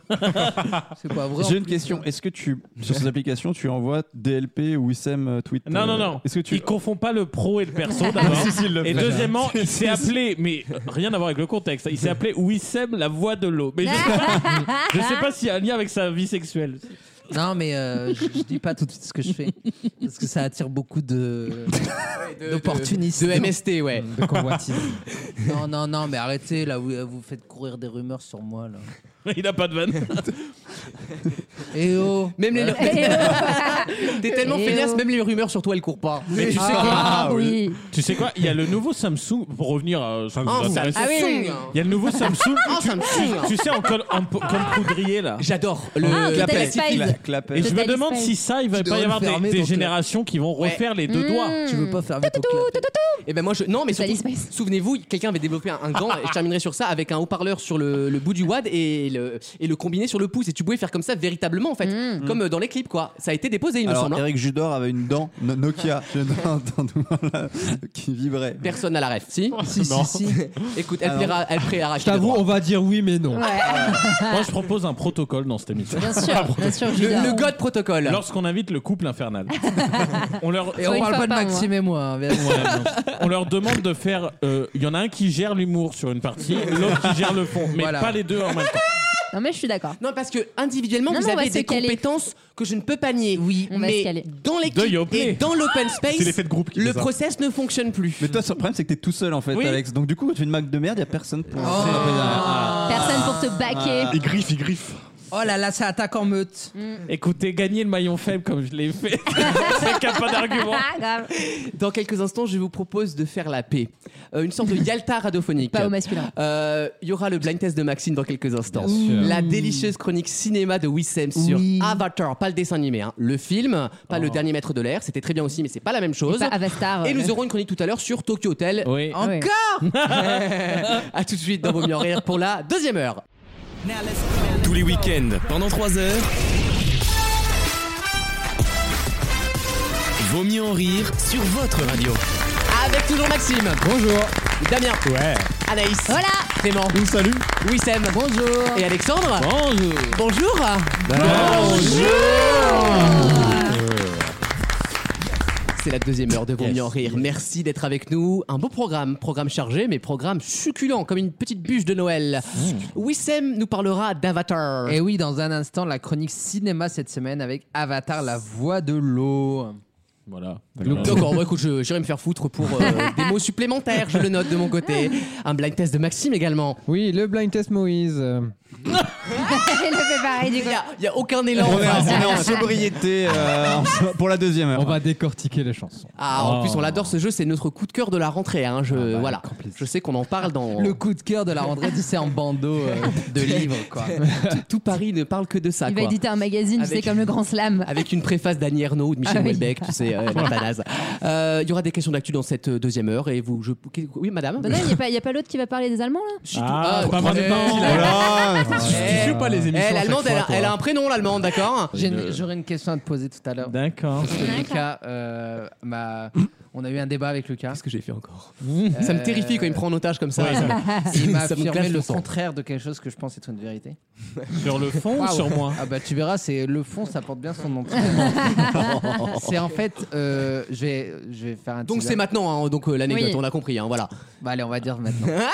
c'est pas vrai. J'ai une question. Est-ce que tu, sur ces applications, tu envoies DLP ou Wissem euh, tweet Non, euh, non, non. Est-ce que tu. Il confond pas le pro et le perso d'abord. Ah, Si, si, il le et fait. deuxièmement, il s'est appelé, mais rien à voir avec le contexte, il s'est appelé Wissem la voix de l'eau. Mais je sais pas, je sais pas s'il y a un lien avec sa vie sexuelle. Non, mais euh, je, je dis pas tout de suite ce que je fais, parce que ça attire beaucoup de d'opportunistes. De MST, ouais. de convoitise. Non, non, non, mais arrêtez, là, vous, euh, vous faites courir des rumeurs sur moi, là. Il a pas de vanne. Et oh Même les. Eh oh, T'es tellement Eh feignasse, oh. même les rumeurs sur toi, elles courent pas. Mais tu sais quoi ah oui. Tu sais quoi Il y a le nouveau Samsung pour revenir à ça nous Ah, intéresse. Samsung. Il y a le nouveau Samsung. Ah, tu, Samsung. tu sais en col, en po- comme poudrier là. J'adore le Ah, la Total plastique. Spice. Cla- clapet. Et je me Total demande Spice. si ça, il va Tu pas y devrais avoir le des, fermer, des euh. donc, là. générations qui vont refaire les deux Mmh. doigts. Tu veux pas fermer ton clapet Et ben moi je non mais Total surtout, Spice. souvenez-vous, quelqu'un avait développé un, un gant et je terminerai sur ça avec un haut-parleur sur le, le bout du wad et le et le combiné sur le pouce et tu pouvais faire comme ça véritablement en fait, Mm. comme euh, dans les clips quoi. Ça a été déposé il me Alors, semble. hein. Eric Judor avait une dent no- Nokia je viens d'entendre, là, qui vibrait. Personne à la ref, si Si, si, si. Écoute, elle Ah, plaira, elle plaira à Je qui de t'avoue, droit. on va dire oui, mais non. Ouais. Moi, je propose un protocole dans cette émission. Ah. Bien sûr, bien sûr, le, Judas. le God Protocol. Lorsqu'on invite le couple infernal, on leur Et Faut on une parle fois pas de par Maxime et moi. hein, bien sûr. Ouais, non. On leur demande de faire. euh, Il y en a un qui gère l'humour sur une partie, l'autre qui gère le fond, mais Voilà. pas les deux en même temps. Non, mais je suis d'accord. Non, parce que individuellement, Non, vous non, on va avez se des caler. compétences que je ne peux pas nier. Oui, on va se mais caler. dans De l'équipe Yoplait. et dans Ah, l'open space, de groupe le process ne fonctionne plus. Mais toi, sur- le problème, c'est que t'es tout seul en fait, Oui. Alex. Donc, du coup, quand tu fais une marque de merde, y a personne pour. Oh. Ah. Personne pour te baquer. Il griffe, il griffe. Oh là là, ça attaque en meute. Écoutez, gagner le maillon faible comme je l'ai fait, c'est qu'il n'y a pas d'argument. Ah, grave. Dans quelques instants, je vous propose de faire la paix. Euh, une sorte de Yalta radiophonique. Pas au masculin. Euh, Il y aura le blind test de Maxime dans quelques instants. Bien sûr. La délicieuse chronique cinéma de Wissem sur Oui. Avatar, pas le dessin animé, hein. le film, pas le dernier maître de l'air, c'était très bien aussi, mais c'est pas la même chose. Pas Avastar. Et nous aurons une chronique tout à l'heure sur Tokyo Hotel. Oui. Ouais. A tout de suite dans Vos mieux en rire pour la deuxième heure. Tous les week-ends, pendant 3 heures. Vaut mieux en rire sur votre radio. Avec toujours Maxime. Bonjour. Damien. Ouais. Anaïs. Voilà. Clément. salut Wissem. Bonjour. Et Alexandre. Bonjour. Bonjour. C'est la deuxième heure de Vaut mieux en rire. Merci d'être avec nous. Un beau programme, programme chargé, mais programme succulent, comme une petite bûche de Noël. Wissem nous parlera d'Avatar. Et Mm. Eh oui, dans un instant, la chronique cinéma cette semaine avec Avatar, la voix de l'eau. Ah, Voilà. D'accord, bon, écoute, je- j'irai me faire foutre pour euh, des mots supplémentaires, je le note de mon côté. Un blind test de Maxime également. Oui, le blind test Moïse. euh, Elle le fait pareil, du Il coup. n'y a, il y a aucun élan. On est enfin. en, on est en sobriété euh, en- pour la deuxième heure. On va décortiquer les chansons. Ah, en Oh. plus, on l'adore ce jeu, c'est notre coup de cœur de la rentrée. hein, Je, voilà. je sais qu'on en parle dans. Le coup de cœur de la rentrée, tu sais, en bandeau euh, de livres, quoi. Tout- Tout Paris ne parle que de ça. Il va quoi. éditer un magazine, tu sais, Avec- Ah, comme le Grand Slam. Avec une préface d'Annie Ernaux ou de Michel Ah oui. Houellebecq, tu sais, euh, dans ta naze. Euh, Il y aura des questions d'actu dans cette euh, deuxième heure. Et vous, je. Oui, madame Bah non, il n'y a pas, l'autre qui va parler des Allemands, là Si tout- Ah, ah, pas croisez- maintenant. Voilà. Je suis pas les Eh, l'allemande, elle, a- elle hein. a un prénom, l'allemande, d'accord J'ai une- J'aurais une question à te poser tout à l'heure. D'accord. Lucas, euh, m'a- on a eu un débat avec Lucas. Qu'est-ce que j'ai fait encore Ça me terrifie quand il me prend en otage comme ça. Mmh. Ouais. Ça me- Il m'a ça me affirmé classe le le sang. contraire de quelque chose que je pense être une vérité. Sur le fond ou Waouh. sur moi Ah bah tu verras, c'est le fond, ça porte bien son nom. c'est en fait, euh, je vais, je vais faire un. Donc teaser. c'est maintenant, hein, donc euh, l'anecdote, Oui. on l'a compris, hein, voilà. Bah allez, on va dire maintenant. Ah,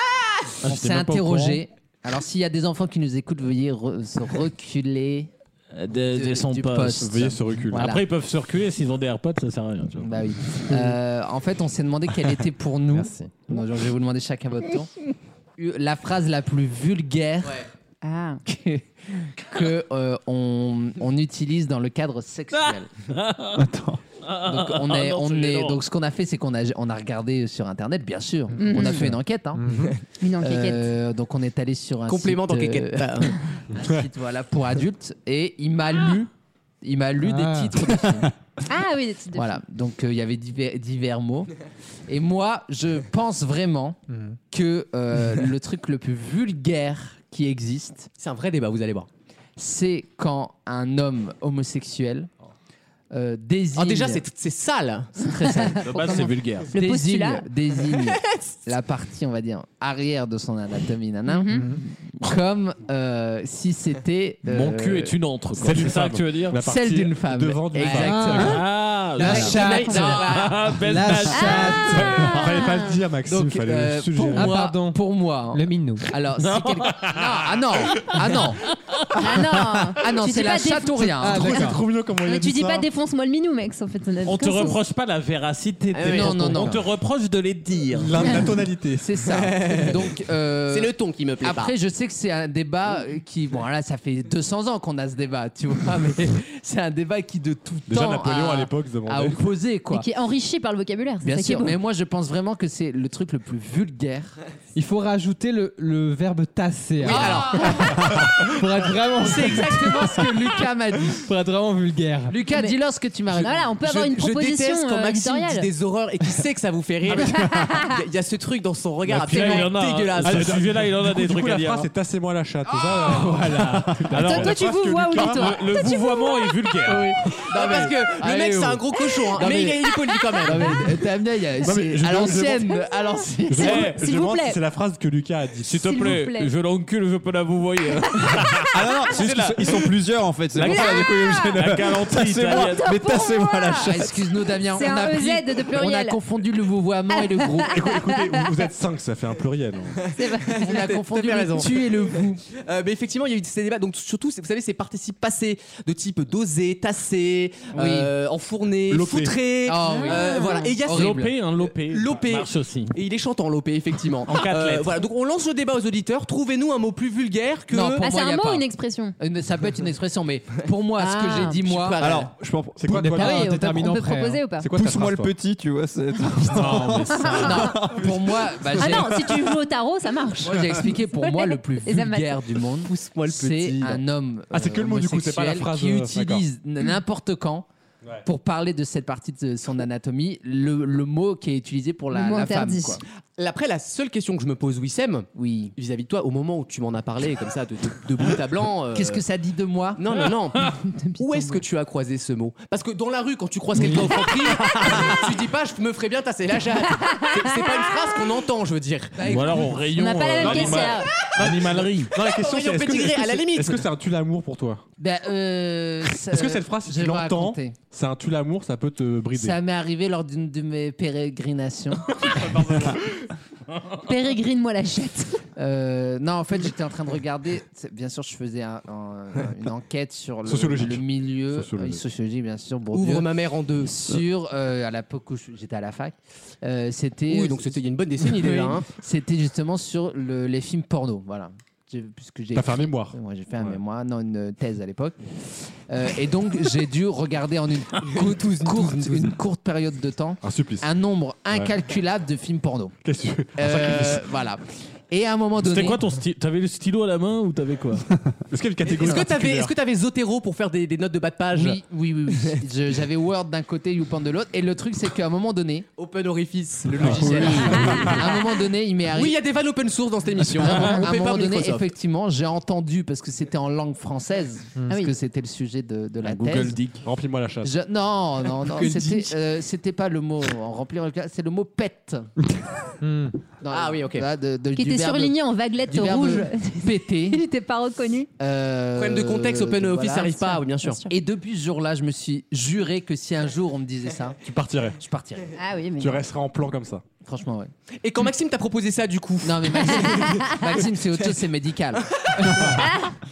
on j'étais s'est même pas au interrogé. Alors s'il y a des enfants qui nous écoutent, veuillez re- se reculer Euh, de, de Du- son du poste. poste. Veillez sur recul. Voilà. Après, ils peuvent se reculer s'ils ont des AirPods, ça sert à rien. tu vois. Bah oui. Euh, en fait, on s'est demandé quelle était pour nous. Non, je vais vous demander chacun votre temps. La phrase la plus vulgaire Ah. que, que, euh, on, on utilise dans le cadre sexuel. Ah. Attends. Donc on Ah, Ah est, on est, donc ce qu'on a fait, c'est qu'on a, on a regardé sur internet, bien sûr. On a Mhm. fait une enquête. hein. Une enquête. Euh, donc on est allé sur un Complément site, d'enquête. euh, un site, voilà pour adultes et il m'a lu, il m'a lu Ah. des titres. de films. Ah oui, des titres de Voilà, donc euh, il y avait divers, divers mots. Et moi, je pense vraiment Hmm. que euh, le truc le plus vulgaire qui existe, C'est un vrai débat, vous allez voir. c'est quand un homme homosexuel euh, désigne. Ah, déjà, c'est c'est sale. C'est très sale. De base, c'est vulgaire. Le désigne, postulat. désigne la partie, on va dire, arrière de son anatomie, nana, Mm-hmm. comme euh, si c'était. euh, Mon cul est une antre. quoi. d'une C'est ça femme. que tu veux dire La Celle partie d'une femme. devant d'une Exactement. Ah, La voilà. chatte. Ah, belle La chatte. Ah, Fallait pas le dire, Maxime. Donc, fallait euh, le pour suggérer. moi, Ah, pardon. pour moi, hein. Le minou. alors, si quelqu'un- non, ah non, ah non, Ah non ah non, Tu c'est dis la pas défon- chateaurien. hein. Trop- C'est trop mignon comment il Mais a Euh, tu dit dis ça. pas défonce-moi le minou, mec, en fait. ça n'a On aucun te sens. reproche pas la véracité. Ah des oui, propos. non, non, non. On te reproche de les dire. La, la tonalité. C'est ça. Donc, euh, C'est le ton qui me plaît pas. Après, je sais que c'est un débat euh, qui, bon, là, ça fait 200 ans qu'on a ce débat, tu vois, mais c'est un débat qui de tout Déjà, temps Napoléon a, à l'époque se a demandait. opposé, Mais quoi. qui est enrichi par le vocabulaire. c'est Bien ça qui est sûr, beau. mais moi, je pense vraiment que c'est le truc le plus vulgaire. Il faut rajouter le, le verbe tasser. hein. Oui, alors, Pour être vraiment, C'est exactement ce que Lucas m'a dit. pour être vraiment vulgaire. Lucas, Mais- dis-leur ce que tu m'as répondu. Voilà, on peut avoir Ah, je, une je proposition déteste quand euh, Maxime dit éditoriale. Ah, des horreurs et qui sait que ça vous fait rire. Il y a- Il y, a ce truc dans son regard Puis là, il en absolument a, hein. dégueulasse. À ce sujet-là, il en a des Du coup, trucs à la dire. phrase, c'est tassez-moi la chatte. c'est ça, euh, Voilà. Alors, Attends, toi, tu parce que vous vois, Lucas- Oli, toi le vouvoiement est vulgaire. Non, parce que le Allez, mec, c'est oh. un gros cochon, hein, Non, mais, il mais- est il est poli quand même. Non, mais, euh, t'as amené, il y a- mais c'est je- à je- l'ancienne, à l'ancienne. Je S'il me- vous- je s'il me vous demande si plaît. c'est la phrase que Lucas a dit. S'il te S'il vous plaît, plaît. je l'encule, je peux la vous voyez. Ah non, non, c'est juste là. qu'ils sont- ils sont plusieurs en fait. C'est La pour ça, du coup, il est obligé de- La galanterie Tassez-moi, italienne. mais Pour tassez-moi moi. la Ah, chatte. Excuse-nous, Damien, C'est on un E a, pris- EZ de on a pluriel. confondu le vouvoiement et le groupe. Écou- Écoutez, vous- vous êtes 5, ça fait un pluriel. hein. C'est vrai. On a T'as- confondu t'as bien raison. le tu et le vous. Euh, mais effectivement, il y a eu ces débats. Donc surtout, c'est- vous savez, ces participes passés de type doser, tasser, euh, enfourner, Loper. foutrer. Ah oui. euh, voilà. Et il y a ce- Horrible. Lopé, hein, lopé. Lopé. Marche aussi. Et il est chantant, Lopé, effectivement. Euh, En quatre lettres. Voilà, donc on lance le débat aux auditeurs. Trouvez-nous un mot plus vulgaire que. Non, pour Ah, c'est moi, y a un mot pas. ou une expression Une- Ça peut être une expression, mais pour moi, ce que Ah. j'ai dit, Je suis moi. pas- Alors, je m'en- c'est Pour quoi ne toi, pas Ah oui, on peut- déterminant on peut près, proposer ou pas C'est quoi ta Pousse-moi phrase, le toi petit, tu vois. c'est- Non, mais Non, pour moi, bah, Ah j'ai- non, si tu joues au tarot, ça marche. moi, j'ai expliqué pour moi le plus Et ça m'a- vulgaire du monde. Pousse-moi le C'est petit. un homme. Ah, c'est euh, que le mot, du coup, c'est pas la homosexuel phrase, Qui euh, utilise n- n'importe quand. Pour parler de cette partie de son anatomie, le, le mot qui est utilisé pour la, Le mot la femme. interdit. quoi. Après, la seule question que je me pose, Wissem, Oui. vis-à-vis de toi, au moment où tu m'en as parlé, comme ça, de, de, de bout à blanc. euh, Qu'est-ce que ça dit de moi Non, non, non. Où est-ce que tu as croisé ce mot Parce que dans la rue, quand tu croises quelqu'un au franprix, tu dis pas je me ferais bien tasser la chatte. C'est c'est pas une phrase qu'on entend, je veux dire. c'est- Ou alors au rayon. On n'a pas la euh, même anima- caissière. Animalerie. Non, la question, c'est Aurélien est-ce que- Petit Gré, est-ce que à la c'est- limite. est-ce que c'est un tu l'amour pour toi Ben, euh, ça- Est-ce que cette phrase, si je tu vais l'entends, raconter. c'est un tu l'amour, ça peut te brider Ça m'est arrivé lors d'une de mes pérégrinations. Pérégrine-moi la chatte. Euh, non, en fait, j'étais en train de regarder. c'est- Bien sûr, je faisais un- un- une enquête sur le, Sociologique. le milieu Sociologie. sociologie. sociologie, bien sûr, Bourdieu, Ouvre ma mère en deux. sur euh, à la époque où je- j'étais à la fac. euh, c'était Oui, donc c'était il y a une bonne décennie Oui. déjà. hein. c'était justement sur le- les films porno, voilà. J'ai- Puisque j'ai T'as fait un mémoire. Moi, j'ai fait un Ouais. mémoire, non, une thèse à l'époque. Euh, et donc, j'ai dû regarder en une courte, courte- une courte période de temps Un supplice. un nombre incalculable de films porno. Qu'est-ce que tu- Euh, voilà. Et à un moment donné. C'était quoi ton stylo T'avais le stylo à la main ou t'avais quoi Est-ce qu'il y a une catégorie Est-ce que t'avais particulière est-ce que t'avais Zotero pour faire des, des notes de bas de page Oui, oui, oui. oui. Je- J'avais Word d'un côté, YouPorn de l'autre. Et le truc, c'est qu'à un moment donné, Open Orifice, le logiciel. logiciel. Ah, à un moment donné, il m'est Oui, il arrivé. y a des vannes open source dans cette émission. à un On paye moment pas donné, Microsoft. Ah effectivement, j'ai entendu parce que c'était en langue française, parce oui. que c'était le sujet de, de la Google thèse. Dick. Remplis-moi la chatte. Je- non, non, non, Google c'était, Dick. euh, c'était pas le mot en remplir le cas, c'est le mot pète. Hmm. Dans- Ah oui, ok. là, de- de- Qui du était verbe- surligné en vaguelette du verbe rouge. Péter. Il n'était pas reconnu. Euh, Problème de contexte, Open voilà. Office n'arrive pas, oui, bien sûr. Et depuis ce jour-là, je me suis juré que si un jour on me disait ça, Tu partirais. je partirais. Ah oui, mais. Tu resterais en plan comme ça. Franchement, ouais. Et quand Maxime t'a proposé ça, du coup Non, mais Maxime, Maxime, c'est autre chose, c'est médical.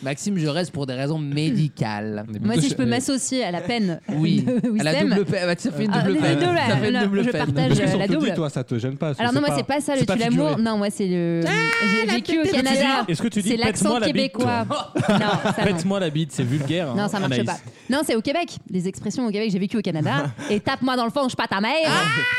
Maxime, je reste pour des raisons médicales. Moi, si je peux m'associer à la peine euh, Oui, de à la Wissem- double peine. Bah, ça fait une Ah, double les peine. deux, là, Ça fait une là, double je peine. partage Parce que si on la te le dit, double. toi, ça te gêne pas. Alors non, moi c'est pas ça le tue l'amour. Non, moi c'est le. Ah, J'ai vécu au Est-ce que tu dis- Canada. est-ce que tu dis C'est l'accent pète-moi la bite, québécois. toi Non, ça non. Pète-moi la bite, c'est vulgaire. hein, Non, ça marche Anaïs. pas. Non, c'est au Québec. Les expressions au Québec, j'ai vécu au Canada. Et tape-moi dans le fond, je pas ta mère.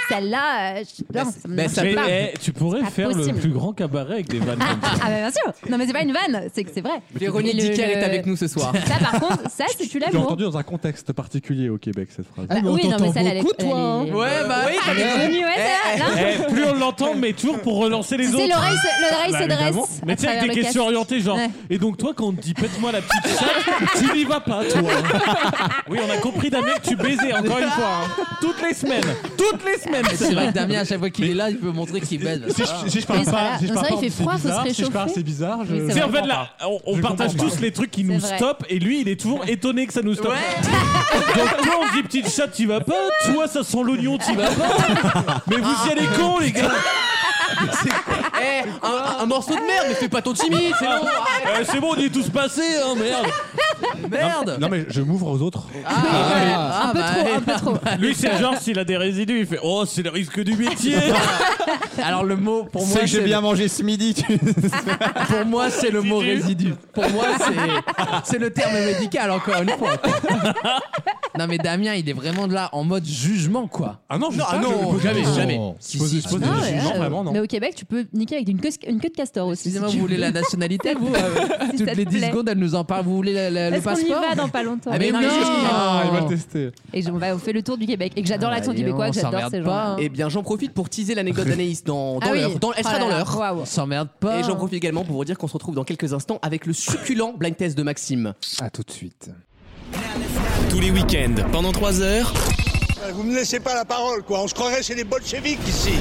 Celle-là, euh, je... non, ça me Mais marche pas. eh, tu pourrais C'est pas faire le possible. plus grand cabaret avec des vannes comme ça. Ah bah bien sûr. Non mais c'est pas une vanne, c'est que c'est vrai. Véronique Et le- Dicker est le- avec nous ce soir. Ça par contre, ça c'est tu J'ai l'amour. entendu Ah, dans un contexte particulier au Québec cette phrase. Bah oui, non mais ça elle est- elle hein. est- Ah, Ouais, bah oui, Elle est venue, ouais, ça va, là. Eh, plus on l'entend, mais toujours pour relancer les Tu sais, autres. Bah, l'oreille se- l'oreille se dresse évidemment. à Mais tu sais, avec travers des le questions casque. orientées, genre. Ouais. Et donc, toi, quand on te dit pète-moi la petite chatte, tu n'y vas pas, toi. oui, on a compris, Damien, que tu baisais, encore une fois. hein. Toutes les semaines. Toutes les semaines. C'est vrai que Damien, à chaque fois qu'il est là, il peut montrer qu'il baise. Si je, si je Et parle ça va. pas, si je Non, parle c'est vrai, pas, il fait c'est froid, faut se bizarre. Si je parle, réchauffer. c'est bizarre. Oui, Je... c'est C'est en vrai. fait là, on, on Je partage comprends pas. tous les trucs qui C'est nous vrai. stoppent et lui il est toujours étonné que ça nous stoppe. Donc toi on dit petite chatte tu vas pas, toi ça sent l'oignon tu vas pas. Mais vous y allez con les gars Eh, un, un morceau de merde, mais fais pas ton timide, c'est bon. Eh, C'est bon on y est tous passés hein merde Ah, Merde. Ah, Non, mais je m'ouvre aux autres. Un bah, peu trop, un peu trop. Lui c'est genre s'il a des résidus il fait Oh c'est le risque du métier Alors le mot pour C'est moi, que j'ai c'est bien mangé ce midi. tu- pour moi c'est le mot résidu. Pour moi c'est c'est le terme médical encore une fois. Non mais Damien, il est vraiment là en mode jugement quoi. Ah non, je Non, sais ah pas, non, je- jamais, jamais. Je pose, je pose Non, des ouais, jugements, euh, vraiment, non. Mais au Québec, tu peux niquer avec une queue, une queue de castor aussi. Excusez-moi, si vous tu voulez la nationalité vous euh, Si ça Toutes te les 10 plaît. secondes, elle nous en parle. Vous voulez la- la- veux. le Parce qu'on y passeport va dans pas longtemps. Ah, mais non. Ah, il va le tester. Et je- on va on fait le tour du Québec. Et que Bah, j'adore l'accent Allez, québécois, on que j'adore s'emmerde ces pas, gens. hein. Eh bien, j'en profite pour teaser l'anecdote d'Anaïs dans, dans Ah oui. l'heure. Dans- Elle sera Oh là dans là, l'heure. waouh. On s'emmerde pas. Et j'en profite également pour vous dire qu'on se retrouve dans quelques instants avec le succulent blind test de Maxime. À tout de suite. Tous les week-ends, pendant 3 heures. Euh, Vous me laissez pas la parole, quoi. On se croirait chez les bolcheviks ici.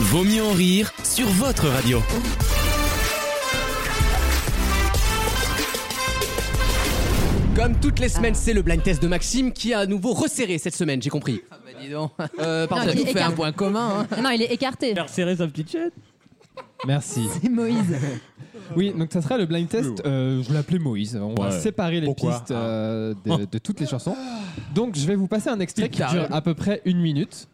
Vaut mieux en rire sur votre radio. Comme toutes les Ah. semaines, c'est le blind test de Maxime qui a à nouveau resserré cette semaine, j'ai compris. Bah dis donc. Euh, pardon. Non, On a il tout fait un écarte. point hein. commun. Ah Non, il est écarté. Faire serrer sa petite chatte Merci. C'est Moïse. Oui, donc ça sera le blind test. euh, je l'appelais Moïse. On va Ouais. séparer les Pourquoi pistes euh, de, de toutes les chansons. Donc je vais vous passer un extrait qui dure à peu près une minute.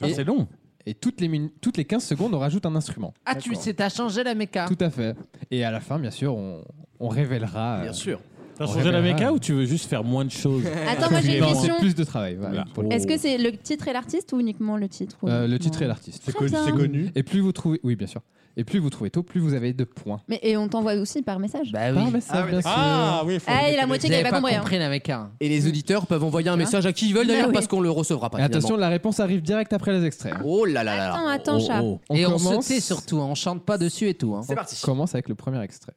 Ah, C'est long Et toutes les, minu- toutes les 15 secondes, on rajoute un instrument. Ah tu sais, t'as changé la méca. Tout à fait. Et à la fin, bien sûr, on, on révélera. euh, Bien sûr. T'as On changé la révélera. méca ou tu veux juste faire moins de choses Attends, moi j'ai une Non, question. c'est plus de travail. voilà. Voilà. Pour le- Est-ce que c'est le titre et l'artiste ou uniquement le titre ou Euh, le uniquement- titre et l'artiste. C'est connu, bien. c'est connu. Et plus vous trouvez, oui, bien sûr. Et plus vous trouvez tôt, plus vous avez de points. Mais et on t'envoie aussi par message. Bah Par oui. message, bien sûr. Ah oui, faut Ah, et la moitié Vous qui avez avait pas Euh, pas compris. hein. compris la méca. Et les auditeurs peuvent envoyer un message à qui ils veulent d'ailleurs Ah oui. parce qu'on le recevra pas. Et attention, la réponse arrive direct après les extraits. finalement. Oh là là là là. Attends, attends, chat. On et on commence- se tait surtout, hein, on chante pas dessus et tout. hein. C'est parti. On commence avec le premier extrait.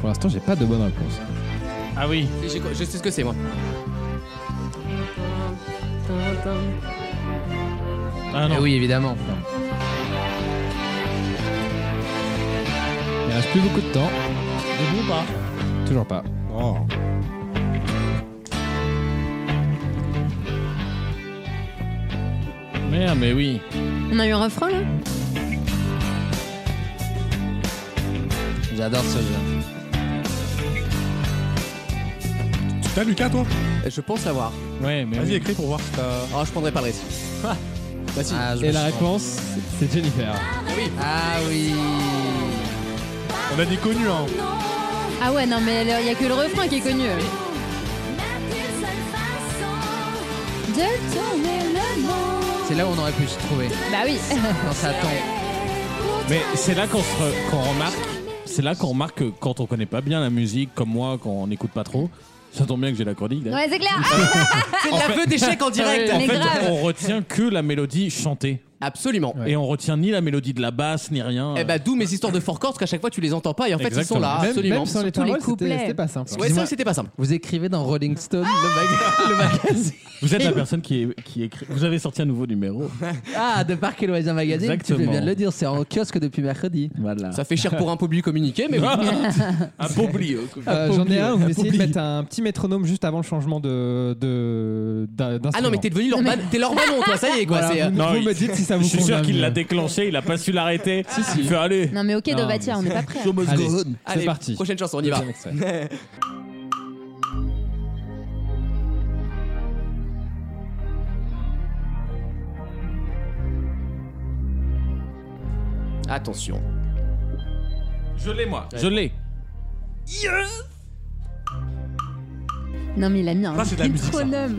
Pour l'instant, j'ai pas de bonne réponse. Ah oui Je sais- Je sais ce que c'est moi. Ah Eh non oui, évidemment. Il reste plus beaucoup de temps. ou pas Toujours pas. Oh. Merde mais oui On a eu un refrain là J'adore ce jeu. Tu t'as Lucas, toi Je pense l'avoir. Ouais mais Vas-y, oui. écris pour voir si t'as. Ah, je prendrai pas le risque. Bah si. Ah, je me Et la suis trompé. réponse, c'est Jennifer. Ah oui. On a des connus, hein. Ah ouais, non, mais il y a que le refrain qui est connu. euh. De tourner le monde. C'est là où on aurait pu se trouver. Bah oui. Non, ça attend. Mais c'est là qu'on se re- qu'on remarque, c'est là qu'on remarque que quand on connaît pas bien la musique, comme moi, quand on n'écoute pas trop, ça tombe bien que j'ai la chronique. là. Ouais, c'est clair. Ah, C'est l'aveu d'échec en direct. mais En fait, grave. on retient que la mélodie chantée. Absolument. Et on retient ni la mélodie de la basse, ni rien. Eh ben, d'où mes histoires de four chords, parce qu'à chaque fois tu les entends pas et en fait ils sont Exactement. là, Même- absolument. même sans les Surtout paroles, c'était- couplets. c'était pas simple. Ouais, c'est vrai que c'était pas simple. Vous écrivez dans Rolling Stone le, mag- le magazine. Vous êtes la personne qui, est- qui écrit. Vous avez sorti un nouveau numéro. Ah, de Parc et Loisirs Magazine, tu fais Exactement. bien de le dire, c'est en kiosque depuis mercredi. Voilà. Ça fait cher pour un pot public communiqué, mais oui. un pot public, euh, Euh, J'en ai un, vous essayez de Public. mettre un petit métronome juste avant le changement de. de- d'un- Ah d'instrument. non, mais t'es devenu Lorban, t'es Lorbanon, toi, ça y est, quoi. Voilà, c'est, euh, vous- vous me dites si ça vous Je suis sûr convient qu'il mieux. l'a déclenché, il a pas su l'arrêter. si, si. aller. Non, mais ok, Dovatia, on n'est pas hein. prêts. Show must Allez, go on. Allez, Prochaine chanson, on y va. Deuxième extrait. Eh. Attention. Je l'ai, moi. Je l'ai. Non, mais il a mis un Ça, c'est de la musique, ça. métronome.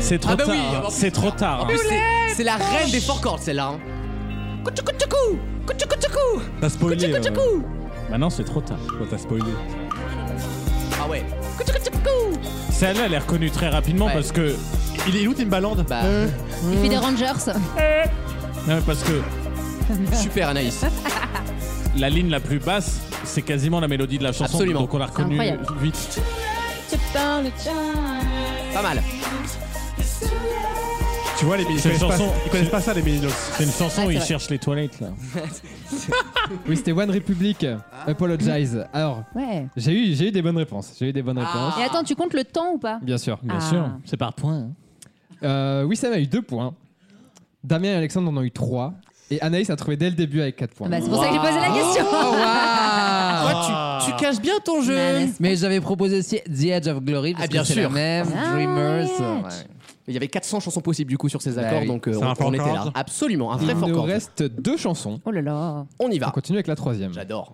C'est trop Ah bah oui, tard. en plus- c'est trop En tard. plus, c'est, c'est la reine des four chords, celle-là. hein. Kouchoukoutchoukou, kouchoukoutchoukou, T'as spoilé. euh, kouchoukoutchoukou. Maintenant, Bah c'est trop tard. ouais, T'as spoilé. Ah ouais. Kouchoukoutchoukou. Celle-là, elle est reconnue très rapidement parce que. Il est où Timbaland Bah. Il fait des Rangers. Non, parce que Super, Anaïs. la ligne la plus basse, c'est quasiment la mélodie de la chanson. Absolument. Donc on l'a reconnue incroyable. vite. Pas mal. Tu vois, les ils C'est une connaissent, pas, chanson- ils connaissent pas ça, les Mininos. C'est une chanson Ouais, Ah, où c'est ils vrai. cherchent les toilettes, là. Oui, c'était One Republic, Ah. Apologize. Alors, Ouais. j'ai eu, j'ai eu des bonnes réponses. J'ai eu des bonnes réponses. Ah. Et attends, tu comptes le temps ou pas Bien sûr. Bien Ah. sûr. C'est par point. hein. Euh, Wissam a eu deux points. Damien et Alexandre en ont eu trois. Et Anaïs a trouvé dès le début avec quatre points. Oh, Bah, C'est pour ça que j'ai posé Ah. la question. Toi, tu, tu caches bien ton jeu. Bah, n'est-ce Oh, Mais j'avais proposé aussi The Edge of Glory parce Ah, bien que c'est sûr. la même, Ah, Dreamers. ouais. ouais. Il y avait 400 chansons possibles du coup sur ces Bah accords, oui. donc euh, C'est on, un fort on était là. chord. Absolument, un vrai Il fort nous chord. reste deux chansons. Oh là là. On y On va. continue avec la troisième. J'adore.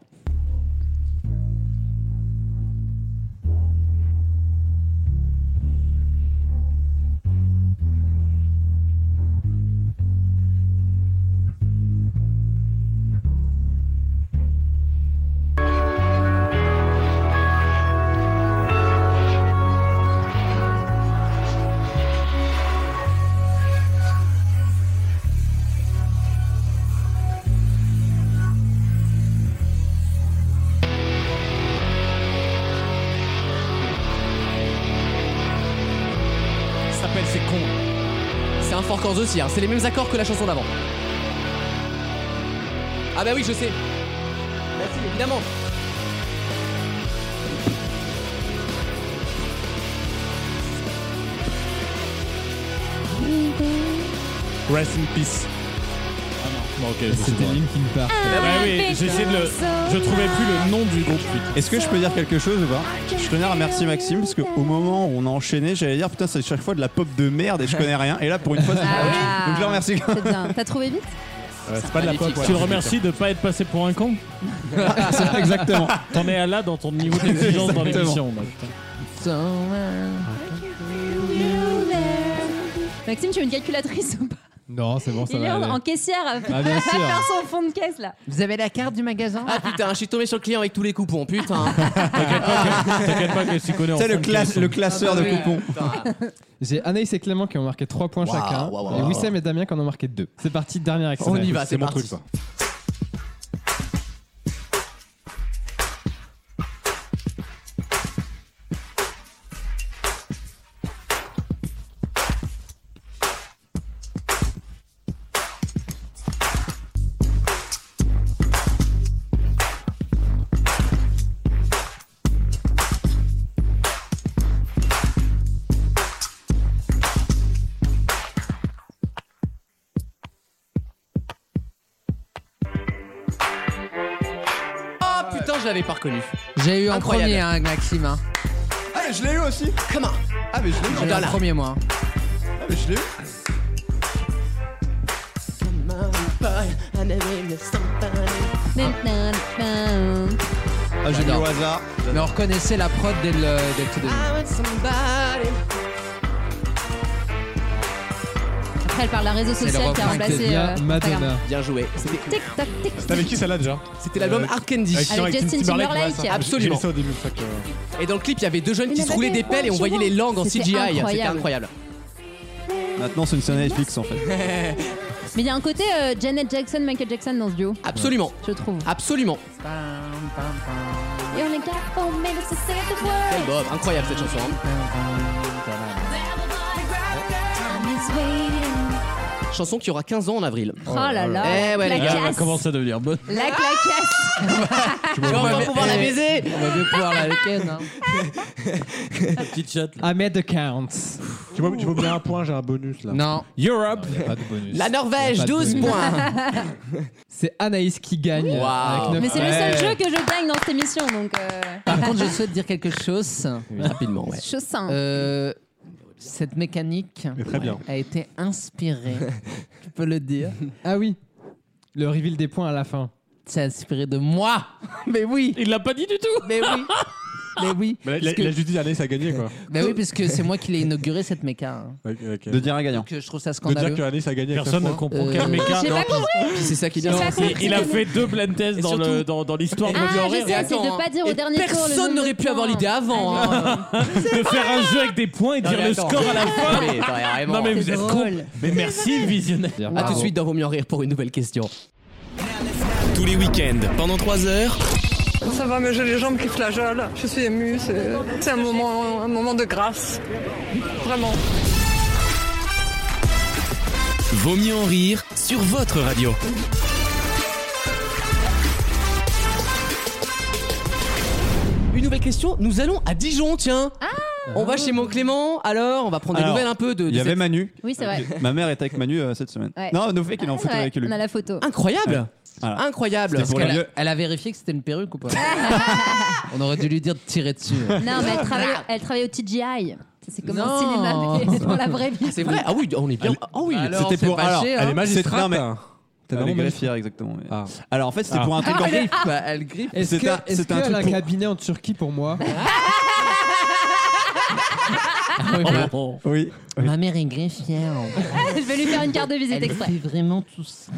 Ça s'appelle C'est con. C'est un fort chord aussi, hein. c'est les mêmes accords que la chanson d'avant. Ah bah oui, je sais. Merci, évidemment. Rest in peace. Ah non. Bon, ok, je sais C'était pas. Linkin Park. Bah oui, j'essayais de le. Je trouvais plus le nom du groupe. putain. Est-ce que je peux dire quelque chose ou pas Je tenais à remercier Maxime parce qu'au moment où on a enchaîné, j'allais dire putain, c'est chaque fois de la pop de merde et je connais rien. Et là, pour une fois, c'est Ah. pas vrai. Donc je le remercie. C'est bien. T'as trouvé vite Ouais, c'est pas de la pop. Magnifique. ouais. Tu le remercies de pas être passé pour un con Exactement. T'en es à là dans ton niveau d'exigence dans l'émission. mec. Maxime, tu as une calculatrice ou pas Non, c'est bon, ça Il est va. en, aller. en caissière à Ah, bien sûr. faire son fond de caisse là. Vous avez la carte du magasin Ah putain, je suis tombé sur le client avec tous les coupons, putain. T'inquiète pas que si connais en C'est le, fond de classe- caisson. le classeur de Ah, coupons. J'ai Anaïs et Clément qui ont marqué 3 points Waouh, chacun. waouh, waouh, et waouh. Wissem et Damien qui en ont marqué 2. C'est parti, dernière extrait. On y va, c'est mon parti. truc, ça. Ah putain, je l'avais pas reconnu. J'ai eu en Incroyable. premier hein, avec Maxime. hein. Ah, mais je l'ai eu aussi. Come on. Ah, mais je l'ai eu. J'ai eu en Madonna. premier, moi. Ah, mais je l'ai eu. Ah, j'ai mis au J'adore. hasard. Mais on reconnaissait la prod dès le, dès le tout début. Après, elle parle d'un réseau le social qui a refrain qui remplacé. Bien euh, Madonna. Instagram. Bien joué. C'était- Tic tac tic. T'avais qui celle-là déjà C'était l'album Euh, Hard Candy. Avec, Avec Justin Timberlake. ouais, ça. Absolument. J'ai mis ça au début. euh. c'est vrai que- Et dans le clip, il y avait deux jeunes Il qui y se en roulaient avait- des pelles ouais, et on je voyait vois. les langues en C'était CGI. hein. C'était incroyable. incroyable. Maintenant, c'est une série Netflix en fait. Mais il y a un côté euh, Janet Jackson, Michael Jackson dans ce duo. Absolument. Je trouve. Absolument. You're like that for me, this is the Quel world. Bob, incroyable cette chanson. hein. Chanson qui aura 15 ans en avril. Oh là là, Eh ouais, la les gars. classe. commence à devenir bonne. La claquasse Je vais enfin pouvoir la baiser. On va bien pouvoir la ken. Ah. Hein. Petite chatte. I made the counts. Tu vois, tu vois bien un point, j'ai un bonus là. Non. Europe. Y a pas de bonus. La Y Norvège, a pas de 12 bonus. points. C'est Anaïs qui gagne. Wow. avec neuf Ah. Mais c'est le points. seul jeu que je gagne dans cette émission, donc. euh, Par contre, je souhaite dire quelque chose. Rapidement, ouais. Chose simple. Euh, cette mécanique très bien. a été inspirée, je peux le dire. Ah oui. Le reveal des points à la fin. C'est inspiré de moi. Mais oui, Il l'a pas dit du tout. mais oui, mais oui. Mais Bah, Parce la, que- la justice, Anaïs a gagné quoi. Mais oui, puisque c'est moi qui l'ai inauguré cette méca. hein. Ok, ok. De dire un gagnant. Donc euh, je trouve ça De dire scandaleux. que Anaïs a gagné. avec Personne neuf ne points. comprend Euh, quel méca. J'ai Non, pas compris Puis c'est ça qui est J'ai bien. pas Bah il- compris. Il a fait deux blind tests Et dans surtout- le- dans dans l'histoire de Ah, Mobian je Rire. sais, c'est attends, de pas dire hein. au Et dernier tour. le personne nombre n'aurait de pu avoir points. Ah, l'idée avant, hein. Allez. de faire un jeu avec des points et dire le score à la fin. Mais, attends, vraiment. Non mais vous C'est êtes con. drôle. Mais merci visionnaire. À tout de suite dans Vaut mieux en rire pour une nouvelle question. Tous les week-ends, pendant 3 heures, Ça va, mais j'ai les jambes qui flageolent. Je suis émue. C'est c'est un moment, un moment de grâce. Vraiment. Vaut mieux en rire sur votre radio. Une nouvelle question. Nous allons à Dijon, tiens. Ah. on va chez mon Clément. Alors, on va prendre des Alors, nouvelles un peu de. de Il y avait cette- Manu. Oui, c'est vrai. Ma mère est avec Manu euh, cette semaine. Ouais. Non, Nofé qui est en Ah, photo c'est vrai, avec lui. On a la photo. Incroyable. Voilà. Incroyable. C'était Parce pour le qu'elle a, mieux. elle a vérifié que c'était une perruque ou pas On aurait dû lui dire de tirer dessus. Non, mais elle travaille, elle travaille au TGI. Ça, C'est comme Non. un cinéma, mais c'est dans la vraie vie. C'est vrai. Ah oui, on est bien. Ah oui. Alors, C'était c'est pour. fâché, Alors, hein. elle est magistrate. Non, mais- T'as Elle est vraiment greffière, exactement. oui. Ah. Alors en fait, c'était pour un truc. Elle en- griffe, bah, elle griffe. Est-ce C'est que- un- est-ce c'est un qu'elle a un, truc pour- cabinet en Turquie pour moi Ah, Oui. Ma mère est greffière. Je vais lui faire une carte de visite Elle exprès. Ah, fait vraiment tout ça.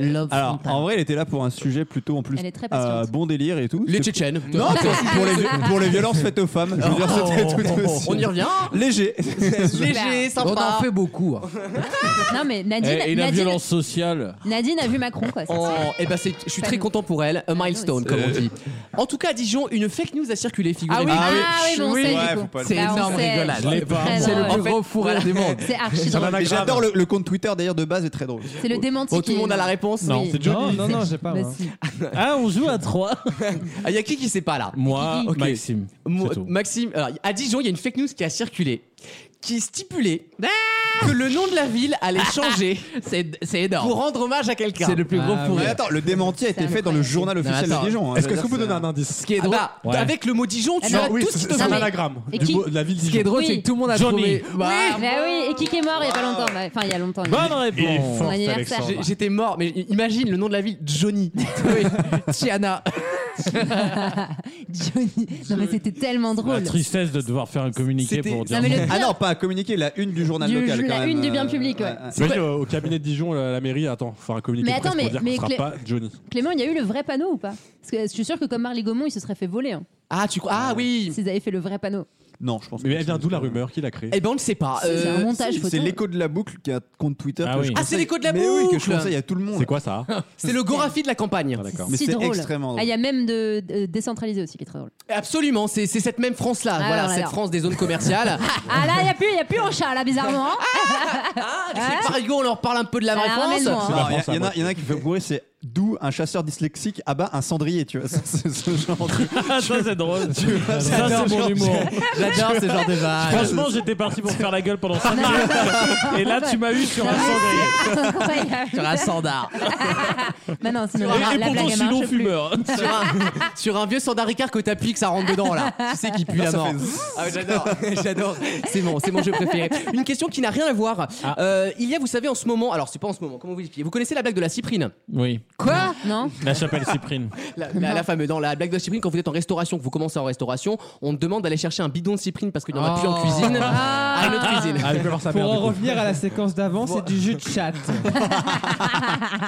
L'homme Alors frontal. en vrai, elle était là pour un sujet plutôt en plus euh, Elle est très patiente. bon délire et tout. Les C'était- Tchétchènes. Non, pour, pour les, pour les violences faites aux femmes. Je veux dire, c'était tout aussi. On y revient. Léger. bah, Léger, On sympa. en fait beaucoup. hein. Non, mais Nadine, Eh, Et, et la Nadine- violence sociale. Nadine a vu Macron, quoi. c'est Oh, Ah, ça. eh ben c'est- je suis très nous. content pour elle, a milestone comme on dit. En tout cas, à Dijon, une fake news a circulé, figurez-vous. Ah oui, bon, on sait, Ouais, du faut coup. pas le C'est Bah, on énorme sait. rigolade. Je l'ai pas. Très C'est le drôle. plus gros fourré du monde. C'est archi drôle. Mais J'adore le, le compte Twitter d'ailleurs de base est très drôle. C'est le démenti. Bon, Oh. tout le qui- monde a la réponse. Non, Oui. c'est Non, non, non, j'ai pas. Bah, moi. si. Ah, on joue à 3 Il Ah, y a qui qui sait pas là Moi, Ok. Maxime. Mo- C'est tout. Maxime, alors, à Dijon, il y a une fake news qui a circulé, qui stipulait Ah que le nom de la ville allait changer C'est c'est énorme. pour rendre hommage à quelqu'un. C'est le plus gros Ah, fourré. Mais attends, le démenti a été fait dans le journal officiel attends. de Dijon. hein. Est-ce que Je est-ce veux que vous dire, donnez un indice Ah. Ce qui est drôle, bah, Ouais. avec le mot Dijon, tu Non, as Oui, Eh ben, tout ce c'est qu'il te c'est un mais- faut. anagramme Et du qui- mot- de la ville Ce qui est Dijon. drôle, Oui. c'est que tout le monde a Johnny. trouvé. Bah, Bah oui, et qui qui est mort il y a pas longtemps Bah, Enfin, il y a longtemps. il y a- Bonne réponse. Son anniversaire. J'ai- J'étais mort, mais imagine le nom de la ville, Johnny. Oui. Tiana. Johnny. Non, mais c'était tellement La drôle. tristesse de devoir faire un communiqué C'était- pour dire. Non, mais le Ah pire- non, pas à communiquer, la une du journal Du- local. la quand même, une du euh, bien public, ouais. Vas-y, au au cabinet de Dijon, la la mairie, attends, faut faire un communiqué Mais attends, presse pour mais- dire mais qu'on Clé- sera pas Johnny. Clément, il y a eu le vrai panneau ou pas Parce que je suis sûr que comme Marley Gaumont, il se serait fait voler. hein, Ah, tu crois Ah oui. S'ils avaient fait le vrai panneau. Non, je pense Mais pas. elle vient d'où la rumeur Qui l'a créée Eh ben, on ne sait pas. C'est Euh, un montage Si, photo. C'est l'écho de la boucle qui a un compte Twitter. Ah que oui. je Ah, c'est conseille. l'écho de la Mais oui, que je boucle. conseille à tout le monde. C'est quoi ça c'est le Gorafi de la campagne. Ah, D'accord. Mais si c'est drôle. extrêmement drôle. Ah, il y a même de, de- décentralisé aussi qui est très drôle. Absolument, c'est c'est cette même France-là, Ah, voilà, alors, cette alors. France des zones commerciales. Ah là, il n'y a plus, il y a plus en chat là, bizarrement. hein. ah, les Parigots, on leur parle un peu de la Ça vraie la France. ramène loin, hein. Non, la Il y a- France, il y, en la a- il y en a qui fait bourrer, c'est d'où un chasseur dyslexique abat un cendrier, tu vois. C'est c'est ce genre de. Ah, ça, c'est drôle. vois, Ça, j'adore c'est mon ce humour. J'adore ce genre de vannes. Franchement, j'étais parti pour faire la gueule pendant 5 minutes. Et là, tu m'as eu sur un cendrier. Sur un sandard. Mais Bah, non, sinon, Et, la, et la blague pourtant, je elle suis marche plus. non-fumeur. sur, un, sur un vieux sandard Ricard que t'as piqué, que ça rentre dedans là. Tu sais qui pue la ça mort. fait zzz. Ah, j'adore, j'adore. C'est mon, c'est mon jeu préféré. Une question qui n'a rien Ah. à voir. Euh, il y a, vous savez, en ce moment, alors c'est pas en ce moment, comment vous expliquez Vous connaissez la blague de la cyprine Oui. Quoi ça, non La chapelle Cyprine. La, la- la fameuse, dans la blague de Cyprine, quand vous êtes en restauration, que vous commencez en restauration, on te demande d'aller chercher un bidon de Cyprine parce qu'il n'y en a plus en cuisine. Ah. À une autre cuisine. Ah, je peux voir sa Pour mère, en du coup. revenir à la séquence d'avant, c'est du jus de chat.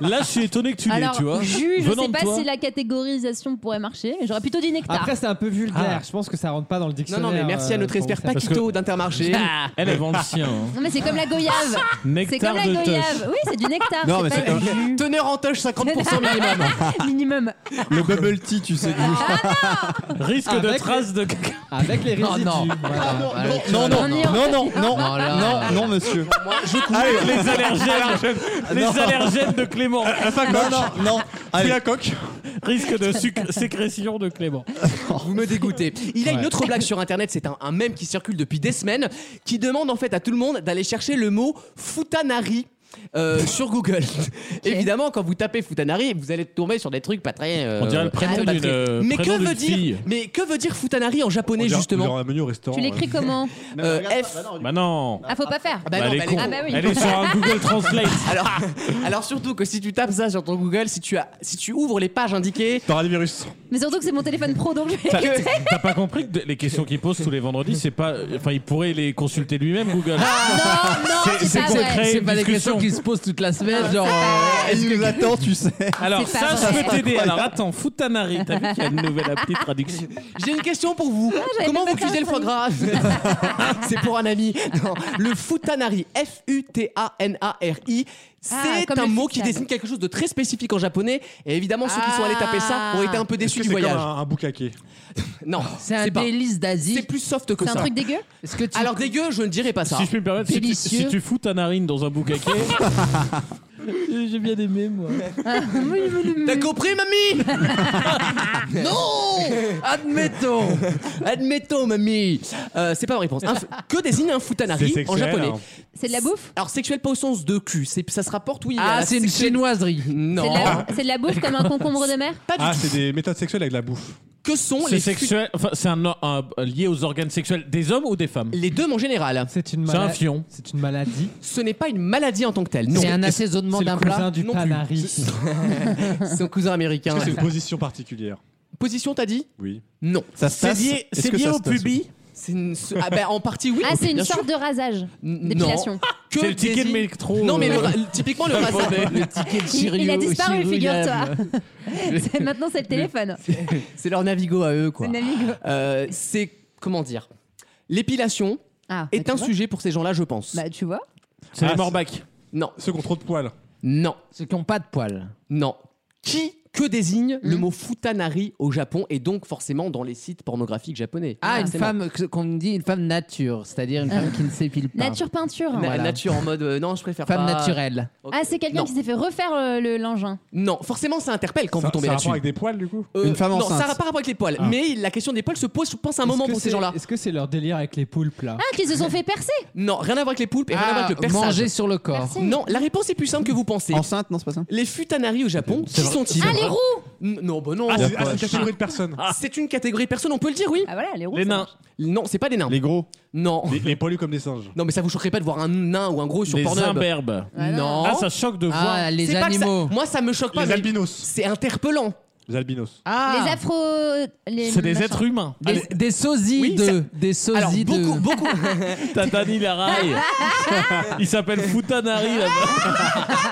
Là, je suis étonné que tu l'aies, Alors, tu vois. jus, je Venant sais de pas toi. si la catégorisation pourrait marcher, mais j'aurais plutôt dit nectar. Après, c'est un peu vulgaire. Ah. Je pense que ça rentre pas dans le Non, dictionnaire. euh, non, mais merci à notre expert Paquito d'Intermarché. Ah, elle est vendienne, hein. Non, mais c'est comme la goyave. c'est Nectar comme la de goyave. toche. Oui, c'est du nectar. Non, mais c'est pas c'est du jus. Teneur en toche 50% minimum. minimum. Le bubble tea, tu sais. Risque de Avec traces de caca. Avec les résidus. non. voilà. Non, non, On y non, non, non, Oh Non, Oh là. non, non, monsieur. Je coupe les allergènes. Ah, Non. les allergènes de Clément. Non, non, non. Allez. la coque. Risque de suc- sécrétion de Clément. Vous me dégoûtez. Il a une autre blague sur internet, c'est un, un mème qui circule depuis des semaines, qui demande en fait à tout le monde d'aller chercher le mot futanari. euh, sur Google. Évidemment, quand vous tapez Futanari, vous allez tomber sur des trucs pas très. euh, On dirait le prénom pas très- d'une, euh, Mais prénom que veut d'une dire fille. Mais que veut dire Futanari en japonais On dirait- on justement dirait un menu au restaurant. Tu l'écris comment Euh, F. Bah non. Ah, faut pas faire. Ah bah non, elle, bah est con. Ah bah oui. Elle est sur un Google Translate. Alors, alors surtout que si tu tapes ça sur ton Google, si tu as, si tu ouvres les pages indiquées, T'auras des virus. Mais surtout que c'est mon téléphone pro, donc je vais T'as l'écouter. t'as pas compris que les questions qu'il pose tous les vendredis, c'est pas. Enfin, il pourrait les consulter lui-même, Google. Ah, Non, non, c'est, c'est pas pour vrai. créer C'est une pas des discussion. questions qui se posent toute la semaine, genre. euh, Il nous l'attend, tu sais. Alors, C'est pas ça, je vrai. peux t'aider. Alors, attends, Futanari, t'as vu qu'il y a une nouvelle appli de traduction J'ai une question pour vous. Ah, j'avais Comment pas vous ça, cuisez le foie gras C'est pour un ami. Non, le futanari, F-U-T-A-N-A-R-I, c'est Ah, comme un le mot futsal. qui désigne quelque chose de très spécifique en japonais. Et évidemment, ceux qui sont allés taper ça ont été un peu Est-ce déçus que du c'est comme voyage. un, un boucaquet Non, C'est un pas- délice C'est d'Asie. plus soft que C'est un ça. truc dégueu Est-ce que tu. Alors dégueu, je ne dirais pas ça. Si je puis me permettre, si tu, Délicieux. si tu fous ta narine dans un boucaquet. J'ai bien aimé, moi. T'as compris, mamie Admettons Admettons, mamie. Euh, c'est pas ma réponse. Un f- que désigne un futanari C'est en sexuel, japonais hein. C'est de la bouffe Alors sexuel pas au sens de cul, c'est- ça se rapporte oui. à Ah, la c'est une sexuelle- chinoiserie. c'est Non. de, la, c'est de la bouffe comme un concombre de mer Pas du Ah, tout. c'est des méthodes sexuelles avec la bouffe. Que sont C'est les fut- sexuel. Enfin, c'est un, un- lié aux organes sexuels des hommes ou des femmes Les deux en général. C'est une C'est un maladie. fion. C'est une maladie. Ce n'est pas une maladie en tant que telle. Non. C'est un assaisonnement C'est le d'un plat. cousin du non plus. panari. Son cousin américain. Est-ce que c'est une position particulière Position, t'as dit Oui. Non. Ça se C'est passe. lié, Est-ce c'est que lié ça au se tasse pubis C'est une... ce- ah bah, en partie oui. Ah, c'est une bien sûr. sorte de rasage, N- d'épilation. non. Que C'est le ticket de désigne- métro. Non mais le euh, ra- typiquement le rasage. Le ticket de Il, il a Chirou- disparu, Chirouillane. figure-toi. C'est- Maintenant, c'est le téléphone. C'est leur Navigo à eux quoi. C'est Navigo. Euh, C'est comment dire L'épilation Ah, est bah, un tu vois. sujet pour ces gens-là, je pense. Bah, tu vois. C'est Ah, les morbacs. Non, Ceux qui ont trop de poils. non, Ceux qui n'ont pas de poils. non. Qui que désigne le Hmm. mot futanari au Japon et donc forcément dans les sites pornographiques japonais Ah, une Forcément. femme que- qu'on dit une femme nature, c'est-à-dire une femme qui ne s'épile pas. Nature peinture. Na- Voilà. Nature en mode euh, non, je préfère Femme pas. naturelle. Ok. Ah, c'est quelqu'un Non. qui s'est fait refaire euh, le l'engin. Non, forcément, ça interpelle quand Ça- vous tombez ça a là-dessus. rapport avec des poils, du coup Ah. Euh, Une femme non, enceinte. ça n'a pas rapport avec les poils. Mais la question des poils se pose, je pense, un moment Est-ce que pour ces c'est- gens-là. Est-ce que c'est leur délire avec les poules là Ah, qu'ils se sont fait percer. Non, rien à voir avec les poulpes et rien à voir Ah, avec le perçage. manger sur le corps. Merci. Non, la réponse est plus simple que vous pensez. Enceinte, non, c'est pas ça. Les futanari au Japon, qui sont-ils Ah, les roues N- Non, bah non. Ah, c'est ah, c'est une catégorie de personnes. C'est une catégorie de personnes, on peut le dire, oui. Ah, voilà, les roues. Les ça nains. marche. Non, c'est pas des nains. Les gros. Non. Les, les poilus comme des singes. Non, mais ça vous choquerait pas de voir un nain ou un gros sur Les Pornhub imberbes. Ah, Non. Ah, ça choque de voir. Ah, les C'est pas que ça- animaux. Moi, ça me choque pas. Les mais albinos. C'est interpellant. Les albinos. Ah, Les afro. les C'est des machins. êtres humains. Ah, des, des sosies Oui, de. ça- Des sosies Alors, de. beaucoup, beaucoup. T'as Dani Laraille. Il s'appelle Futanari là-bas.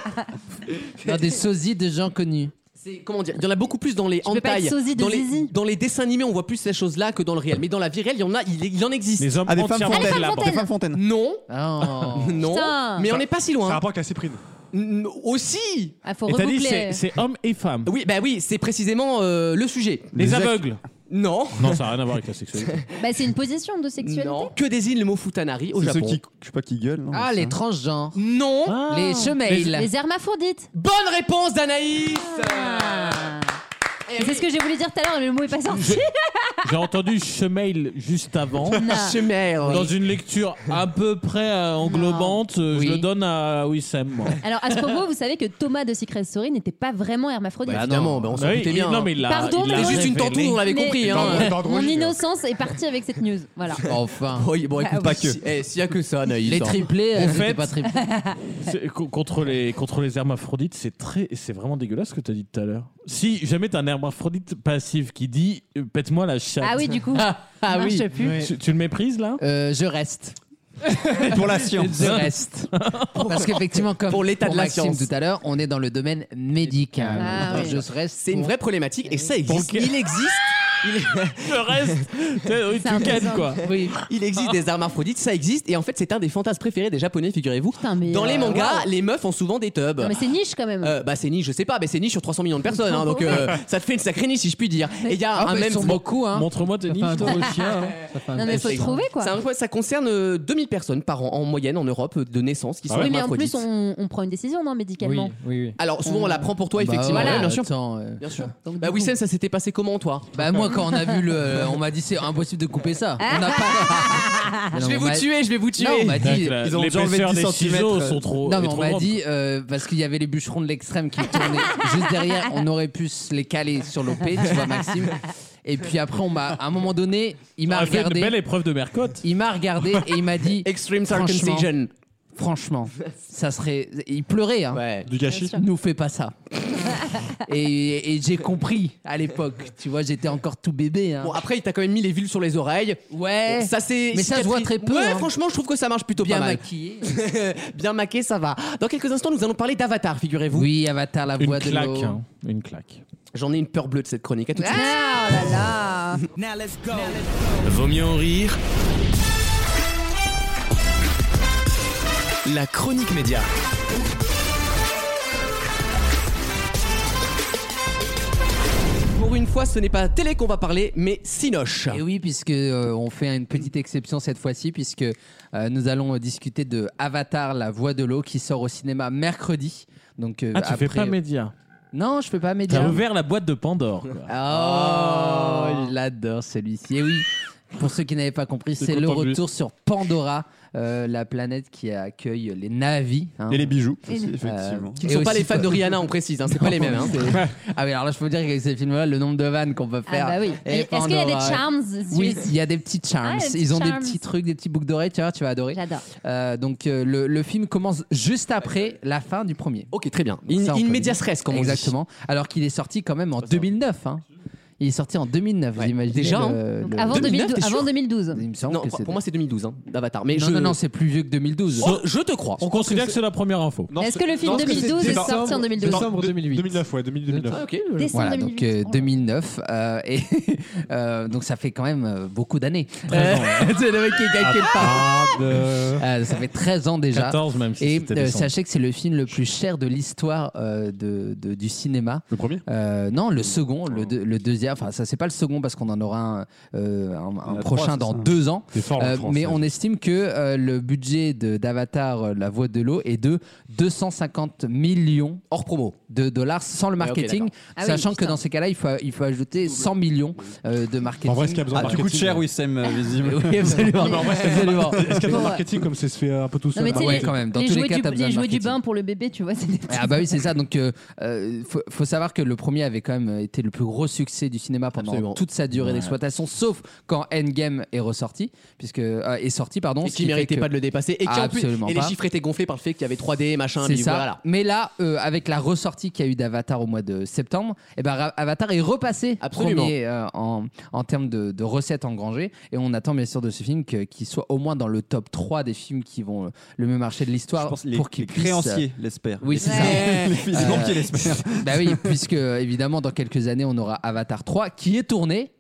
Non, des sosies de gens connus. C'est- comment dire Il y en a beaucoup plus dans les peux pas hentai. être sosie de dans, les, Zizi. dans les dessins animés, on voit plus ces choses-là que dans le réel. Mais dans la vie réelle, il y en a, il, il en existe. Les hommes Ah, des femmes entièrement fontaines. glabres. Des femmes fontaines. Ah. Non, Oh. non. Putain. Mais on n'est pas si Ça a loin. rapport avec la cyprine. N- Aussi. Ah, faut Et t'as dit, reboucler. c'est- c'est hommes et femmes. Oui, bah oui, c'est précisément euh, le sujet. Les Les ac- aveugles. Non. Non, ça n'a rien à voir avec la sexualité. Bah, c'est une position de sexualité. Non. Que désigne le mot futanari au C'est ceux Japon qui, je sais pas, qui gueulent. non, Ah, c'est les ça. transgenres. Non. Ah. Les chemails. Les hermaphrodites. Bonne réponse d'Anaïs. Ah. C'est ce que j'ai voulu dire tout à l'heure, mais le mot est pas sorti. J'ai entendu Chemail juste avant. Non. Chemail, oui. Dans une lecture à peu près euh, englobante, euh, je le donne à Wissem. moi. Alors, à ce propos, vous savez que Thomas de Secret Story n'était pas vraiment hermaphrodite. Bah, évidemment, bah, on s'en Oui, doutait il- bien. non, mais il l'a- Pardon, il l'a C'est juste une révélé. tantouze, on l'avait Mais- compris, hein. mais Dans- dans- Mon dans- innocence est partie avec cette news. Voilà. Enfin. Oui, Ah, bon, écoute, Ah, pas oui. que. Si- Eh, s'il y a que ça, Anaïs. Les hein. triplés, En euh, fait, c'était pas triplés. C'est- co- contre les contre les hermaphrodites, c'est très c'est vraiment dégueulasse ce que tu as dit tout à l'heure. Si jamais t'as un hermaphrodite passif qui dit euh, pète-moi la chatte. Ah oui, du coup. Ah, ah Ça oui. marche plus. Tu, tu le méprises là Je reste. Pour la Je reste. Parce qu'effectivement, comme Pour l'état de la Maxime science. tout à l'heure, on est dans le domaine médical. Ah oui. Je reste. C'est une vraie problématique et ça Pour existe. que- Il existe. Le reste, tu C'est ken, intéressant. quoi. Oui. Il existe des hermaphrodites, ça existe, et en fait, c'est un des fantasmes préférés des japonais, figurez-vous. Dans les euh, mangas, waouh. les meufs ont souvent des tubs. Non, mais c'est niche quand même. Euh, bah c'est niche, je sais pas, mais c'est niche sur 300 millions de personnes, hein, donc euh, ça te fait une sacrée niche si je puis dire. Et il y a Ah, un bah, ils même sont beaucoup, hein. Montre-moi tes niches. dos de chien, hein. Ça fait un Non, mais gros faut chien. trouver, quoi. C'est un- ouais, ça concerne euh, 2000 personnes par an en moyenne en Europe euh, de naissance qui Ah sont oui, mais en hermaphrodites. plus, on, on prend une décision, non, médicalement. Alors souvent on la prend pour toi Bah effectivement, ouais, ouais, bien sûr. attends, euh, Bien sûr. bah Wissem, ça s'était passé comment toi Bah moi quand on a vu le, on m'a dit c'est impossible de couper ça. On n'a pas- Je vais on vous m'a- tuer, je vais vous tuer. Non, on m'a dit. Donc, la- Ils ont déjà enlevé l'épaisseur 10 des ciseaux euh. centimètres. sont trop- Non est mais on trop m'a grande. dit euh, parce qu'il y avait les bûcherons de l'extrême qui tournaient juste derrière. On aurait pu se les caler sur l'OP, tu vois Maxime. Et puis après on m'a, à un moment donné, il m'a T'aurais fait regardé. une belle épreuve de Mercotte. Il m'a regardé et il m'a dit. Extreme franchement, circumcision. Franchement, ça serait. Il pleurait, hein. Du gâchis. Bien sûr. Nous fais pas ça. et et j'ai compris à l'époque. Tu vois, j'étais encore tout bébé. Hein. Bon après il t'a quand même mis les vulves sur les oreilles. Ouais. Bon, ça c'est Mais ça se voit cicatri- très peu. Ouais, hein. franchement, je trouve que ça marche plutôt Bien pas mal. maquillé. Bien maqué, ça va. Dans quelques instants, nous allons parler d'Avatar, figurez-vous. Oui, Avatar, la voix de l'eau. hein. Une claque. J'en ai une peur bleue de cette chronique. À tout de suite. Ah là là. Vaut mieux en rire. La chronique média. Pour une fois, ce n'est pas télé qu'on va parler, mais Sinoche. Et oui, puisque euh, on fait une petite exception cette fois-ci, puisque euh, nous allons euh, discuter de Avatar, la voix de l'eau, qui sort au cinéma mercredi. Donc, euh, Ah, tu fais après- pas média. Non, je fais pas média. T'as ouvert la boîte de Pandore. quoi. Ah. Oh, il adore celui-ci. Et oui, pour ceux qui n'avaient pas compris, C'est c'est le content de lui. retour sur Pandora, euh, la planète qui accueille les navis. hein. Et les bijoux aussi, Euh, effectivement. Qui ne et sont pas aussi- les fans de Rihanna, on précise, hein, c'est pas les mêmes. hein. C'est- ah oui, alors là, je peux vous dire qu'avec ces films-là, le nombre de vannes qu'on peut faire. bah oui. Et Et est-ce qu'il y a des Pandora- charms Oui, il y a des petits charms. Ah, des petits Ils ont des charms. petits trucs, des petits boucles d'oreilles, tu vois, tu vas adorer. J'adore. Euh, donc euh, le, le film commence juste après la fin du premier. Ok, très bien. Donc In, ça, on in peut medias le dire. res, comme on dit. Exactement. Alors qu'il est sorti quand même en 2009. hein. Il est sorti en 2009, vous imaginez Déjà, le- hein. le- Avant, 2009, 2012, t'es sûr avant 2012. Il me semble Non, que pour, c'est- pour moi, c'est 2012, hein, d'Avatar. Mais non, je... non, non, c'est plus vieux que 2012. Oh, je te crois. On considère que c'est la première info. Est-ce que le film 2012 est sorti en 2012 Décembre 2008. 2009, ouais, 2009. Ah, ok. Décembre Voilà, donc 2008. euh, Oh là. 2009. euh, et euh, donc ça fait quand même euh, beaucoup d'années. Treize ans, hein. Euh, c'est le mec qui calcule pas. Euh, ça fait 13 ans déjà. 14 même si Et c'était euh, décembre. sachez que c'est le film le plus cher de l'histoire euh, de, de- du cinéma. Le premier Oh. Euh, Non, le second, le, deux- le deuxième. Enfin, ça c'est pas le second parce qu'on en aura un, euh, un- un a prochain trois, dans c'est ça. deux ans. T'es fort, la Euh, France, mais là. on estime que euh, le budget de- d'Avatar, euh, la voix de l'eau, est de 250 millions Hors promo. de dollars sans le Ouais, ok, marketing, d'accord. Ah oui, sachant que putain. dans ces cas-là, il faut, il faut ajouter 100 millions euh, de marketing. En vrai, ce qu'il y a besoin Ah, de Tu coûtes cher, Wissem, euh, visible. Oui, absolument. absolument. Est-ce qu'il y a Ouais. un marketing comme c'est se fait euh, un peu tout Non, seul mais bah tu sais, ouais, les- quand même. Dans les tous les jouets cas, du- t'as besoin les de jouets du marketing. bain pour le bébé, tu vois, c'est des petits- Ah bah oui, c'est ça. Donc, euh, euh, faut, faut savoir que le premier avait quand même été le plus gros succès du cinéma pendant Absolument. toute sa durée d'exploitation, sauf quand Endgame est ressorti, puisque euh, est sorti, pardon, Et ce qui fait méritait que- pas de le dépasser. Et qui en plus. Absolument Et les pas. chiffres étaient gonflés par le fait qu'il y avait 3D, machin, C'est bidule, ça. voilà. Mais là, euh, avec la ressortie qu'il y a eu d'Avatar au mois de septembre, eh ben, Ra- Avatar est repassé Absolument. premier euh, en, en termes de, de recettes engrangées. Et on attend bien sûr de ce film que- qu'il soit au moins dans le top 3 des films qui vont euh, le mieux marcher de Je l'histoire pense les, pour les qu'il puisse. euh, créanciers l'espèrent. Oui, c'est Ouais. ça. Les financiers l'espèrent. Bah oui, puisque euh, évidemment, dans quelques années, on aura Avatar 3 qui est tourné.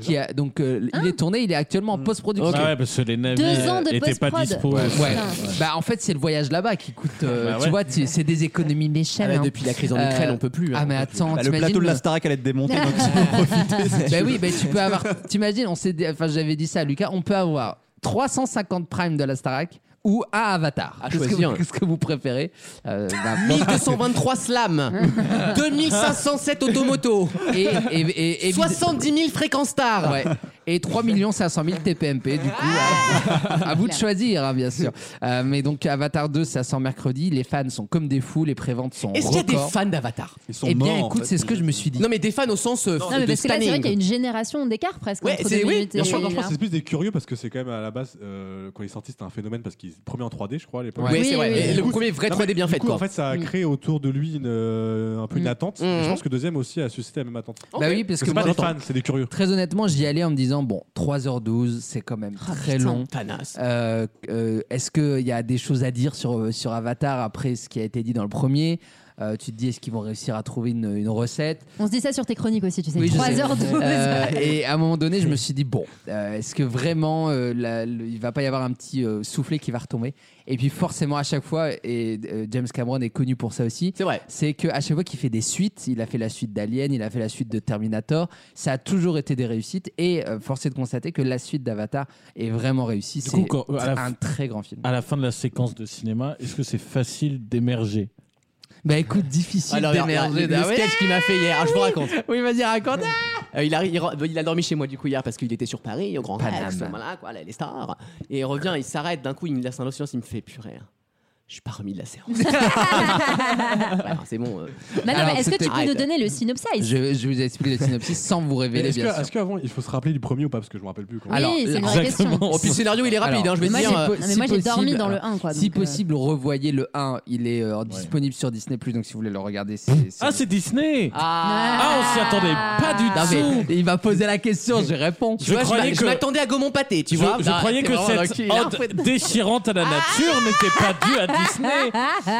Qui a, donc, euh, il est tourné, il est actuellement Hmm. en post-production. Ah ouais, parce que les navis Deux ans de étaient pas post-prod. dispo. Ouais. Ouais. Bah en fait c'est le voyage là-bas qui coûte. euh, Bah ouais. Tu vois, tu- c'est des économies Ah d'échelle. là, hein. depuis la crise en Ukraine, Euh, on peut plus. hein, Ah mais on peut plus. attends, Bah, le t'imagines- plateau de la Starac allait être démonté. donc Bah oui, bah tu peux avoir. T'imagines, on s'est, dit- enfin j'avais dit ça à Lucas, on peut avoir 350 primes de la Starac ou un avatar À Qu'est-ce que choisir. vous- Qu'est-ce que vous préférez Euh, bah, 1223 slams, 2507 automotos Et- et- et- et- 70 000 fréquences stars. Ouais. Et 3 500 000 TPMP, du coup. à, à vous de choisir, hein, bien sûr. Euh, mais donc, Avatar 2, ça sort mercredi. Les fans sont comme des fous, les préventes sont. Est-ce qu'il y a des records. fans d'Avatar Ils sont Eh bien, morts, en écoute, fait. c'est ce que je me suis dit. Non, mais des fans au sens. euh, Non, mais de parce que là, c'est vrai spanning. qu'il y a une génération d'écart presque. Ouais, entre c'est- oui, 2008 bien et sûr, Non, je pense là. que c'est plus des curieux parce que c'est quand même à la base, euh, quand il est sorti, c'était un phénomène parce qu'il premier en 3D, je crois, à l'époque. Ouais, Oui, c'est vrai. oui, Et oui. le premier vrai Non, mais 3D bien du fait, coup, quoi. En fait, ça a Mm. créé autour de lui une, euh, un peu une attente. Et Je pense que deuxième aussi a suscité la même attente. Bah oui, parce que c'est pas moi, des fans, c'est des curieux. Très honnêtement, j'y allais en me disant bon, 3h12, c'est quand même très putain, long. Euh, euh, Est-ce qu'il y a des choses à dire sur, euh, sur Avatar après ce qui a été dit dans le premier Euh, Tu te dis, est-ce qu'ils vont réussir à trouver une, une recette On se dit ça sur tes chroniques aussi, tu sais. Oui, je 3 sais. heures de. Euh, et à un moment donné, je me suis dit bon, euh, est-ce que vraiment euh, la- le- il va pas y avoir un petit euh, soufflet qui va retomber Et puis forcément à chaque fois, et euh, James Cameron est connu pour ça aussi. C'est vrai. C'est que à chaque fois qu'il fait des suites, il a fait la suite d'Alien, il a fait la suite de Terminator. Ça a toujours été des réussites et euh, force est de constater que la suite d'Avatar est vraiment réussie. Du C'est coup, quand- à la un f- très grand film. À la fin de la séquence de cinéma, est-ce que c'est facile d'émerger Bah écoute, difficile Alors, regarde, regarde, d'émerger. le, le Ah ouais. sketch qu'il m'a fait hier, Ah, je vous raconte. Oui, vas-y, raconte. Euh, il, arrive- il re- il a dormi chez moi du coup hier parce qu'il était sur Paris, au Grand Paname. Rex, voilà, quoi, là, les stars. Et il revient, il s'arrête, d'un coup il me laisse un autre silence, il me fait purée. hein. Je suis pas remis de la séance. Ouais, alors, c'est bon. euh. Mais non, mais Alors, est-ce que tu c'était- peux nous Arrête. donner le synopsis Je, je vous explique le synopsis sans vous Mais révéler Est-ce bien que- sûr. est-ce qu'avant, il faut se rappeler du premier ou pas Parce que je me rappelle plus. quand même. Alors, c'est une vraie exactement. question. Oh, puis le scénario, il est rapide, hein, je vais mais te moi, dire, j'ai euh, po- mais si moi, j'ai possible, dormi dans le alors, un, quoi, Si donc, euh. possible, revoyez le 1. Il est euh, disponible sur Disney, donc si vous voulez le regarder, c'est. Ah, c'est Disney Ah, Ah, on s'y attendait pas du tout Non, mais il m'a posé la question, je réponds. tu vois, je m'a- je m'attendais à Gaumont Pâté, tu je, vois. je Bah, croyais t'es que vraiment hein. cette dans le cul, ode déchirante à la Ah nature n'était pas due à Ah, Disney.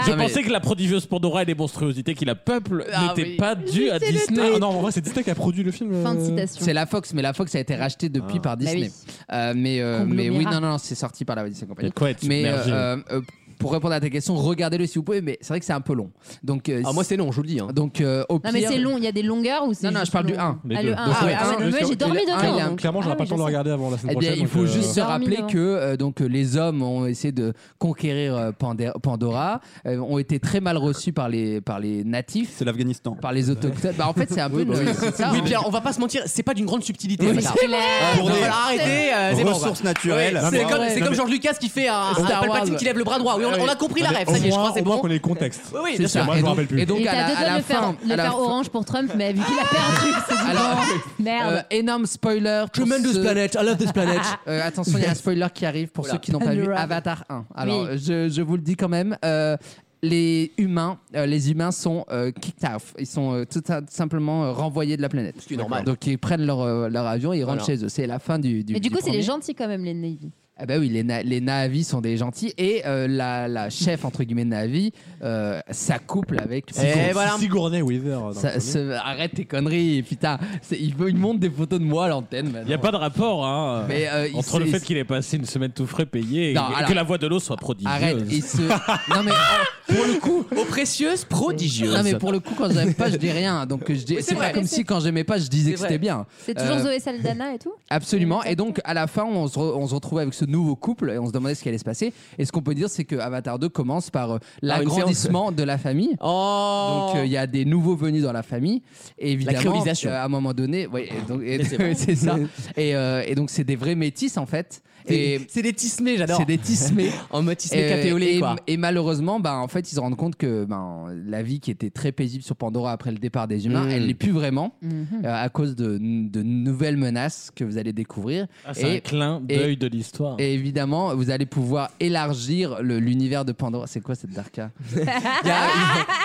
Je Non, mais- pensais que la prodigieuse Pandora et les monstruosités qui la peuplent Ah, n'était oui. pas due à J'étais le Disney. Ah non, en vrai, c'est Disney qui a produit le film. Fin de euh, citation. Bah C'est la Fox, mais la Fox a été rachetée Ah. depuis par Disney. Euh, mais, euh, mais oui, Conglomérat. non, non, non, c'est sorti par la Disney Company. De quoi être mais submergé. euh, euh, pour répondre à ta question, regardez-le si vous pouvez, mais c'est vrai que c'est un peu long. Donc, euh, Ah, moi, c'est long, je vous le dis. hein. Donc, euh, au Non, mais pire- c'est long, il y a des longueurs ou c'est. Non, non, juste je parle du long 1. Ah, le 1. Ah, ouais, ah, ouais, mais j'ai dormi dedans. dedans. donc. Clairement, Ah, j'aurai pas mais le je temps de le sais. regarder avant la semaine Eh bien, prochaine. donc, il faut euh, juste se Dormi rappeler devant. que euh, donc les hommes ont essayé de conquérir euh, Pandé- Pandora, euh, ont été très mal reçus par les par les natifs, C'est l'Afghanistan. par les autochtones. Bah, en fait, c'est un peu Oui, bah une- oui. c'est ça, Oui, hein. Pierre, on va pas se mentir, c'est pas d'une grande subtilité. Oui, Avatar. c'est Euh, donc, Tourner. voilà, arrêtez, euh, c'est bon, Ressources ouais. naturelles. Ouais, Non, c'est mais- comme, c'est non, comme mais- George Lucas qui fait un, un Star Palpatine Wars. qui lève Ah, le bras droit. Oui, Oh, on, on a compris la mais rêve, au ça y est, je moins- crois, c'est au moins bon. qu'on ait le contexte. Oui, oui, C'est bien ça. sûr. Moi, Et je me donc- rappelle plus. Et donc Et à t'as la, à besoin la de le faire, fin, le à la faire fin- orange pour Trump, mais vu qu'il a perdu, c'est du Alors- bon. Euh, Merde. énorme spoiler. pour ceux- I love this planet. Euh, attention, il y a un spoiler qui arrive pour Oula. ceux qui n'ont pas vu Panorama. Avatar 1. Alors, euh, Oui. je, je vous le dis quand même. euh, les humains, euh, les humains sont euh, kicked off. Ils sont euh, tout, tout simplement euh, renvoyés de la planète. qui est normal. Donc ils prennent leur, euh, leur avion et ils rentrent Voilà. chez eux. C'est la fin du. du Et du du coup, c'est les premier. gentils quand même, les Navy. Ah bah oui, les, na- les Navis sont des gentils et euh, la, la chef entre guillemets de Navi, euh, ça couple avec. Et Eh, voilà. Sigourney Weaver. dans le Ça- premier. se- arrête tes conneries, putain. C'est- Il, veut- il monte des photos de moi à l'antenne. Il n'y a pas de rapport hein, Mais, euh, il- entre le c'est- fait qu'il ait passé une semaine tout frais payé et, Non, et alors- que la voix de l'eau soit prodigieuse. Arrête. Il se. non mais euh, pour le coup. Aux précieuses prodigieuses. Non mais pour le coup quand j'aime pas je dis rien donc je dis- Oui, c'est c'est pas vrai. comme si quand j'aimais pas je disais que C'est vrai. c'était bien. C'est toujours Euh, Zoé Saldana et tout Absolument et donc à la fin on se, re- on se retrouvait avec ce nouveau couple et on se demandait ce qui allait se passer et ce qu'on peut dire c'est que Avatar 2 commence par euh, Par une l'agrandissement de la famille. Oh Donc euh, il y a des nouveaux venus dans la famille et évidemment créolisation. euh, à un moment donné ouais, et donc- et- Mais c'est bon. c'est ça et, euh, et donc c'est des vrais métis en fait et C'est des tismés, j'adore. c'est des tismés En mode tismé Euh, café au lait, et, quoi. et malheureusement, bah, en fait, ils se rendent compte que ben, la vie qui était très paisible sur Pandora après le départ des humains, Mm. elle l'est plus vraiment Mhm. euh, à cause de, de nouvelles menaces que vous allez découvrir. Ah, c'est et, un clin d'œil de l'histoire. et évidemment, vous allez pouvoir élargir le- l'univers de Pandora. C'est quoi cette Darka Il y, a-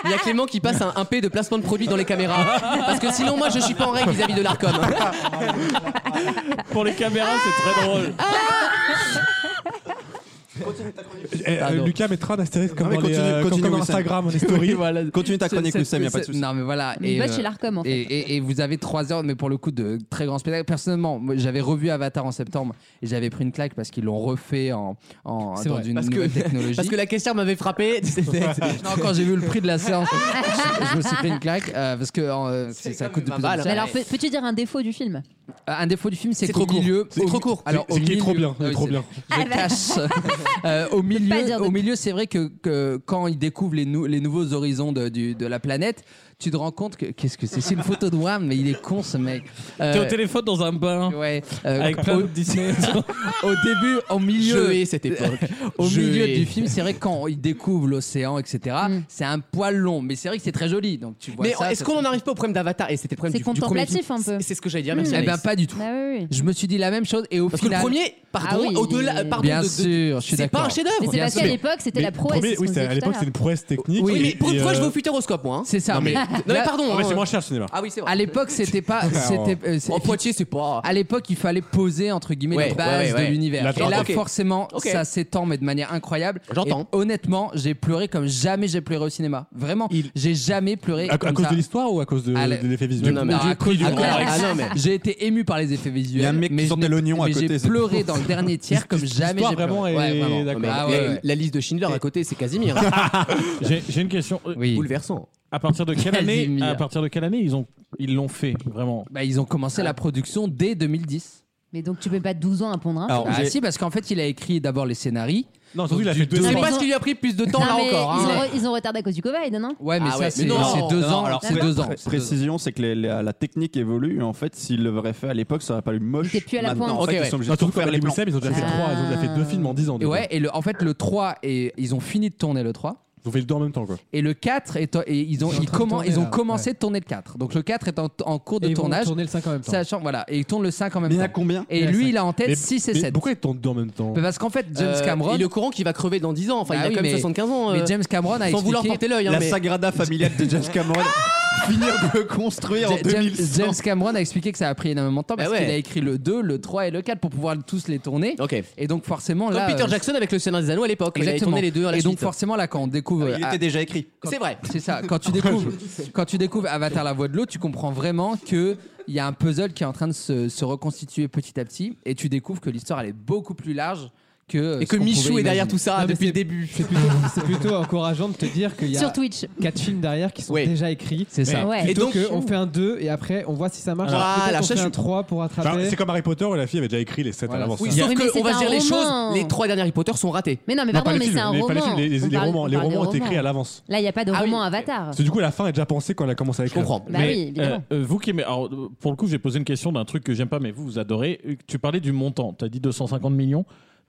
il y a Clément qui passe un, un P de placement de produit dans les caméras. Parce que sinon, moi, je suis pas en règle vis-à-vis de l'Arcom. Ah Pour les caméras, c'est très drôle. Eh, euh, Pardon. Lucas mettra un astérisque comme mais dans les, continue- euh, comme- continue, comme Wissem. Instagram, les stories. Voilà. Continue ta chronique, Cette- Wissem, y a pas de cette- souci. Non, mais voilà. euh, Mais va chez l'Arcom, en fait. Et, et- et vous avez trois heures, mais pour le coup, de très grands spectacles. Personnellement, moi, j'avais revu Avatar en septembre et j'avais pris une claque parce qu'ils l'ont refait en, en C'est dans vrai, une parce que- nouvelle technologie. Parce que la caissière m'avait frappé. Non, quand j'ai vu le prix de la séance, je, je me suis pris une claque euh, parce que euh, c'est- ça coûte de plus en plus. balles. Mais alors, peux- peux-tu dire un défaut du film Un défaut du film, c'est hein. C'est qu'au trop court. milieu. C'est au trop mi- court. Alors, C'est au qu'il est trop milieu- bien, il est Ah oui, trop c'est- bien. Je Ah bah. cache. Euh, pas dire au milieu, de- au milieu c'est vrai que, que quand il découvre les, nou- les nouveaux horizons de, du- de la planète, tu te rends compte que. Qu'est-ce que c'est C'est une photo de WAM, mais il est con ce mec. T'es au téléphone dans un bain. Euh, Ouais. euh, avec plein au- de destinations. au début, au milieu, Je hais cette époque. au Je milieu hais. du film, c'est vrai que quand il découvre l'océan, etc. Mm. C'est un poil long, mais c'est vrai que c'est très joli. Donc tu vois Mais ça, est-ce ça qu'on en arrive pas au problème d'Avatar Et c'était le problème C'est du, du premier contemplatif, film. un peu. C'est- C'est ce que j'allais dire. Mm. Merci. Eh ben, Alex. pas du tout. Bah Je me suis dit la même chose et au Parce que le final. premier, pardon, Ah au-delà, pardon, bien de- de- sûr, je suis c'est d'accord. pas un chef-d'œuvre. Mais c'est parce qu'à l'époque, c'était la prouesse. premier- c'est ce oui, qu'on c'est- à disait tout l'époque, l'heure. c'est une prouesse technique. Oui, et- mais pour une et, fois, je euh, vais au futuroscope, moi. hein. C'est ça. Non, mais, mais- non, mais là- pardon. Ah, mais c'est hein. moins cher, le cinéma. Ah, Ah oui, c'est vrai. À l'époque, c'était pas. c'était, euh, c'est- En Poitiers, c'est pas. À l'époque, il fallait poser entre guillemets Ouais, les bases ouais, ouais, ouais. de l'univers. La Et là, droite, ok. forcément, Ok. ça s'étend, mais de manière incroyable. J'entends. Et Honnêtement, j'ai pleuré comme jamais j'ai pleuré au cinéma. Vraiment, j'ai jamais pleuré. À, à comme cause ça. de l'histoire ou à cause de, À la- de l'effet visuel Non, mais à cause du- Ah non, mais- J'ai été ému par les effets visuels. Il y a un mec qui mais je sentait n'ai- l'oignon à mais côté, J'ai c'est- pleuré dans le dernier tiers comme jamais j'ai pleuré. Ouais, vraiment. Non, mais Ah la- ouais, ouais. La liste de Schindler à côté, c'est Casimir. hein. J'ai j'ai une question. euh, Bouleversant. À partir de quelle année Ah, Casimir. À partir de quelle année ils ont ils l'ont fait vraiment Bah, ils ont commencé la production dès 2010. Mais donc tu peux pas 12 ans à pondre un Alors, film. ah si, parce qu'en fait, il a écrit d'abord les scénarii. Non, surtout, il a fait Je sais mais pas ils ce ont- qui lui a pris plus de temps Non, là mais encore. Ils, hein. ont, ils ont retardé à cause du Covid, non Ouais, mais Ah ça, ouais, mais c'est non. c'est deux Non, ans. alors, C'est deux ans. Pré- Précision, c'est que les- la, la technique évolue. En fait, s'ils l'avaient fait à l'époque, ça aurait pas eu moche. T'es plus à la pointe. Maintenant, Ah. En fait, Ok, ils ouais. sont obligés Non, de tout surtout faire qu'avec les plans. Wissem, ils ont déjà fait trois, ils ont déjà fait deux films en 10 ans. euh. Et Ah. ouais, et le- en fait, le 3, et, ils ont fini de tourner le 3. Ils ont fait le deux en même temps, quoi. Et le 4, est, et ils ont, Ils sont en ils train de commen- tourner, ils ont là, commencé de tourner le 4. Donc le 4 est en, en cours de Et ils vont tournage. tourner le 5 en même temps. Sachant, voilà, et ils tournent le 5 en même Mais il y en temps. a combien Et lui, il a en tête 6 et 7. Pourquoi ils tournent deux en même temps Mais Parce qu'en fait, James Euh, Cameron. Il est au courant qu'il va crever dans 10 ans. Enfin, il Bah a oui, quand même mais- 75 ans. euh, Mais James Cameron a Sans expliqué- vouloir porter l'œil. hein, La mais- Sagrada familiale de James Cameron. Finir de construire en Ja- James, 2100. James Cameron a expliqué que ça a pris énormément de temps parce Bah ouais. qu'il a écrit le 2, le 3 et le 4 pour pouvoir tous les tourner. Ok. Et donc forcément Comme là. Peter euh, Jackson avec le Seigneur des Anneaux à l'époque. Il avait Exactement. tourné les deux à la et donc suite. forcément là quand on découvre Il ah, était déjà écrit. C'est vrai. c'est ça quand tu découvres quand tu découvres Avatar la voix de l'eau tu comprends vraiment que il y a un puzzle qui est en train de se, se reconstituer petit à petit et tu découvres que l'histoire elle est beaucoup plus large que euh, Et ce que qu'on Michou pouvait est derrière imaginer. tout ça Non, mais depuis le c'est- début. C'est plutôt, c'est plutôt encourageant de te dire qu'il y a Sur Twitch. quatre films derrière qui sont Oui. déjà écrits. c'est ça Ouais. Et donc, Et donc- on fait un 2 et après, on voit si ça marche. Voilà, Ah, Alors, peut-être la on chasse- fait un 3 pour Genre, attraper. C'est comme Harry Potter où la fille avait déjà écrit les 7 Voilà, à l'avance. Oui, Oui, sauf mais que c'est on va un se dire les roman. choses. Les trois derniers Harry Potter sont ratés. Mais non, mais Non, pardon, pas les mais c'est un films, les- pas les roman. films, les- On les parle- romans. on Les parle de romans étaient écrits à l'avance. Là, il n'y a pas de Ah oui. roman Avatar. Parce que du coup, la fin est déjà pensée quand elle a commencé à Je écrire. comprends. Bah oui, évidemment. euh, euh, vous qui aimez- alors, euh, pour le coup, j'ai posé une question d'un truc que j'aime pas, mais vous, vous adorez. Euh, Tu parlais du montant. Tu as dit 250 millions.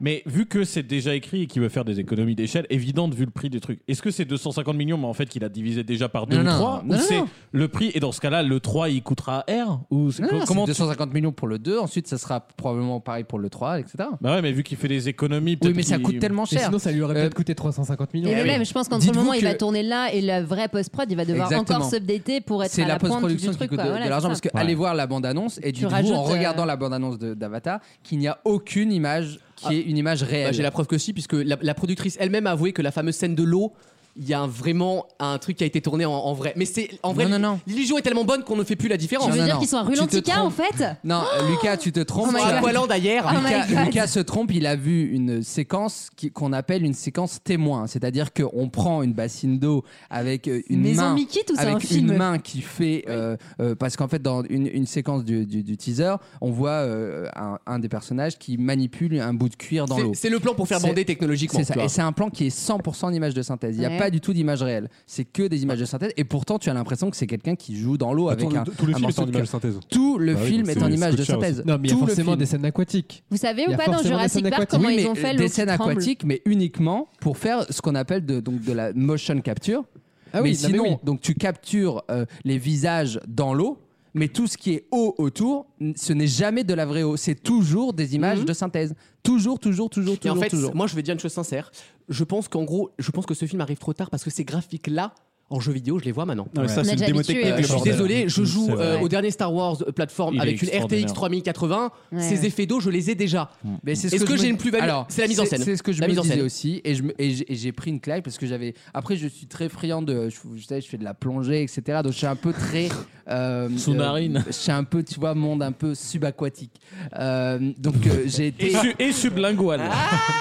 Mais vu que c'est déjà écrit et qu'il veut faire des économies d'échelle, évidente vu le prix des trucs, est-ce que c'est 250 millions, mais en fait qu'il a divisé déjà par 2 Non, ou non, 3 non, Ou non, c'est non. le prix Et dans ce cas-là, le 3 il coûtera R ou c'est- Non, non, comment c'est tu- 250 millions pour le 2 ensuite ça sera probablement pareil pour le 3 etc Bah ouais, mais vu qu'il fait des économies, oui peut-être mais ça qu'il- coûte tellement Et cher sinon, ça lui aurait Euh, peut-être coûté 350 millions. Ah Et Eh le oui. même, je pense qu'entre le Dites-vous moment, il va que- tourner là et la vraie post-prod, il va devoir Exactement. encore s'updater pour être C'est à la la pointe du post-production qui truc. coûte de, quoi. Voilà, de l'argent parce c'est que allez voir la bande-annonce et Tu du coup rajoutes, en euh, regardant la bande-annonce de- d'Avatar qu'il n'y a aucune image qui est une image réelle. Bah, J'ai la preuve que si, puisque la, la productrice elle-même a avoué que la fameuse scène de l'eau, il y a un- vraiment un truc qui a été tourné en, en vrai. Mais c'est en vrai, Non, non, non. l'illusion est tellement bonne qu'on ne fait plus la différence. ça. Tu Non, veux dire non, non. qu'ils sont à Tu te Rulantica, en trompes. fait Non, euh, Lucas, tu te trompes. Oh my Sur Lucas- God. Aqualand hier, Oh my Lucas, God. Lucas se trompe, il a vu une séquence qui- qu'on appelle une séquence témoin, c'est-à-dire qu'on prend une bassine d'eau avec euh, une Maison main, Mickey, tout ça, avec un une film. main qui fait, euh, euh, parce qu'en fait dans une, une séquence du, du- du teaser, on voit euh, un, un des personnages qui manipule un bout de cuir dans c'est- l'eau. c'est le plan pour faire C'est- bander technologiquement. C'est ça. tu vois. Et c'est un plan qui est 100% d'image de synthèse. Il n'y a Ouais. pas du tout d'image réelle. C'est que des images de synthèse. Et pourtant, tu as l'impression que c'est quelqu'un qui joue dans l'eau avec Attends, un. le- Tout le un film est morceau en de image de cœur. synthèse. Tout le Bah oui, film donc est, c'est- en c'est image cool de de faire aussi. synthèse. Non, mais il y a Tout le forcément film. des scènes aquatiques. Vous savez Il y ou a pas dans forcément des Jurassic scènes Park aquatiques. comment Oui, ils ont mais fait des l'eau qui scènes tremble aquatiques, mais uniquement pour faire ce qu'on appelle de, donc de la motion capture. Ah oui, mais non, mais sinon, oui. donc tu captures euh, les visages dans l'eau, mais tout ce qui est eau autour, n- ce n'est jamais de la vraie eau. C'est toujours des images Mhm. de synthèse. Toujours, toujours, toujours, Et toujours, en fait, toujours. moi je vais dire une chose sincère. Je pense qu'en gros, je pense que ce film arrive trop tard parce que ces graphiques-là, en jeu vidéo, je les vois maintenant. Non, mais ça, On a c'est une déjà démo habitué, technique. ouais. Euh, le je suis bordel. désolé, je joue C'est vrai. euh, au dernier Star Wars euh, plateforme Il est avec une RTX extraordinaire. 3080. Ouais, Ces ouais. effets d'eau, je les ai déjà. Mais c'est Est-ce que je j'ai me- une plus-value Alors, C'est la mise en scène. C'est ce que je La me mise en disais scène. aussi, et je me- et j'ai- et j'ai pris une claque parce que j'avais. Après, je suis très friand de. Je, vous savez, je fais de la plongée, etc. Donc, je suis un peu très euh, Sous-marine. euh, je suis un peu, tu vois, monde un peu subaquatique. Euh, donc, euh, j'ai Et, été su- et sublingual.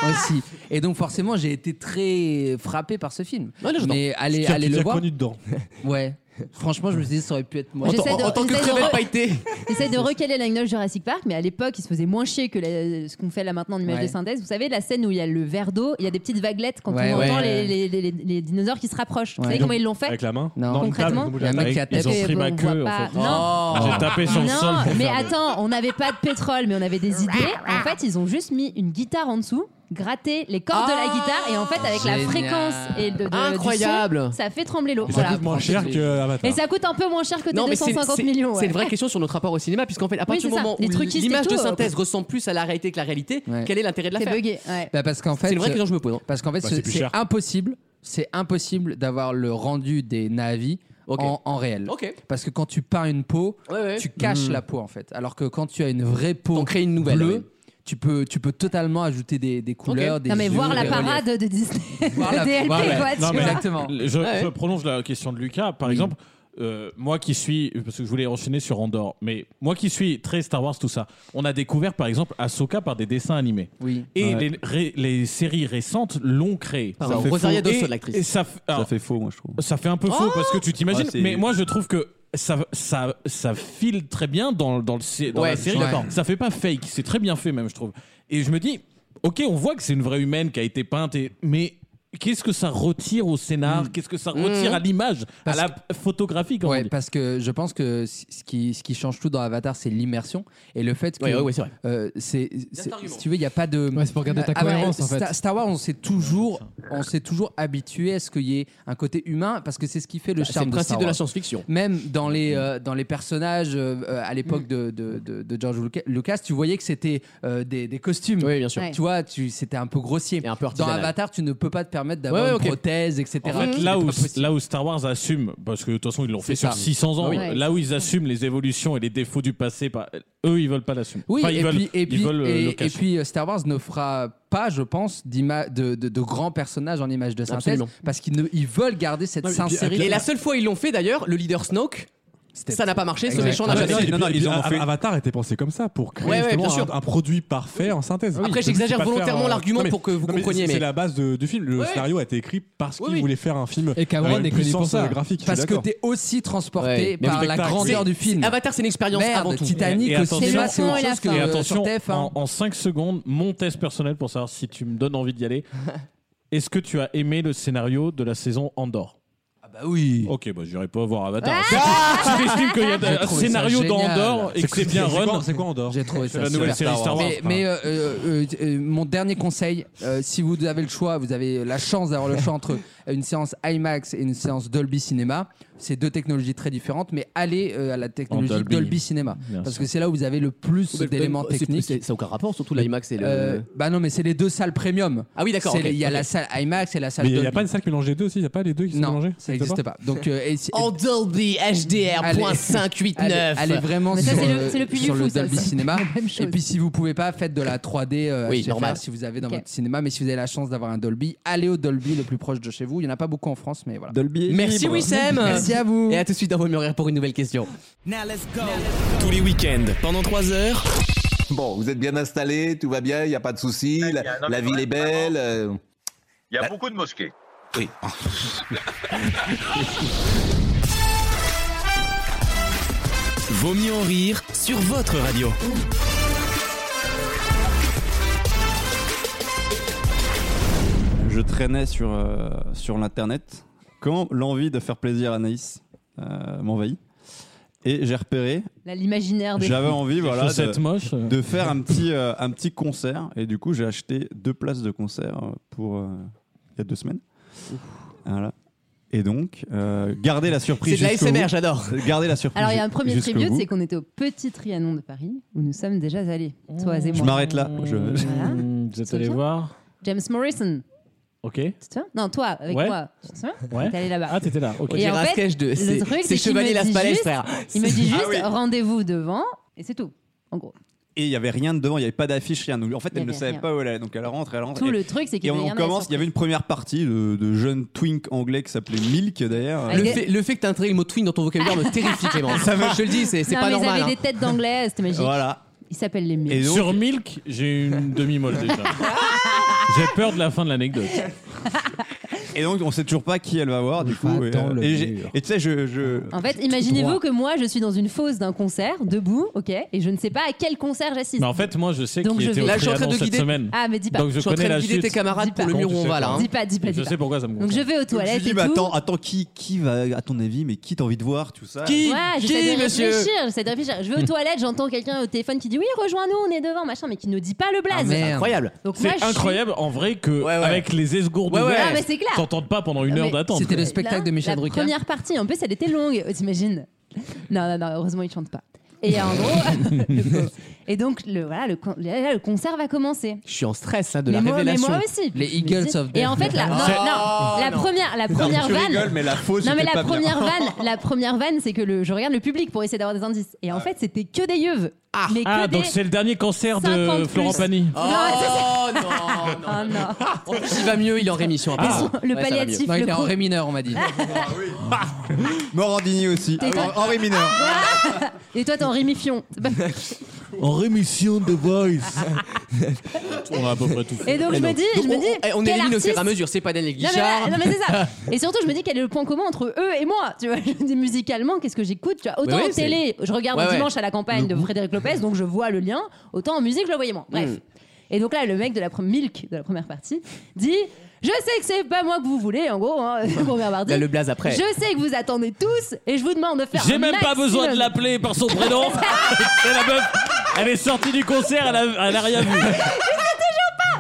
aussi. Et donc, forcément, j'ai été très frappé par ce film. Ouais, là, j'entends. Mais allez, Tu as- allez tu le as voir. connu dedans. Ouais. Franchement, je me suis dit, ça aurait pu être moi. J'essaie de- j'essaie de re- J'essaie de recaler l'anecdote Jurassic Park, mais à l'époque, il se faisait moins chier que la- ce qu'on fait là maintenant en image Ouais. de synthèse. Vous savez, la scène où il y a le verre d'eau, il y a des petites vaguelettes quand Ouais, on entend ouais. les, les- les- les dinosaures qui se rapprochent. Vous Ouais. savez comment ils l'ont fait Avec la main Non. Concrètement, Il y a un mec qui a Ils ont tapé, pris bon, ma on queue, voit en pas. fait. Ah. Non. J'ai tapé sur le Non, sol. pour mais faire- attends, on n'avait pas de pétrole, mais on avait des idées. En fait, ils ont juste mis une guitare en dessous, gratté les cordes de la guitare, et en fait, avec la Ah Génial. fréquence et de, de- du son, Incroyable. ça fait trembler l'eau. Et ça Voilà. coûte moins cher que Avatar. Et ça coûte un peu moins cher que tes Non, mais c'est- 250 c'est- millions. C'est ouais. une vraie question sur notre rapport au cinéma, puisqu'en fait, à Oui, partir c'est du ça. moment Les où truquistes et l'image de tout, synthèse euh, ressemble plus à la réalité que la réalité, Ouais. quel est l'intérêt de la C'est faire bugué, ouais. Bah, parce qu'en fait, C'est une vraie euh, question que je me pose. hein. Parce qu'en fait, Bah, ce- c'est plus c'est cher. impossible. C'est impossible d'avoir le rendu des navis en, en réel. Ok. Parce que quand tu peins une peau, Ouais, ouais. tu Mmh. caches Mm. la peau en fait. Alors que quand tu as une vraie peau, une nouvelle. bleue, tu peux, tu peux totalement ajouter des, des couleurs, des non, mais yeux, voir la des reliefs. parade de Disney, Voir la- DLP, voir la- quoi, Non, tu mais- vois. Exactement. Je, je Ouais. Mm. prolonge la question de Lucas. Par exemple, euh, moi qui suis, parce que je voulais enchaîner sur Andorre, mais moi qui suis très Star Wars, tout ça, on a découvert par exemple Ahsoka par des dessins animés. Oui. Et Ouais. les, ré- les séries récentes l'ont créé. Ça fait faux. Et- et ça, f- alors, ça fait faux, moi, je trouve. ça fait un peu faux Oh parce que tu t'imagines. Ouais, c'est- mais moi, je trouve que ça, ça, ça file très bien dans, dans, le, sé- dans Ouais, la série. je suis d'accord. Ça fait pas fake. C'est très bien fait, même, je trouve. Et je me dis, ok, on voit que c'est une vraie humaine qui a été peinte, et- mais. Qu'est-ce que ça retire au scénar Qu'est-ce que ça retire Mmh. à l'image, à Parce la photographie comme Ouais, on dit. parce que je pense que c- ce qui, ce qui change tout dans Avatar, c'est l'immersion et le fait que. Ouais, ouais, ouais, c'est vrai. euh, c'est- c'est- si tu veux, il n'y a pas de. c'est pour garder ta Ah, cohérence, ouais, en fait. Star, Star Wars, on s'est toujours, on s'est toujours habitué à ce qu'il y ait un côté humain parce que c'est ce qui fait le Bah, c'est charme le de Star principe de la Wars. science-fiction. Même dans les, euh, dans les personnages euh, euh, à l'époque de, de, de- de George Luca- Lucas, tu voyais que c'était euh, des, des costumes. Oui, bien sûr. Ouais. Tu vois, tu, c'était un peu grossier. dans artisanal. Avatar, tu ne peux pas te permettre d'avoir Ouais, ouais, une ok. prothèse, etc. En fait, là où, là où Star Wars assume, parce que de toute façon ils l'ont fait C'est sur ça. 600 ans, Ah oui. là où ils assument les évolutions et les défauts du passé, bah, eux ils veulent pas l'assumer. Oui, Enfin, ils et, veulent, puis, et, ils puis, veulent, euh, et- le et cacher. puis, euh, Star Wars ne fera pas, je pense, d'ima- de, de- de grands personnages en images de synthèse Absolument. parce qu'ils ne- ils veulent garder cette sincérité. Et la seule fois ils l'ont fait d'ailleurs, le leader Snoke, ça n'a pas marché, ce Ouais. méchant n'a Ah, jamais non, été- non, non, ils ont fait- Avatar était pensé comme ça pour créer Ouais, ouais, justement bien sûr. un, un produit parfait en synthèse. Après, Oui, c'est pas j'exagère de faire, volontairement euh, l'argument non, mais- pour que vous non, mais compreniez, C'est mais- la base de- du film. Le Ouais. scénario a été écrit parce qu'il Oui, oui. voulait faire un film. Et Cameron avec est une connu pour puissance ça. euh, graphique. je suis Parce que d'accord. t'es aussi transporté mais par le la spectacle, grandeur c'est- du film. Avatar, Ah c'est une expérience Merde, avant tout. Titanic Et aussi, attention- là, c'est Et autre chose que Et euh, attention, sur TF1. en, 5 secondes, mon test personnel pour savoir si tu me donnes envie d'y aller. Est-ce que tu as aimé le scénario de la saison Andorre ah bah oui. Ok, bah j'irai pas voir Avatar. Ah, Si t'estimes qu'il y J'ai a un trouvé ça scénario dans génial. Andorre et que c'est bien run, C'est quoi Andorre J'ai trouvé C'est ça la nouvelle super. série Star Wars. hein. Mais, mais, euh, euh, euh, euh, mon dernier conseil, euh, si vous avez le choix, vous avez la chance d'avoir le choix entre une séance IMAX et une séance Dolby Cinema. C'est deux technologies très différentes, mais allez euh, à la technologie En Dolby. Dolby. Cinéma Bien parce sûr. que c'est là où vous avez le plus C'est- d'éléments c'est- techniques. c'est- Ça n'a aucun rapport, surtout l'IMAX et le. Euh, bah non, mais c'est les deux salles premium. Ah oui, d'accord, C'est ok, les- Il y a ok. la salle IMAX et la salle Mais il Dolby. n'y a pas une salle qui mélange les deux aussi Il n'y a pas les deux qui sont Non, mélangés ça n'existe pas. Donc, euh, et si- En Dolby HDR.589. Allez, allez vraiment Mais ça, sur, c'est le- euh, c'est le plus du sur fou, le ça, Dolby ça. Cinéma. Même chose. Et puis si vous pouvez pas, faites de la 3D euh, Oui, HFR, normal. si vous avez dans Ok. votre cinéma. Mais si vous avez la chance d'avoir un Dolby, allez au Dolby le plus proche de chez vous. Il y en a pas beaucoup en France, mais voilà. Dolby. Merci Wissem Merci à vous Et à tout de suite dans Vos Mieux Rires pour une nouvelle question. Tous les week-ends, pendant 3 heures. Bon, vous êtes bien installés, tout va bien, Ah, il n'y a pas de soucis, la, bien, non, la mais ville est belle. euh, Il y a beaucoup de mosquées. Oui. Vaut mieux en rire sur votre radio. Je traînais sur, euh, sur l'internet quand l'envie de faire plaisir à Anaïs euh, m'envahit. Et j'ai repéré, Là, L'imaginaire des. j'avais envie voilà, chaussettes de, moches, euh. de faire un petit, euh, un petit concert. Et du coup, j'ai acheté deux places de concert euh, pour euh, il y a deux semaines. Voilà. Et donc, euh, gardez la surprise. C'est de la jusqu'au ASMR, bout. j'adore. Gardez la surprise. Alors, il y a un premier jusqu'au tribute, bout. c'est qu'on était au petit Trianon de Paris, où nous sommes déjà allés. Toi Oh. et moi. Je m'arrête là. Je... Voilà. Vous êtes C'est allé bien. voir James Morrison. Ok. Tu te souviens Non, toi, avec Ouais. moi. Tu te souviens Ouais. T'es allé là-bas. Ah, t'étais là, Et ok. On en dirait un fait, sketch de- le c'est- truc, c'est qu'il Chevalier me dit Las Palais, juste- frère. Il me dit Ah juste oui. rendez-vous devant, et c'est tout, en gros. Et il n'y avait rien de devant, il n'y avait pas d'affiche, rien. Donc, En fait, Il y elle ne avait savait rien. pas où elle allait. Donc elle rentre, elle rentre. Tout et- le truc, c'est qu'il et y avait on rien à la commence. Il y avait une première partie de, de jeune twink anglais qui s'appelait Milk d'ailleurs. Le fait, le fait que tu intégré le mot twin dans ton vocabulaire me terrifie, Clément. Ça me- Je te le dis, c'est c'est non, pas mais normal. ils avaient hein. des têtes d'anglais, c'était magique. Voilà. Ils s'appellent les miens. Sur Milk, j'ai une demi-molle déjà. j'ai peur de la fin de l'anecdote. Et donc, on sait toujours pas qui elle va voir, du coup. Et, dans euh, le et j'ai- mur. et tu sais, je. je- En fait, droit. imaginez-vous que moi, je suis dans une fosse d'un concert, debout, ok, et je ne sais pas à quel concert j'assiste. Mais en fait, moi, je sais Donc qui je était vais- au Là, je suis en train Trianon de cette guider- semaine. Ah, mais dis pas. Donc Je je suis en connais train de la guider chute. tes camarades Dis pour le pas. mur où on va, là, hein. Dis pas, dis pas, dis Je pas. sais pourquoi ça me Donc je vais aux Donc, je toilettes lui dis, et bah, tout. attends, attends qui, qui va, à ton avis, mais qui t'as envie de voir, tout ça ouais, j'essaie de réfléchir, j'essaie de réfléchir. Je vais aux toilettes, j'entends quelqu'un au téléphone qui dit oui, rejoins-nous, on est devant, machin, mais qui ne dit pas le Ah, blaze. C'est Ah, incroyable. Donc moi, C'est je suis- incroyable en vrai que avec les esgourdes Ouais, ouais. ouvertes, Ah, mais c'est clair. t'entends pas pendant Ah, une Non, heure mais d'attente. C'était le Là, spectacle de Michel la Drucker. première partie, en plus, elle était longue, euh, t'imagines Non, non, non, heureusement, il chante pas. Et en gros, le pauvre. et donc le voilà, le, con- là, le concert va commencer. Je suis en stress là, Ah, de la mais, moi, mais révélation. moi aussi. Les Je me Eagles dis- of Et Death en fait, la, non, Metal. non, la première, la Oh, Non, première je vanne. rigole, mais la fausse Non, mais était la pas bien. première vanne, la première vanne, c'est que le, je regarde le public pour essayer d'avoir des indices. Et en fait, c'était que des yeux. mais que Ah, donc des- c'est le dernier cancer 50 de plus. Florent Pagny. Non, ça, c'est- Oh, non, non. Ah. En plus, il va mieux, il est en rémission. après. Ah. Le Ouais, ça va palliatif, mieux. Non, il le est en pro- ré mineur, on m'a dit. Morandini aussi. Ah T'es con- Henri Mineur. Et toi, t'es en rémifion. En rémission de Voice. on a à peu près tout fait. Et donc, je me dis, je me on- dis, on- eh, on, quel élimine au artiste- fur et à mesure, c'est pas Daniel Non mais, Guichard. voilà, non, mais c'est ça. Et surtout, je me dis quel est le point commun entre eux et moi. Tu vois, je me dis musicalement, qu'est-ce que j'écoute Tu vois, autant Mais ouais, en télé, c'est- je regarde Ouais, ouais. Dimanche à la campagne de Frédéric Lopez, donc je vois le lien. Autant en musique, je le voyais moins. Bref. Mm. Et donc là, le mec de la première Milk de la première partie dit. Je sais que c'est pas moi que vous voulez, en gros, hein, Robert Bardi. Là, le blaze après. Je sais que vous attendez tous et je vous demande de faire. J'ai un même pas besoin maximum. de l'appeler par son prénom. c'est la meuf. Elle est sortie du concert, elle a, elle a rien vu.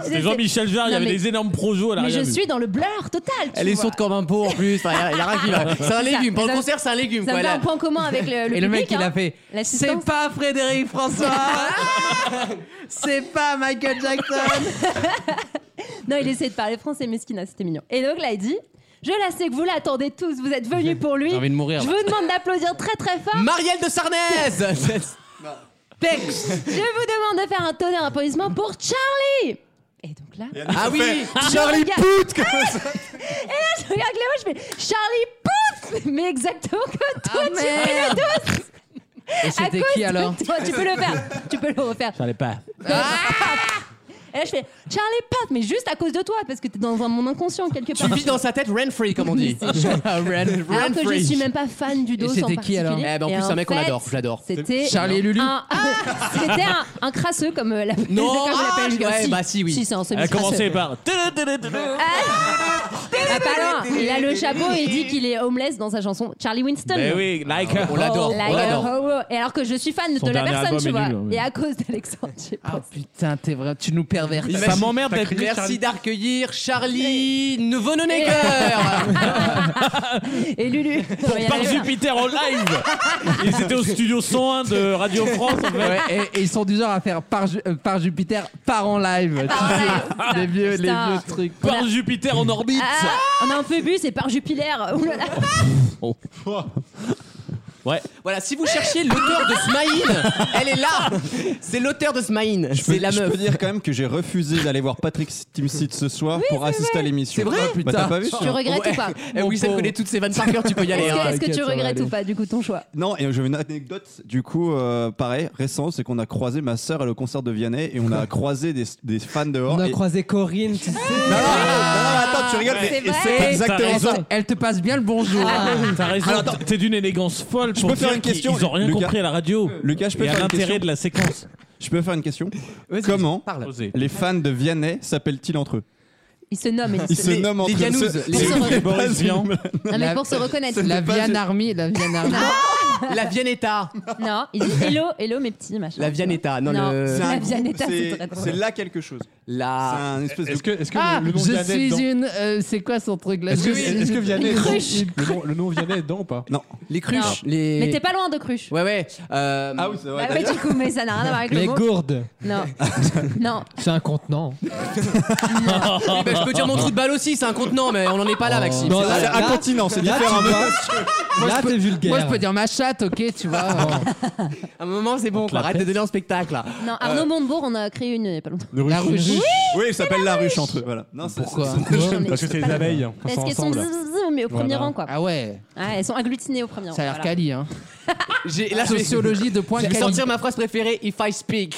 C'était Jean-Michel Jarre, il y Non, avait mais- des énormes projos, elle a Mais rien je vu. suis dans le blur total. tu Elle est vois. Ah, sourde comme un pot en plus. Enfin, il y a- il y a rien qui va. C'est un C'est ça. légume. Pour le Ça- concert, c'est un légume. Ça quoi, me fait là. un point commun avec le, le Et le mec, public, il a hein. fait, L'assistance. C'est pas Frédéric François C'est pas Michael Jackson Non, il essayait de parler français, mesquina, c'était mignon. Et donc là, il dit Je la sais que vous l'attendez tous, vous êtes venus pour lui. J'ai envie de mourir, Je là. vous demande d'applaudir très très fort. Marielle de Sarnez Tex Je vous demande de faire un tonnerre d'applaudissements pour Charlie Ah oui Je Charlie regarde- Pout Ah. comme ça. Et là, je regarde Clément, je fais Charlie Pouf Mais exactement comme toi, tu fais les deux Et À c'était cause qui de alors toi, Tu peux le faire, tu peux le refaire. J'allais pas. Et là, je fais Charlie Pouf Mais juste à cause de toi, parce que t'es dans un monde inconscient quelque part. Tu vis dans sa tête rent-free, comme on dit. Alors Rent-free. que je suis même pas fan du dos en c'était qui, particulier. alors Eh ben, en Et plus, un mec, on fait, l'adore, je l'adore. C'était Charlie et Lulu. Un, ah, c'était un, un crasseux comme euh, l'appelle. Non, comme ah, l'appelle Julien. ouais, bah si, oui. Si, c'est un semi Elle a commencé par. Ah, pas loin. Il a le chapeau et il dit qu'il est homeless dans sa chanson Charlie Winston. Mais oui, like a Ah, On l'adore, hoe. Like a hoe. Et alors que je suis fan Son de la dernier personne, album tu est vois. nul, ouais. Et à cause d'Alexandre, je sais pas. Putain, t'es vrai, tu nous pervers. Imagine- m'emmerde d'être Merci Charlie. d'accueillir Charlie Vononegger Et Lulu. Pour Par Jupiter en live Ils étaient au studio 101 de Radio France en fait. Ouais, et, et ils sont du genre à faire par, Ju- euh, par Jupiter, par en live. Ah, les vieux, les Putain. vieux trucs. Par Jupiter en orbite Ah, on a un peu bu, c'est par Jupilaire. Ouh là là. Ouais. Voilà, si vous cherchiez l'auteur de Smaïn, elle est là C'est l'auteur de Smaïn, Je peux, c'est la je meuf. peux dire quand même que j'ai refusé d'aller voir Patrick Timsit ce soir pour assister à l'émission. C'est vrai Bah, T'as pas vu ça Tu regrettes ou pas Eh, Wissem connaît toutes ses vannes par cœur, tu peux y aller. Est-ce que- hein. est-ce que, tu regrettes ou pas du coup ton choix Non, et j'avais une anecdote, du coup, euh, pareil, récente, c'est qu'on a croisé ma sœur à le concert de Vianney et on a croisé des, des fans dehors. On a et- croisé Corinne, tu sais. Non, non, non, non, Ah. non, Ah, attends, tu rigoles, mais- C'est et vrai c'est T'as exactement raison. ça. Elle te passe bien le bonjour. Ah. Ah. Ah. T'as raison, t'es d'une élégance folle Je pour peux faire dire une qu'ils- question, Ils ont rien Lucas Euh, compris à la radio. Lucas, je peux et à faire une l'intérêt question de la séquence. Je peux faire une question Comment Osez. les fans de Vianney s'appellent-ils entre eux Il se nomme. Ils se nomment entre les eux. Vianouzes, C'est- les c'est- Vianouzes. c'est pas Boris Vian. possible. Non mais La- pour se reconnaître. La C'était pas Vian ju- Army, la Vian Army. La Vianetta Non, il dit hello, hello mes petits machins. La Vianetta, non, Non. le... C'est un- La un- Vianetta, c'est c'est- très drôle. C'est là quelque chose. C'est La... un espèce de. Est-ce que, est-ce que Ah, le nom je Vianney est suis dedans une. euh, c'est quoi son truc là Est-ce que, Je suis est-ce que une- Vianney est une dedans cruche. Le nom- Le nom Vianney est dedans ou pas Non. Les cruches, Non. les... Mais t'es pas loin de cruche. Ouais, ouais. euh, Ah oui, c'est vrai. Bah ouais, d'ailleurs. du coup, mais ça n'a rien à voir Ah, avec le Les mot. gourdes, Non. Non. c'est un contenant. oui, bah, je peux dire mon trou de balle aussi, c'est un contenant, mais on en est pas là, Maxime. Non, C'est là, vrai. C'est là, un continent, c'est Là, tu différent. vois, là, t'es vulgaire. Moi, je peux dire ma chatte, ok, tu vois. À un moment, c'est bon, quoi. la Arrête de pète. donner un spectacle, là. Non, Arnaud Montebourg, on a créé une il n'y a pas longtemps. Le La ruche. Oui, ils s'appellent la hein, ruche entre eux. Voilà. Mm. Non, c'est- Pourquoi c'est- Non, mais Parce que je c'est sais les pas. abeilles. Parce qu'elles sont zzzz, mais au premier Voilà. rang, quoi. Ah ouais, Ah, elles sont agglutinées au premier rang. ça a l'air voilà. quali, hein. J'ai- Là, je vais- Sociologie de point je vais quali. sortir ma phrase préférée, If I Speak.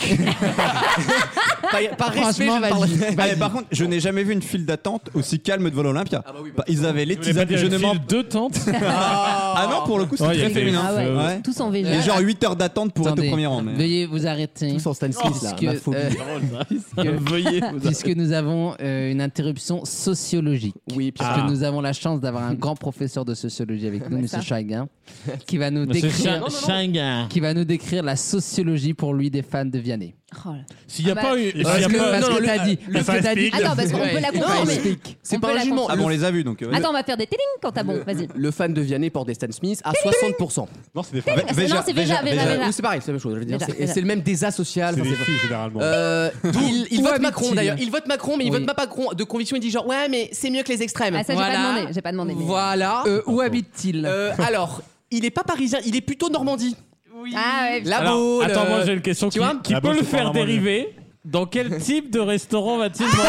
Par, par respect, je parle- Ah, mais par contre, je n'ai jamais vu une file d'attente aussi calme devant Ah l'Olympia. Bah, ils avaient les Tu voulais pas tisanes. dire Je une ne file m'en- de tentes Ah, ah non, pour le coup, c'était Oh, il y très avait- féminin. Ah ouais, Ouais. tous en VG. Et genre 8 heures d'attente pour être Attendez, au premier rang. mais- Veuillez vous arrêter. euh, Tous en Stan Smith, là, ma phobie. puisque, Veuillez vous puisque nous avons euh, une interruption sociologique. Oui, puisque Ah. nous avons la chance d'avoir un grand professeur de sociologie avec nous, Ouais, Monsieur ça. Chaguin, qui va nous Monsieur Cha- décrire, Non, non, non. Chaguin. qui va nous décrire la sociologie pour lui des fans de Vianney. Oh S'il n'y a Ah bah- pas eu. s'il y a Parce que- pas- parce non, que le- t'as dit. le Parce que fast t'as dit. speed. Attends, parce qu'on peut la Ouais. confirmer. Non, explique. On C'est peut pas un la jugement. confirmer. on les a vus donc. euh, Attends, on va faire des télings quand t'as bon, vas-y. Le fan de Vianney porte des Stan Smith à 60%. Non, c'est des femmes. Non, c'est Véja, Véja, Véja. Oui, c'est pareil, c'est la même chose. je veux dire. Véja, C'est- Véja. C'est le même désasocial. C'est enfin, des c'est- filles, généralement. Euh, il, il Où vote habite-t-il Macron d'ailleurs. Il vote Macron, mais il Oui. vote pas Macron de conviction. Il dit genre ouais, mais c'est mieux que les extrêmes. Ah, ça, j'ai pas Voilà. demandé, j'ai pas demandé, mais- Voilà. Euh, où habite-t-il Euh, alors, il est pas parisien. Il est plutôt Normandie. Ah ouais. La Alors, Baule, Attends, moi euh, j'ai une question tu qui, vois qui La peut Baule, le c'est pas faire vraiment dériver. Dans quel type de restaurant va-t-il manger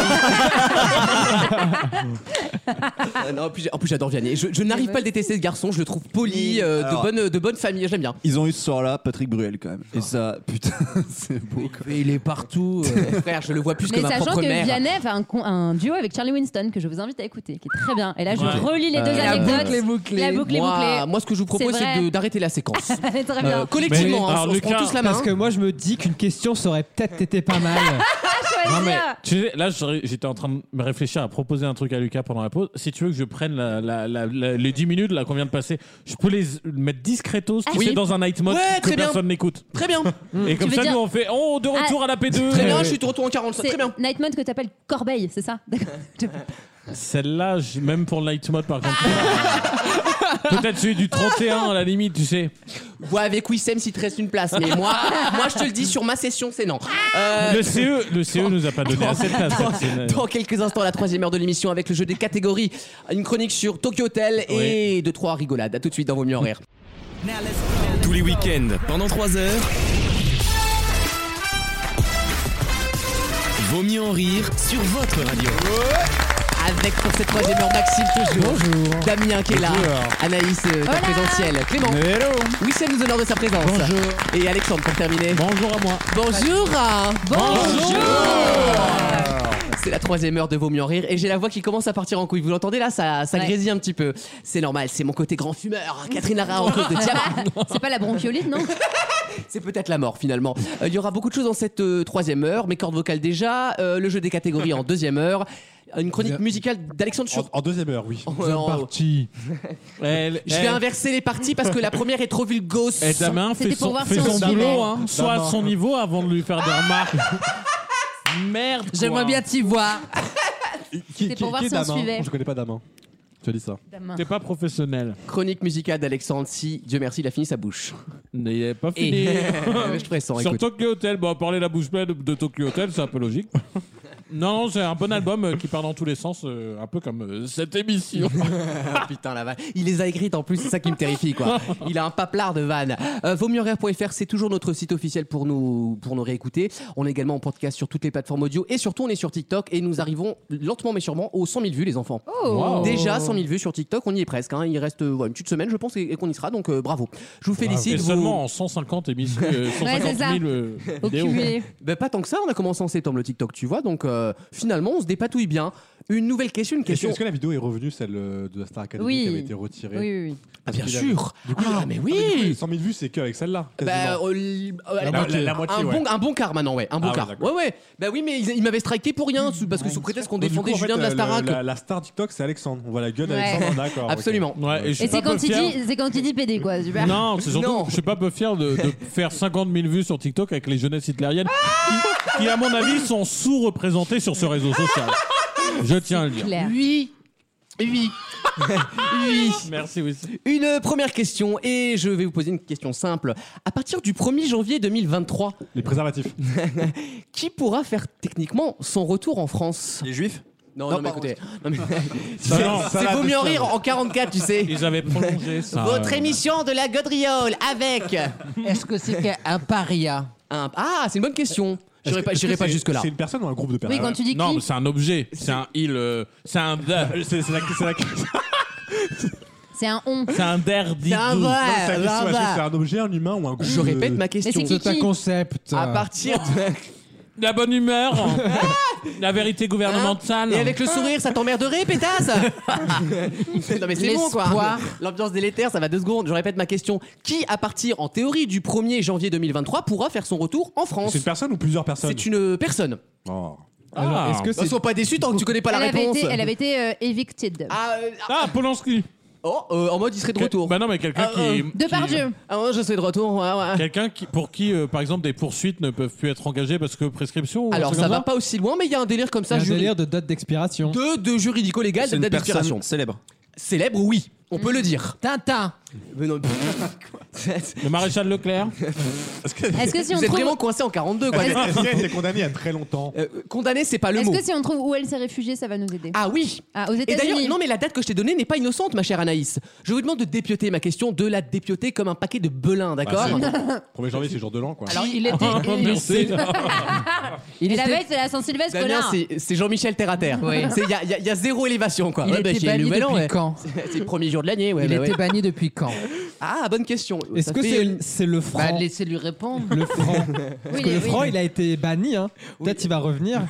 Euh, non, en plus, j'ai- en plus, j'adore Vianney. Je, je n'arrive pas à le détester ce garçon. Je le trouve poli, euh, de Alors- bonne de bonne famille. J'aime bien. Ah. Ils ont eu ce soir-là Patrick Bruel quand même. Et ça, putain, c'est beau. Quoi. Il est partout. euh, frère, je le vois plus Mais que ma sachant propre que mère. Vianney fait un, con- un duo avec Charlie Winston que je vous invite à écouter, qui est très bien. Et là, Ah, je Ouais. relis les deux Euh, anecdotes. boucle est bouclée. La boucle est moi, bouclée. moi, ce que je vous propose, c'est vrai. de- d'arrêter la séquence. très Euh, bien. collectivement, Mais- hein, alors, on se Lucas, prend tous la main. Parce que moi, je me dis qu'une question, ça aurait peut-être été pas mal. Ah, Non mais tu sais, là j'aurais- j'étais en train de me réfléchir à proposer un truc à Lucas pendant la pause. Si tu veux que je prenne la- la- la- la- les 10 minutes là qu'on vient de passer, je peux les mettre discretos, tu Ah, Oui. sais, dans un night mode Ouais, que très bien. personne n'écoute. Très bien. Et comme veux ça dire- nous on fait oh de retour Ah. à la P2. Très bien, je suis de retour en 45. Très C'est bien. Nightmon que t'appelles Corbeil, c'est ça D'accord. Celle-là j'ai- même pour le night mode par contre. Peut-être celui du 31 à la limite, tu sais. Vois avec Wissem s'il te reste une place. Mais moi, moi, je te le dis, sur ma session, c'est non. Euh, Le CE, le CE nous a pas donné assez de place. cette scène. Dans quelques instants, la troisième heure de l'émission avec le jeu des catégories, une chronique sur Tokyo Hotel et deux trois rigolades. À tout de suite dans Vos mieux en rire. Tous les week-ends, pendant 3 heures. Vaut mieux en rire sur votre radio. Avec pour cette troisième heure Maxime toujours, Damien qui est là, Bonjour. Anaïs euh, ta présentielle, Clément, Wissem nous honore de sa présence, Bonjour. et Alexandre pour terminer. Bonjour à moi. Bonjour. Bonjour. C'est la troisième heure de Vaut mieux en rire et j'ai la voix qui commence à partir en couille. Vous l'entendez là, ça, ça Ouais. grésille un petit peu. C'est normal, c'est mon côté grand fumeur. Ah, Catherine Lara en cause de diamant. C'est pas la bronchiolite, non C'est peut-être la mort finalement. Euh, Il y aura beaucoup de choses dans cette euh, troisième heure, mes cordes vocales déjà, euh, le jeu des catégories en deuxième heure, une chronique musicale d'Alexandre sur. En deuxième heure, oui. En- en- Elle- Je vais elle- inverser les parties parce que la première est trop vulgose. Et Eh, Damien fait C'était pour son, voir fait si on son suivait. boulot, hein, soit à Damien. son niveau avant de lui faire des remarques. Merde. J'aimerais bien t'y voir. Qui, pour voir si on hein. Damin suivait. Je connais pas Damin. Tu as dit ça. Dame. T'es pas professionnel. Chronique musicale d'Alexandre, si Dieu merci, il a fini sa bouche. Il est pas Et- fini. je te pressens, Sur écoute. Tokyo Hotel, bon, parler la bouche pleine de, de Tokyo Hotel, c'est un peu logique. Non, non, c'est un bon album euh, qui part dans tous les sens, euh, un peu comme euh, cette émission. Ah, Putain, la vanne. Il les a écrites en plus, c'est ça qui me terrifie, quoi. Il a un paplard de vannes. Euh, vaut mieux rire.fr, c'est toujours notre site officiel pour nous, pour nous réécouter. On est également en podcast sur toutes les plateformes audio et surtout, on est sur TikTok et nous arrivons lentement mais sûrement aux 100 000 vues, les enfants. Oh. Déjà 100 000 vues sur TikTok, on y est presque. hein. Il reste euh, ouais, une petite semaine, je pense, et, et qu'on y sera, donc euh, bravo. Je vous Et félicite. vous- seulement en 150 émissions, euh, 150 c'est ça. 000 euh, Au vidéos. cumulé. Ben, pas tant que ça, on a commencé en septembre le TikTok, tu vois, donc euh, finalement, on se dépatouille bien. Une nouvelle question, une Est-ce question. est-ce que la vidéo est revenue, celle euh, de la Star Academy Oui. qui avait été retirée Oui, oui, oui. Ah, Parce bien qu'il sûr Ah, mais oui avait- Les 100 000 vues, c'est qu'avec celle-là. Bah, quasiment. euh, l- euh, La un- moitié, la un, moitié, bon, ouais. un bon quart maintenant, ouais. Un bon Ah ouais, quart. Ouais, d'accord. ouais. Bah oui, mais ils, ils m'avaient striké pour rien, sous- parce que sous prétexte qu'on Donc, du défendait coup, en fait, Julien de la euh, le- Starac. La, la star TikTok, c'est Alexandre. On voit la gueule Ouais. d'Alexandre, d'accord. ok. Absolument. Ouais, et je suis Et c'est pas quand, peu il fier. dit- c'est quand il dit PD, quoi. Super. Non, c'est surtout, Non. je suis pas peu fier de, de faire 50 000 vues sur TikTok avec les jeunesses hitlériennes qui, qui, à mon avis, sont sous-représentées sur ce réseau social. Je tiens à le dire. Claire. Oui. Oui. oui. Merci, Wissem. Une première question, et je vais vous poser une question simple. À partir du 1er janvier 2023, Les préservatifs. qui pourra faire techniquement son retour en France Les juifs Non, Non, non, mais pardon. écoutez. non, mais- Ça, non, ça, C'est la vaut mieux en question. rire en 44, tu sais. Ils avaient prolongé ça. Votre Euh, émission de la Godriole avec. Est-ce que c'est qu'un paria un- Ah, c'est une bonne question. J'irai Est-ce que- pas, est-ce j'irai que pas c'est- jusque-là. C'est une personne ou un groupe de personnes Oui, quand tu dis Non, mais qui c'est un objet. C'est un il. euh, c'est un. da- C'est c'est la c'est la- C'est un on. C'est un derdi. C'est un vrai. c'est la question. bah, Est-ce que bah. c'est un objet, un humain ou un groupe Je de- répète ma Mais question. c'est qui C'est un qui concept. À partir de... La bonne humeur, la vérité gouvernementale. Hein? Et avec le sourire, ça t'emmerderait, pétasse Non mais c'est bon quoi L'espoir. L'ambiance délétère, ça va deux secondes. Je répète ma question. Qui, à partir en théorie du 1er janvier 2023, pourra faire son retour en France C'est une personne ou plusieurs personnes C'est une euh, personne. Oh. Alors, est-ce que c'est- Bah, sois pas déçu tant que tu connais pas la elle réponse. Avait été, elle avait été euh, évicted. Ah, Ah, Polanski Oh, euh, en mode il serait de Que- retour. Bah non, mais quelqu'un Ah, qui. euh, qui- Depardieu. Ah ouais, je suis de retour. ouais, ouais. Quelqu'un qui, pour qui, euh, par exemple, des poursuites ne peuvent plus être engagées parce que prescription. ou un Alors truc ça comme va pas aussi loin, mais il y a un délire comme ça. un juri- délire de date d'expiration. de, de juridico-légal, de C'est une date personne d'expiration. Célèbre. Célèbre, oui. On peut le dire. Tintin. Mais non, Le maréchal Leclerc. Est-ce que si on Vous êtes trouve- vraiment coincé en 42, quoi. Est-ce qu'elle était condamnée il y a très longtemps Euh, condamné, c'est pas le Est-ce mot. que si on trouve où elle s'est réfugiée, ça va nous aider Ah oui Ah, aux Et d'ailleurs, États-Unis. non mais la date que je t'ai donnée n'est pas innocente, ma chère Anaïs. Je vous demande de dépioter ma question, de la dépioter comme un paquet de belins, d'accord Bah, 1er janvier, c'est jour de l'an, quoi. Alors, il était- Ah, il merci. était- Il Et la était- veille, c'est la Saint-Sylvestre, Damien, connard. c'est- c'est Jean-Michel Terre à Terre. Oui. C'est- Il y, a- il y a- il y a zéro élévation, quoi. Il Ouais, bah, était c'est le banni nouvel an, depuis ouais. quand C'est le premier jour de l'année, ouais. Il bah, était ouais. banni depuis quand Ah, bonne question. Est-ce Ça que fait c'est une- c'est le franc Bah, laissez-lui répondre. Le franc. Parce Oui, que le oui. franc, il a été banni. Hein. Peut-être il va revenir.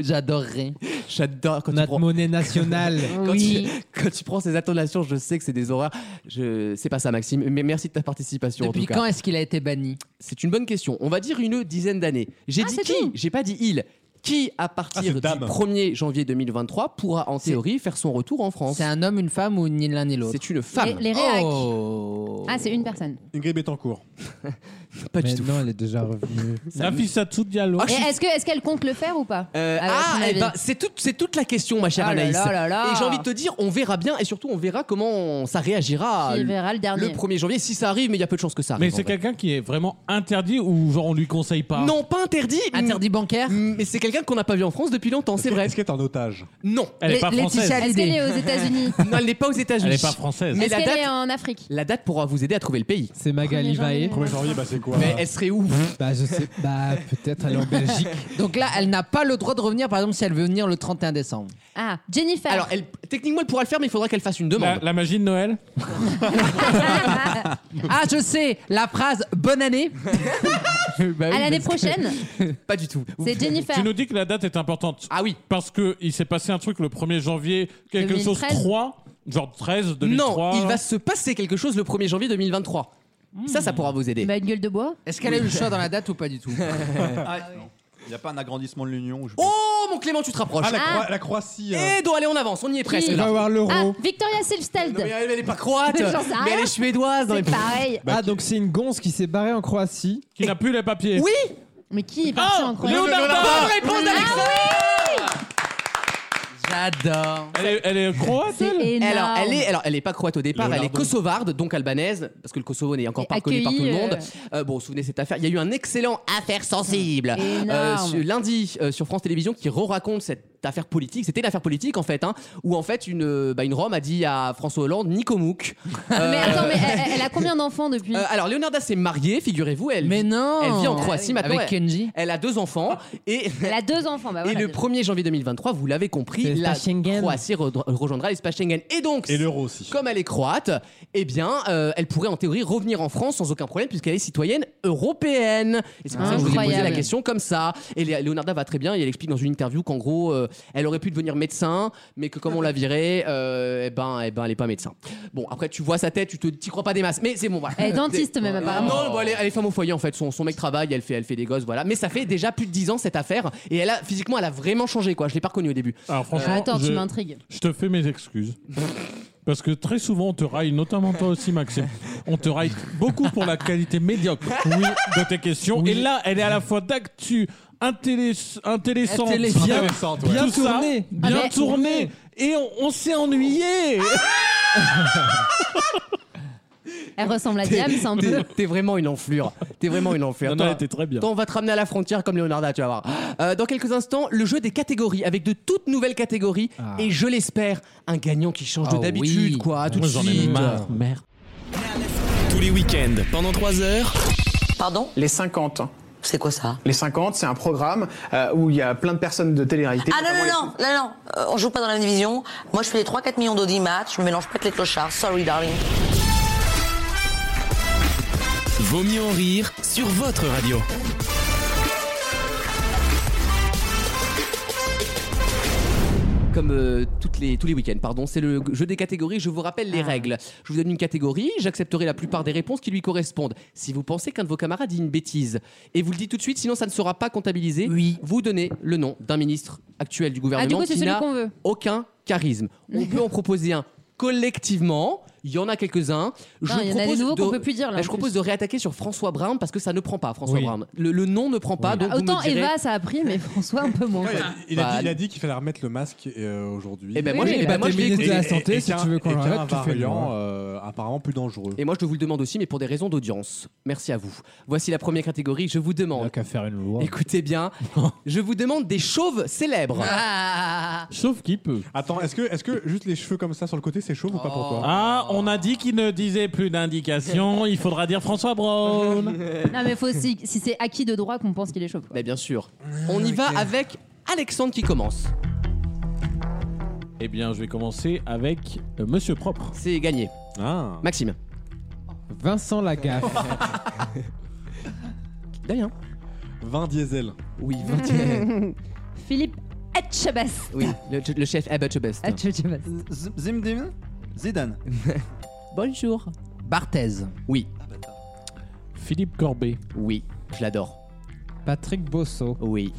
J'adorerais. J'adore quand tu Notre prends... monnaie nationale. Quand, tu, quand tu prends ces attonations, je sais que c'est des horreurs. Je... C'est pas ça, Maxime. Mais merci de ta participation. en Depuis tout cas. quand est-ce qu'il a été banni C'est une bonne question. On va dire une dizaine d'années. J'ai Ah, dit c'est qui tout. J'ai pas dit il. Qui, à Ah, c'est partir dame. du 1er janvier 2023, pourra en théorie faire son retour en France C'est un homme, une femme ou ni l'un ni l'autre C'est une femme. Les, les réacs. Oh. Ah, c'est une personne. Ingrid Betancourt. Pas Mais du tout. non, elle est déjà revenue. Nafissatou Diallo. Ah, je Et suis- est-ce que- est-ce qu'elle compte le faire ou pas Euh, À ah, votre eh avis. ben, c'est toute, c'est toute la question, ma chère Ah là Anaïs. là là là. Et j'ai envie de te dire, on verra bien et surtout on verra comment on- ça réagira Qui le, verra le dernier. le 1er janvier. Si ça arrive, mais il y a peu de chances que ça arrive. Mais c'est en vrai. quelqu'un qui est vraiment interdit ou genre on lui conseille pas Non, pas interdit. Ah, Interdit bancaire m- Mais c'est quelqu'un qu'on n'a pas vu en France depuis longtemps, c'est vrai. Est-ce qu'elle est en otage Non. Elle est Lé- pas Laetitia française. Est-ce Hallyday. qu'elle est aux États-Unis Non, elle n'est pas aux États-Unis. Elle n'est pas française. Mais Est-ce la qu'elle date- est en Afrique La date pourra vous aider à trouver le pays. C'est Magali Premier janvier. Vaé. 1er janvier, bah c'est quoi Mais elle serait où Bah, je sais. Bah, peut-être elle est en Belgique. Donc là, elle n'a pas le droit de revenir, par exemple, si elle veut venir le 31 décembre. Ah, Jennifer. Alors, elle, techniquement, elle pourra le faire, mais il faudra qu'elle fasse une demande. La, la magie de Noël Ah, je sais, la phrase bonne année. Bah à l'année prochaine, Pas du tout. c'est Tu Jennifer. nous dis que la date est importante. Ah oui. Parce que il s'est passé un truc le 1er janvier, quelque chose 2013. 3, genre 13, 2003. Non, il va se passer quelque chose le 1er janvier 2023. Ça, ça pourra vous aider. Bah, une gueule de bois. Est-ce qu'elle a eu le choix dans la date ou pas du tout Ah, Il n'y a pas un agrandissement de l'Union je Oh, mon Clément, tu te rapproches. Ah, la, Ah. Croi- la Croatie. euh. hein. Eh, donc, allez, on avance, on y est presque. Il là. va avoir Ah, l'euro. Victoria Non, mais Silvstedt. elle, elle est pas croate, Mais j'en sais mais elle rien. est suédoise. dans les- Bah, C'est pareil. Ah, donc c'est une gonze qui s'est barrée en Croatie. Qui n'a plus les papiers. Oui, Mais qui est parti en Ah Croatie Leonardo bonne réponse d'Alex. J'adore. Elle est, elle est croate C'est elle énorme. Alors, elle est, alors, elle est pas croate au départ, elle est Leonardo. kosovarde, donc albanaise, parce que le Kosovo n'est encore Et pas reconnu par tout le accueillie, monde. Euh, bon, vous vous souvenez de cette affaire. Il y a eu un excellent affaire sensible Énorme. sur- lundi euh, sur France Télévisions qui re-raconte cette affaire politique. C'était une affaire politique en fait, hein, où en fait une, euh, bah, une Rome a dit à François Hollande Nicomouk. Mais attends, mais elle, elle a combien d'enfants depuis euh, alors, Leonarda s'est mariée, figurez-vous, elle, Mais non elle vit en Croatie maintenant. Avec Kenji. elle a deux enfants et Elle a deux enfants. Bah, Et voilà. le 1er janvier 2023, vous l'avez compris, C'est la l'espace Schengen. Croatie re- rejoindra l'espace Schengen. Et donc, Et l'euro aussi. comme elle est croate, eh bien, euh, elle pourrait en théorie revenir en France sans aucun problème puisqu'elle est citoyenne européenne. Et c'est pour ça que je vous ai posé la Incroyable. question comme ça. Et Lé- Leonarda va très bien et elle explique dans une interview qu'en gros, euh, elle aurait pu devenir médecin, mais que comme on la virait, euh, eh ben, eh ben, elle est pas médecin. Bon, après, tu vois sa tête, tu te, t'y crois pas des masses, mais c'est bon, voilà. Elle est dentiste même apparemment. Non, bon, Oh, elle, est, elle est femme au foyer en fait. Son, son mec travaille, elle fait, elle fait des gosses, voilà. Mais ça fait déjà plus de 10 ans cette affaire. Et elle a physiquement, elle a vraiment changé quoi. Je l'ai pas reconnue au début. Alors franchement, Attends, je, tu m'intrigues. je te fais mes excuses. Parce que très souvent, on te raille, notamment toi aussi, Maxime. On te raille beaucoup pour la qualité médiocre de tes questions. Et là, elle est à la fois d'actu, intélé- intéressante, Intélé- bien, Intéressante, ouais. bien Bien tournée, tournée. bien Ah, mais- tournée. Et on, on s'est ennuyé. Elle ressemble à hein, Diam, c'est un peu. T'es- T'es vraiment une enflure. T'es vraiment une enflure. Non, non, Toi, elle était très bien. toi, on va te ramener à la frontière comme Leonarda, tu vas voir. Euh, dans quelques instants, le jeu des catégories avec de toutes nouvelles catégories Ah. et je l'espère un gagnant qui change de Ah d'habitude oui. quoi. à Tout de Moi, j'en ai suite. marre. Merde. Tous les week-ends, pendant 3 heures, Pardon Les 50. C'est quoi ça Les 50, c'est un programme euh, où il y a plein de personnes de télé-réalité. Ah non, non, notamment non, non, non, Euh, on joue pas dans la même division. Moi, je fais les 3-4 millions d'audits match, je me mélange pas avec les clochards. Sorry, darling. Vaut mieux en rire sur votre radio. comme euh, toutes les, tous les week-ends, pardon. C'est le jeu des catégories. Je vous rappelle Ah. les règles. Je vous donne une catégorie. J'accepterai la plupart des réponses qui lui correspondent. Si vous pensez qu'un de vos camarades dit une bêtise et vous le dites tout de suite, sinon ça ne sera pas comptabilisé. Oui. Vous donnez le nom d'un ministre actuel du Ah, gouvernement Ah, coup, c'est qui celui n'a qu'on veut. aucun charisme. On peut en proposer un collectivement. Il y en a quelques-uns. Non, il y en a des nouveaux qu'on peut plus dire, là, en je plus. propose de réattaquer sur François Brown parce que ça ne prend pas. François Oui. Brown. Le, le nom ne prend pas. Donc vous Ah, Autant me direz- Eva, ça a pris, mais François, un peu moins. quoi. Il, a Bah, dit, il a dit qu'il fallait remettre le masque euh, aujourd'hui. Eh ben, moi, Oui, je- eh ben, bah, moi, t'es je l'ai ministre de la écouté. Santé, si tu veux qu'on l'arrête, un tu fais le variant, moins. euh, apparemment plus dangereux. Et moi, je vous le demande aussi, mais pour des raisons d'audience. Merci à vous. Voici la première catégorie. Je vous demande. qu'à faire une loi. Écoutez bien. je vous demande des chauves célèbres. Ah. Sauf qui peut. Attends, est-ce que, est que juste les cheveux comme ça sur le côté, c'est chauve ou pas pour toi Ah, on a dit qu'il ne disait plus d'indications. Il faudra dire François Braun. Non, mais faut aussi, si c'est acquis de droit qu'on pense qu'il est chaud. quoi. Mais bien sûr. On y Ah, va avec Alexandre qui commence. Eh bien, je vais commencer avec euh, Monsieur Propre. C'est gagné. Ah. Maxime. Oh. Vincent Lagaffe. Damien. Vin diesel. Oui, vin diesel. Philippe Etchebest. Oui, le, le chef Abba Chebest. Ah, Etchebest. Zimdim Zidane. Bonjour. Barthez. Oui. Philippe Corbet. Oui, je l'adore. Patrick Bosso. Oui.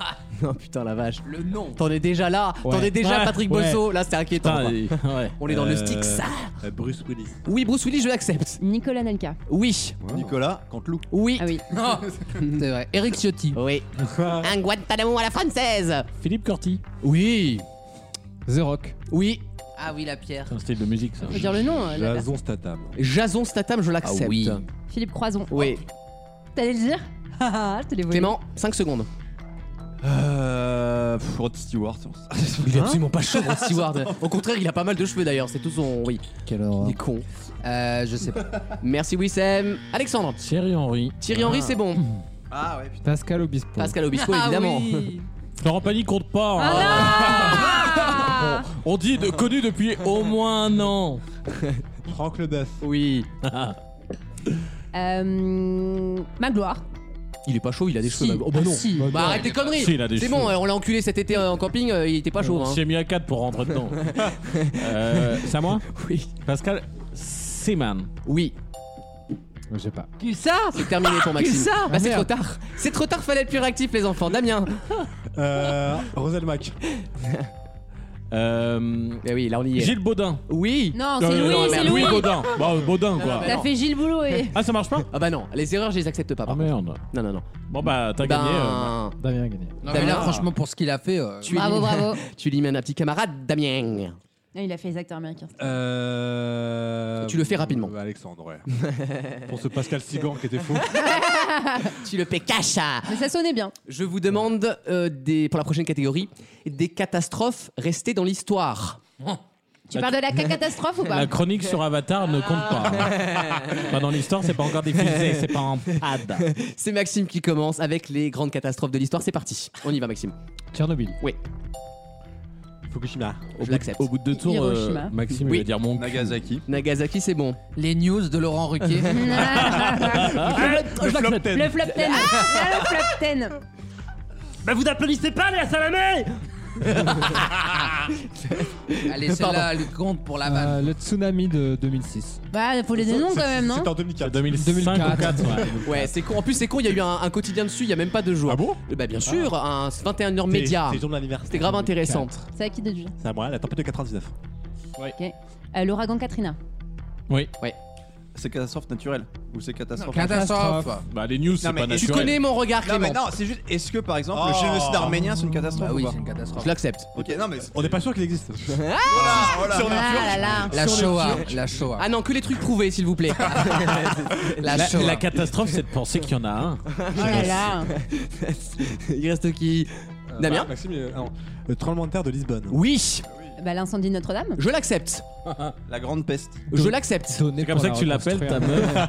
Ah, Non, putain, la vache. Le nom. T'en es déjà là. T'en es déjà, Patrick Bosso. Là, c'est Ah, inquiétant. quoi. On est dans le Styx. Euh, Bruce Willis. Oui, Bruce Willis, je l'accepte. Nicolas Nelka. Oui. Nicolas Canteloup. Oui. Ah oui. C'est vrai. Eric Ciotti. Oui. Un Guantanamo à la française. Philippe Corti. Oui. The Rock. Oui. Ah oui, la pierre. C'est un style de musique, ça. Faut dire le nom. euh, là-bas. Statham. Jason Statham, je l'accepte. Ah oui. Philippe Croison. Oh, Oui. T'allais le dire Ah, je te l'ai volé. Clément, 5 secondes. Euh, pff, Rod Stewart. Il Hein est absolument pas chaud, Rod Stewart. Hein Au contraire, il a pas mal de cheveux d'ailleurs, c'est tout son. Oui. Quelle Il est con. Euh, je sais pas. Merci Wissem. Alexandre. Thierry Henry. Thierry Henry, c'est bon. Ah ouais. Pascal Obispo. Pascal Obispo, évidemment. Florent Pagny compte pas. hein. Ah Bon, on dit de, connu depuis au moins un an. Franck Lebeuf. Oui. Ah. Euh, Magloire. Il est pas chaud, il a des Si. cheveux. Magloire. Oh bah non. Ah, si. Bah arrête tes conneries. Si, il a des c'est cheveux. bon, euh, on l'a enculé cet été euh, en camping, euh, il était pas chaud. On hein. s'est mis à 4 pour rentrer dedans. Euh, c'est à moi Oui. Pascal Seaman. Oui. Je sais pas. Qui ça C'est terminé pour Maxime. Que ça bah, c'est Ah, trop Merde. tard. C'est trop tard, fallait être plus réactif, les enfants. Damien. Euh, Rosel Mac. Euh, Bah oui, là on y est. Gilles Baudin. Oui. Non, Euh, c'est non, Louis, c'est merde, Louis. Louis Baudin. Bah, Baudin, quoi. T'as fait Gilles Boulot et. Ah, ça marche pas Ah bah non, les erreurs, je les accepte pas. Ah Par contre. merde. Non, non, non. Bon, bah, t'as Ben, gagné. euh, Damien a gagné. Non, mais là, Damien. franchement, pour ce qu'il a fait. euh, tu Bravo, élimines- bravo. Tu élimines un petit camarade, Damien. Non, Ah, il a fait les acteurs américains. Euh, Tu le fais rapidement. euh, Alexandre, ouais. Pour ce Pascal Sigan qui était fou. Tu le fais cacha. Mais ça sonnait bien. Je vous demande euh, des, pour la prochaine catégorie des catastrophes restées dans l'histoire. Tu parles de la catastrophe ou pas La chronique sur Avatar ne compte pas. Enfin, Bah, dans l'histoire, c'est pas encore diffusé, c'est pas en pad. C'est Maxime qui commence avec les grandes catastrophes de l'histoire. C'est parti. On y va, Maxime. Tchernobyl. Oui, Fukushima. Au je bout, l'accepte. au bout de deux tours, euh, Hiroshima. Maxime, Oui. il va dire mon cul. Nagasaki. Nagasaki, c'est bon. Les news de Laurent Ruquier. Le flop ten. Ah. Le flop 10. le flop 10. Bah, vous applaudissez pas, Léa Salamé Allez, celle-là, elle compte pour la vanne. Euh, le tsunami de 2006. Bah, faut les donner non, quand même, non C'était en 2004. 2005 ou 4, ouais. Ouais, c'est con. En plus, c'est con. Il y a eu un, un quotidien dessus. Il y a même pas deux jours. Ah bon Eh Bah bien sûr, un 21h média. C'est le jour de l'anniversaire. C'était grave intéressant. C'est à qui de juger C'est à moi, la tempête de 99. Ok. Euh, L'ouragan Katrina. Oui. C'est catastrophe naturelle ou c'est catastrophe Catastrophe. Bah, les news, c'est mais pas tu naturel. Tu connais mon regard, Non Clément. mais non, Ah, c'est juste est-ce que par exemple le Oh. Ah génocide arménien c'est une catastrophe Bah oui, ou pas c'est une catastrophe. Je l'accepte. Ah OK, non mais c'est- On n'est pas sûr qu'il existe. voilà, voilà. Ah là là. La Shoah. La Shoah. Ah non, que les trucs prouvés, s'il vous plaît. La, La Shoah. la catastrophe, c'est de penser qu'il y en a un. Oh là là. Il reste qui Euh, Damien bah, Maxime, euh, ah non. le tremblement de terre de Lisbonne. Ah Oui, Bah, l'incendie de Notre-Dame. je l'accepte. La grande peste. Je l'accepte. C'est comme ça que tu l'appelles ta meuf. Ah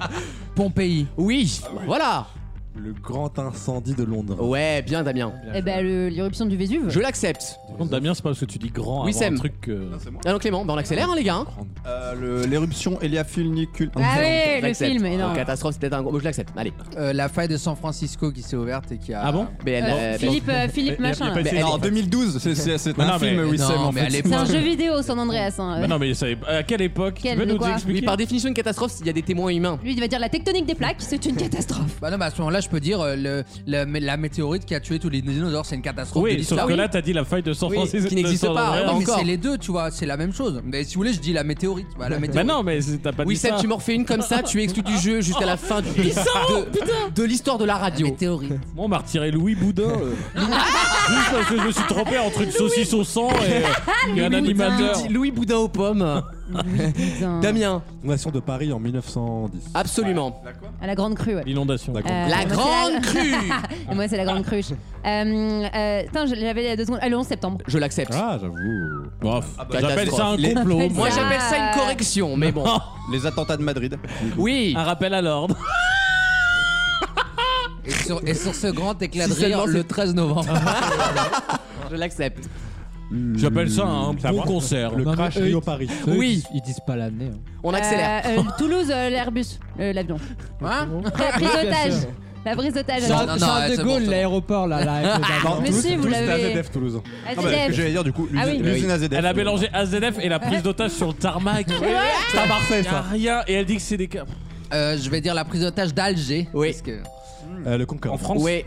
Pompéi. Oui, voilà. Le grand incendie de Londres. Ouais, bien Damien. Eh ben, le- l'éruption du Vésuve. Je l'accepte. Damien, c'est pas parce que tu dis grand Oui, avant un Sam. truc euh, que. Ah non, Clément, bah on accélère, hein, les gars. hein. Euh, le- L'éruption Héliafulnicule. Ah ouais, Je le l'accepte. film, énorme. En catastrophe, c'était un gros. Je l'accepte. Allez. Euh, la faille de San Francisco qui s'est ouverte et qui a. Ah bon Mais elle, Euh, euh, Philippe, mais- euh, Philippe mais- machin, mais- là. mais- Alors, mais- 2012, c'est- c'est c'est Mais un non, film mais- Wissem non, en mais à fait. C'est un jeu vidéo, San Andreas. hein. Mais Bah non, mais ça- à quelle époque Quelle- Tu peux de nous quoi expliquer Oui, par définition, une catastrophe, il y a des témoins humains. Lui, il va dire la tectonique des plaques, c'est une catastrophe. Bah non, mais à ce moment-là, je peux dire euh, le, la, la météorite qui a tué tous les dinosaures, c'est une catastrophe. de Oui, l'histoire. sauf que là, t'as dit la faille de San Oui, Francisco. qui de n'existe San pas. Andreas. Oui, mais c'est les deux, tu vois, c'est la même chose. Mais si vous voulez, je dis la météorite. Bah, la Bah météorite. non, mais c'est- t'as pas Oui, dit ça. Seb, tu m'en refais une comme ça, tu es exclu du jeu jusqu'à la fin du- de, de l'histoire de la radio. météorite. Moi, on m'a retiré Louis Boudin. euh, juste parce que je me suis trompé entre une saucisse au sang et, euh, et un animateur. Louis, Louis Boudin aux pommes. Damien, Inondation de Paris en 1910. absolument. À la grande crue, ouais. L'inondation. Euh, moi, La grande c'est la- crue. Et moi, c'est la grande crue. Euh, euh, Putain, je l'avais il y a deux secondes. Ah, le 11 septembre. Je l'accepte. Ah, j'avoue. Bof, Ah, bah, j'appelle ça un Les- complot. Appelle Moi, ça- j'appelle ça une correction, mais bon. Les attentats de Madrid. Oui. Un rappel à l'ordre. Et sur, et sur ce grand éclat de Si seulement rire, c'est- le 13 novembre. Je l'accepte. Hmm. J'appelle ça un Ça bon va. concert. Le Non, crash mais- Rio Paris. Eux, Oui. Ils, disent- ils disent pas l'année. hein. On accélère. Euh, euh, Toulouse, euh, l'Airbus, euh, l'avion. Hein La prise Bien d'otage. sûr. La prise d'otage. Non, à Charles, la- non, Charles ouais, Ah, de c'est bon, Gaulle, c'est bon. l'aéroport là. Bah, là Ah, avec les avions. Eh ben, Mais si, vous l'avez. AZF Toulouse. Ah, Ah bah, ce que ZDF. j'allais dire du coup, l'usine Ah oui. l'usine AZF. Elle a mélangé AZF et la prise d'otage sur le tarmac. C'est à Marseille Y a ça. rien et elle dit que c'est des cas. Euh, je vais dire la prise d'otage d'Alger. Oui. Parce que... Euh, le Concorde. En France Ouais.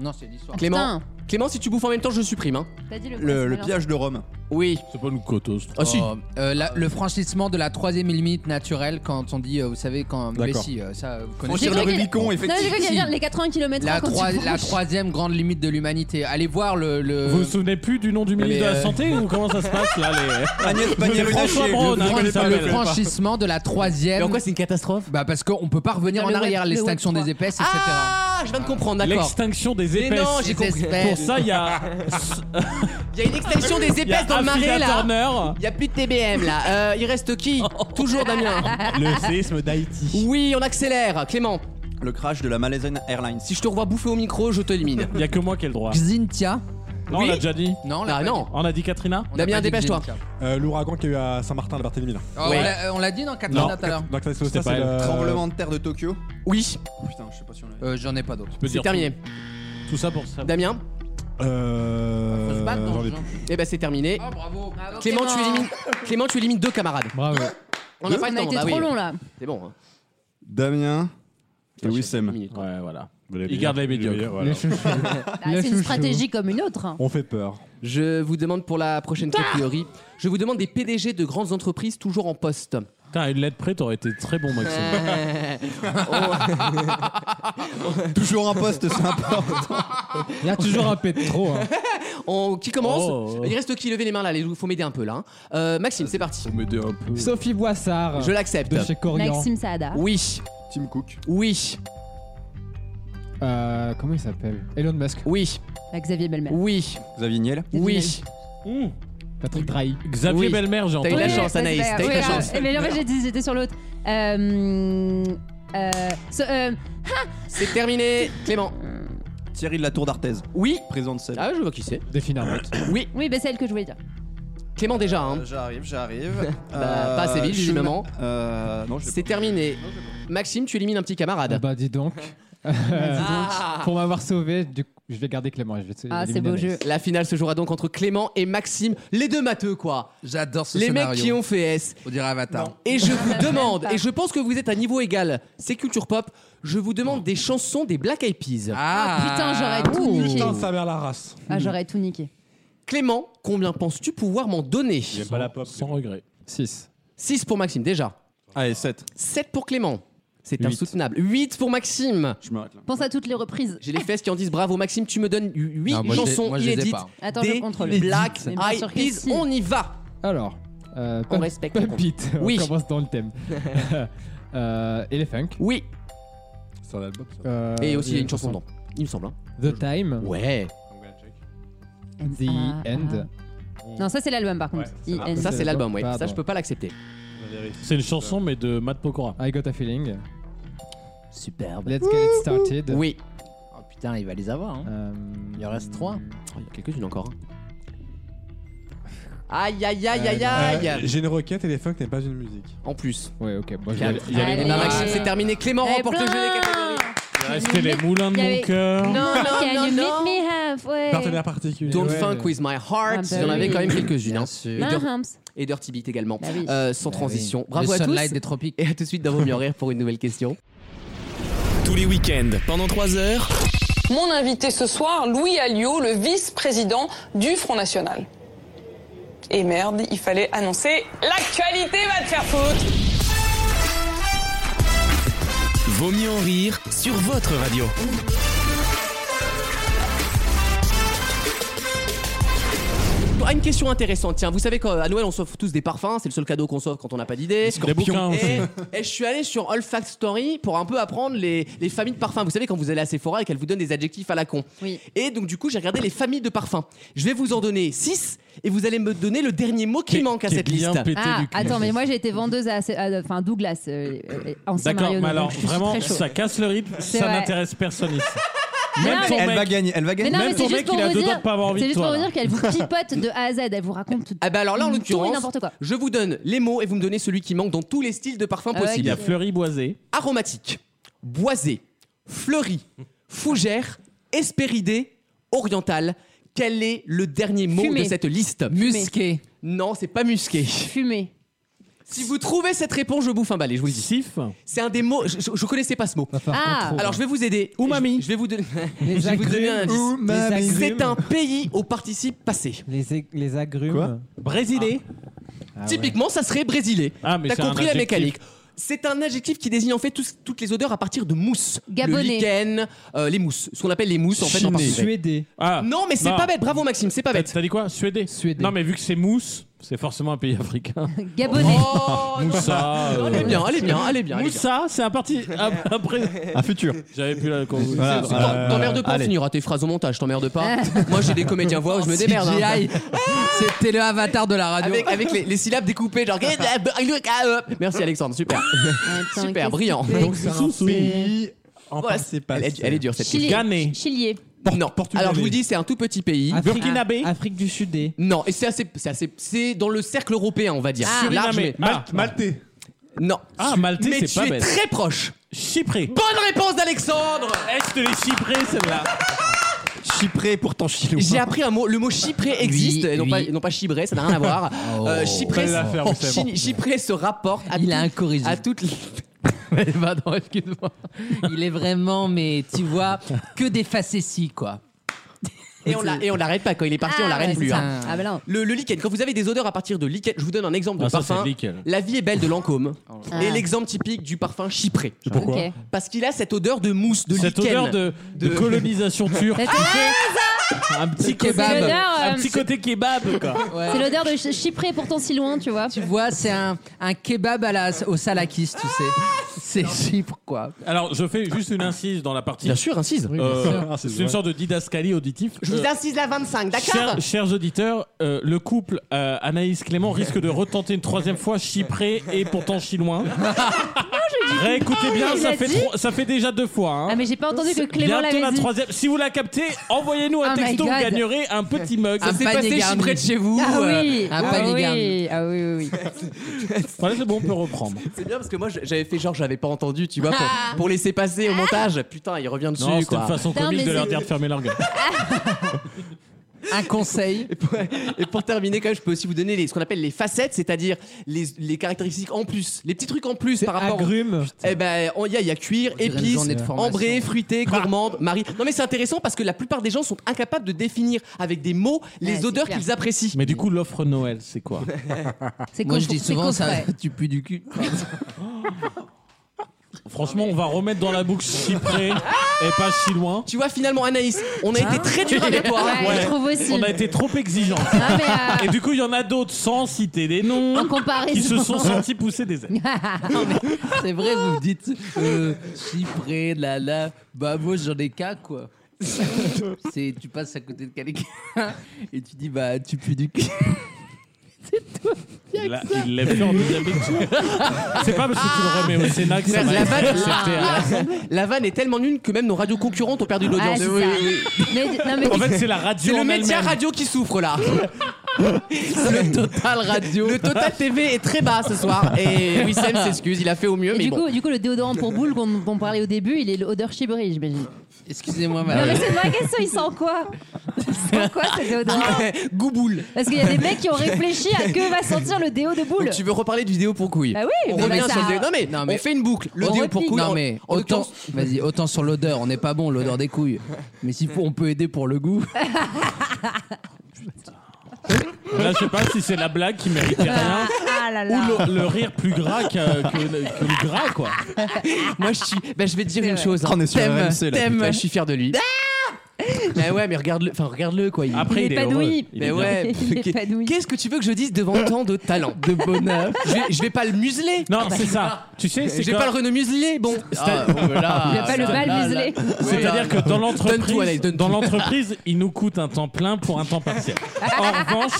Non, c'est l'histoire. Clément, Clément, si tu bouffes en même temps, je supprime. Hein. T'as dit le, Le, le pillage de Rome. Oui. C'est pas une catastrophe. Ah si. Oh, euh, la- le franchissement de la troisième limite naturelle quand on dit, euh, vous savez, quand. Mais D'accord. si, euh, ça, vous connaissez. Franchir le J'ai cru qu'il- Rubicon, Non, j'ai cru effectivement. qu'il allait dire les 80 km La, troi- la troisième grande limite de l'humanité. Allez voir le. le- Vous vous souvenez plus du nom du ministre de Mais, la euh, Santé ou comment ça se passe là les... Agnès François Pannier-Runacher. Braun, le- hein, le- comme le- ça le s'appelle. franchissement de la Mais troisième. en quoi c'est une catastrophe bah parce qu'on peut pas revenir Dans en le arrière, web- le l'extinction web des épaisses, etc. Ah, je viens de comprendre, d'accord. L'extinction des Mais épaisses. non, j'ai compris. espèces. Pour ça, il y a. Il y a une extinction des il y a épaisses dans le Affida marais là. Turner. Il y a plus de TBM là. Euh, il reste qui Toujours Damien. Le séisme d'Haïti. Oui, on accélère. Clément, Le crash de la Malaysian Airlines. si je te revois bouffer au micro, je te élimine. Il y a que moi qui ai le droit. Xintia. Non, Oui. on l'a déjà dit. Non, Ah là non. On a dit Katrina. Damien, dépêche-toi. Euh, L'ouragan qu'il y a eu à Saint-Martin, la Barthélemy. là. Oh, on Ouais. l'a- euh, On l'a dit dans 4 minutes tout à l'heure. Donc, ça, c'est C'était pas ça, c'est elle. le Tremblement de terre de Tokyo. Oui, Putain, je sais pas si on l'a. Euh, J'en ai pas d'autres. Tu peux c'est dire terminé. Tout, tout ça pour ça. Damien, Faut se Euh. battre dans j'en le ai jeu. plus. eh ben c'est terminé. Ah, bravo. Clément, tu élimines. Clément, tu élimines deux camarades. Bravo. On n'a pas On le a temps. été bah euh, trop oui. long là. C'est bon. hein. Damien et Une Wissem. minute. Ouais, voilà. Les Il meilleurs. garde les médiocres. meilleurs, Les voilà. chouchous. Bah, Le c'est chouchou. une stratégie comme une autre. hein. On fait peur. Je vous demande pour la Bah prochaine catégorie. Je vous demande des PDG de grandes entreprises toujours en poste. Putain, une lettre près, t'aurais été très bon, Maxime. Euh, Toujours un poste, c'est important. Il y a toujours un pet de trop. hein. on- qui commence Oh. Il reste qui Levez les mains là, il faut m'aider un peu là. hein. Euh, Maxime, c'est parti. un peu. Sophie Boissard. Je l'accepte. de chez Corian. Maxime Saada. Oui, Tim Cook. oui, Euh, comment il s'appelle Elon Musk. oui, Bah, Xavier Belmer. oui, Xavier Niel. oui. Mmh. Patrick Drahi. Xavier Oui. Belmer, j'ai T'as eu entendu. la chance, ça, c'est Anaïs. pas- T'as eu oui, la alors, chance. Mais en fait, j'ai dit, j'étais sur l'autre. Euh, euh, ce- euh, C'est terminé. Clément. Thierry de la Tour d'Arthez. Oui. Présente celle. Ah, je vois qui c'est. Delphine Arnault. Oui, oui, bah, celle que je voulais dire. Clément déjà. hein. Euh, J'arrive, j'arrive. Bah, pas assez vite, Schumann- visiblement. Euh, non, je l'ai C'est terminé. Maxime, tu élimines un petit Ah camarade. bah dis donc. Ah. Pour m'avoir sauvé, du coup, je vais garder Clément. et Je vais te- Ah, c'est éliminer beau jeu. Anaïs. La finale se jouera donc entre Clément et Maxime, les deux matheux quoi. J'adore ce Les scénario. mecs qui ont fait S. On dirait Avatar. Et je vous même demande, pas. et je pense que vous êtes à niveau égal, c'est culture pop, je vous demande des chansons des Black Eyed Peas. Ah, putain, j'aurais tout Oh. niqué. Putain, sa mère la race. Ah, Mhm. j'aurais tout niqué. Clément, combien penses-tu pouvoir m'en donner J'aime pas la pop. Sans regret. 6. 6 pour Maxime déjà, pas. Ah, Allez, 7. 7 pour Clément, c'est Huit. insoutenable, 8 pour Maxime. Je m'arrête là. Pense à toutes les reprises. J'ai les fesses qui en disent bravo Maxime, tu me donnes 8 Non, moi, je les- chansons moi, je les ai inédites pas. Attends, je des contrôle. Black Mais bien Eyed sûr que Peas, si. on y va Alors, euh, On Pump, respecte le Pump It. Oui. On commence dans le thème. euh, et les funk. Oui, C'est un album, ça. Euh, et aussi il y a une chanson dedans, il me semble. hein. The Time. Ouais, The Ah, ah. End. Oh. Non, ça, c'est l'album, par contre. c'est The l'album. End. Ah, ça c'est l'album, ouais, Pardon. ça je peux pas l'accepter. C'est une chanson, mais de Matt Pokora. I Got a Feeling. Superbe. Let's Get It Started. Oui, Putain, il va les avoir. hein. Il en reste 3. Oh, Il y a quelques-unes encore. hein. Aïe, aïe, aïe, aïe, Euh, aïe euh, J'ai une requête et les funk n'est pas une musique. En plus. Ouais, ok. moi, je vais Calme. Eh ben, Maxime, c'est terminé. Clément Eh, remporte le jeu des plein catégories. Il restait les moulins de Il y mon avait- cœur. Non, non, Can non, you non. meet me halfway Partenaire particulier. Don't Ouais, funk le- with my Ah, heart. Il y bah en avait oui. Ah, quand même quelques-unes. hein. Et, Bien Dir- sûr. Mahams. et Dirty Beat également. Bah oui. Euh, sans Bah transition. oui. Bravo Le à tous. sunlight des tropiques. Et à tout de suite dans Vos Mieux en Rire pour une nouvelle question. Tous les week-ends, pendant 3 heures, Mon invité ce soir, Louis Alliot, le vice-président du Front National. Et merde, il fallait annoncer l'actualité va te faire foutre. Vaut mieux en rire sur votre radio. Ah, Une question intéressante, tiens, vous savez qu'à Noël on s'offre tous des parfums, c'est le seul cadeau qu'on s'offre quand on n'a pas d'idée. scorpions. Des bouquins aussi. Et, et je suis allé sur Olfact Story pour un peu apprendre les, les familles de parfums. Vous savez quand vous allez à Sephora et qu'elle vous donne des adjectifs à la con. Et donc du coup j'ai regardé les familles de parfums. Je vais vous en donner 6 et vous allez me donner le dernier mot qui, manque à cette liste. Ah, attends, mais moi j'ai été vendeuse à, à- enfin Douglas euh, euh, en D'accord, Saint-Mario. mais donc alors je suis vraiment, très chaud. ça casse le rythme, C'est ça vrai. n'intéresse personne ici. Mais non, mais- Elle va gagner, elle va Mais non, mais Même c'est ton juste mec, pour il a vous deux dire- doigts de pas avoir envie C'est de juste toi. pour vous là. dire qu'elle vous pipote de A à Z, elle vous raconte tout. Ah bah alors là en tout et l'occurrence, n'importe quoi. je vous donne les mots et vous me donnez celui qui manque dans tous les styles de parfums Ah ouais, possibles. Il y a ok. fleuri, boisé. Aromatique, boisé, fleuri, fougère, espéridé, oriental. Quel est le dernier mot Fumé. de cette liste Musqué. Non, c'est pas musqué. Fumé. Si vous trouvez cette réponse, je bouffe un balai, je vous le dis. Sif C'est un des mots, je, je- je connaissais pas ce mot. Ah. contre, Alors je vais vous aider. Umami. Je, je vais vous, don- Les je vais Ah. vous donner un agrumes. Umami. indice. Les C'est un agrumes. pays au participe passé. Les, ag- les agrumes. Brésilé. Ah ouais. Typiquement, ça serait brésilé. Ah, mais T'as c'est un compris la adjectif. mécanique. C'est un adjectif qui désigne en fait tous- toutes les odeurs à partir de mousse. Gabonais. Le lichen, euh, les mousses. Ce qu'on appelle les mousses en fait Chiné. en parfum. Suédé. Ah. Non, mais c'est Non. pas bête. Bravo Maxime, c'est pas bête. T'as dit quoi Suédé. Non, mais vu que c'est mousse, c'est forcément un pays africain. Gabonais. Moussa. Non, euh. elle est bien, elle est bien, elle est bien, elle est Moussa, c'est un parti. Ah, un- Après. Un futur. J'avais plus la con- Voilà, C'est- euh, T'emmerdes pas, on allez. finira tes phrases au montage, t'emmerdes pas. Moi j'ai des comédiens voix, je me démerde. hein. CGI. C'était le avatar de la radio. Avec, avec les, les syllabes découpées, genre. Merci Alexandre, super. super, brillant. Donc c'est un pays en Voilà, elle, est, elle est dure cette Chili. question. Chilier. Non, alors je vous dis, c'est un tout petit pays. Afrique- Burkinabé. Afrique du Sud. et- Non, et c'est assez, c'est assez, c'est dans le cercle européen, on va dire. Ah. Large, Suriname. mais- Ah. Maltais. Non. Ah, Maltais, Mais c'est pas tu es bête. très proche. Chypré. Bonne réponse d'Alexandre. Est de les Chyprés, celle-là. Chypré pourtant chinois. J'ai appris un mot, le mot chypré existe, Oui, et non, oui. pas, et non pas chibré, ça n'a rien à voir. Oh. Euh, chypré, Fallait la faire, oh, c'est bon. chi- chypré se rapporte à, Il tout- a incorrigible. à toutes les... Pardon, excuse-moi. Il est vraiment, mais tu vois, que des facéties, quoi. Et on l'a- et on l'arrête pas, quand il est parti, Ah, on l'arrête ouais, plus. c'est hein. ça. Ah bah non. Le, le lichen, quand vous avez des odeurs à partir de lichen, je vous donne un exemple de Ah, ça, c'est parfum. le lichen. La vie est belle de Lancôme. Ah. Et l'exemple typique du parfum chypré. Pourquoi Ok. Parce qu'il a cette odeur de mousse, de Cette lichen. odeur de, de De- colonisation turque. Ah, un petit C'est kebab. l'odeur, euh, un petit côté kebab, quoi. C'est l'odeur de ch- chypré pourtant si loin, tu vois. Tu vois, c'est un, un kebab à la, au salakis, tu Ah, sais. C'est Chypre, quoi. Alors, je fais juste une incise dans la partie. Bien sûr, incise. Euh, bien sûr. c'est une sorte de didascalie auditif. Je vous Euh, incise la 25, d'accord Ah, Chers, chers auditeurs, euh, le couple euh, Anaïs Clément risque de retenter une troisième fois chypré et pourtant chinois. Réécoutez bien, il ça a fait, dit. trois- ça fait déjà deux fois. hein. Ah mais j'ai pas entendu que Clément Bientôt l'avait la dit. troisième. Si vous la captez, envoyez-nous un Oh my texto, vous God. gagnerez un petit mug. Ça s'est panier passé garni. chypré de chez vous. Ah euh, oui, un ah panier oui, garni. ah oui, oui, oui. Voilà, c'est bon, on peut reprendre. C'est bien parce que moi je- j'avais fait genre j'avais pas entendu, tu vois, pour, pour laisser passer au montage. Putain, il revient dessus Non, c'était quoi. une façon Ah. Non, comique mais de leur c'est- dire de fermer leur gueule. Un conseil. Et pour, et pour terminer, quand même, je peux aussi vous donner les, ce qu'on appelle les facettes, c'est-à-dire les, les caractéristiques en plus, les petits trucs en plus par rapport. au- Agrumes. Eh ben, on- il y a, il y a cuir, dirait une épices, journée de formation. ambré, fruité, gourmande, marie. Non mais c'est intéressant parce que la plupart des gens sont incapables de définir avec des mots les Ouais, c'est odeurs clair. qu'ils apprécient. Mais du coup, l'offre Noël, c'est quoi C'est Moi, con- je dis c'est souvent, con ça, frais. tu pues du cul. Franchement, on va remettre dans la boucle Chypré et pas si loin. Tu vois finalement Anaïs, on a été très dur avec toi. hein. Ouais, Ouais. je trouve aussi. On a été trop exigeants. Ah, mais, Et du coup, il y en a d'autres, sans citer des euh, en noms, qui se comparaison. sont sentis pousser des ailes. Ah, C'est vrai, vous me dites euh, Chypré, là, là. Bah, moi, j'en ai qu'un, quoi. C'est, tu passes à côté de quelqu'un et tu dis, bah, tu pues du cul. C'est toi. Il l'a- il l'a fait en deuxième lecture. C'est pas parce que tu le remets au Sénat que ça m'a la, été vanne, accepté à l'Assemblée. la vanne est tellement nulle que même nos radios concurrentes ont perdu de l'audience. Ah, c'est ça. Mais- non, mais- En fait, c'est la radio C'est le en média elle-même. radio qui souffre là. le Total Radio. Le Total TV est très bas ce soir. Et Wissem s'excuse, il a fait au mieux. Et mais du, bon. coup, du coup, le déodorant pour boule qu'on dont on parlait au début, il est l'odeur chibrée, j'imagine. Excusez-moi, Non, madame. mais c'est ma question, il sent quoi Il sent quoi ce Ah déodorant Gouboule. Parce qu'il y a des mecs qui ont réfléchi à que va sentir le déo de boule. Donc, tu veux reparler du déo pour couille Bah oui, On mais revient bah sur ça- le déo. Non mais, on fait une boucle. Le On déo repique. pour couille. Non en- mais en autant, l'occurrence- vas-y, autant sur l'odeur, on n'est pas bon, l'odeur des couilles. Mais s'il faut, on peut aider pour le goût. Là, je sais pas si c'est la blague qui méritait rien Ah là ou là. le, le rire plus gras qu'a- que, que le gras, quoi. Moi, je suis. Bah, je vais te dire C'est une vrai. chose. Ah, on est sur T'aimes- RMC, là, t'aimes, putain. je suis fier de lui. Ah Bah ouais, mais regarde-le. Enfin, regarde-le quoi. Après, Il est il est épanoui. heureux. Il Mais est ouais. bien. Il est Qu'est-ce que tu veux que je dise devant tant de talent, de bonheur je vais, je vais pas le museler. Non, Ah bah, c'est ça. Tu sais, c'est Je vais que- pas le renommer muselé. Ah, Bon. C'est-à- Il a pas le bal muselé. C'est-à-dire que dans Donne-toi, allez, l'entreprise, donne-toi. dans l'entreprise, il nous coûte un temps plein pour un temps partiel. En revanche,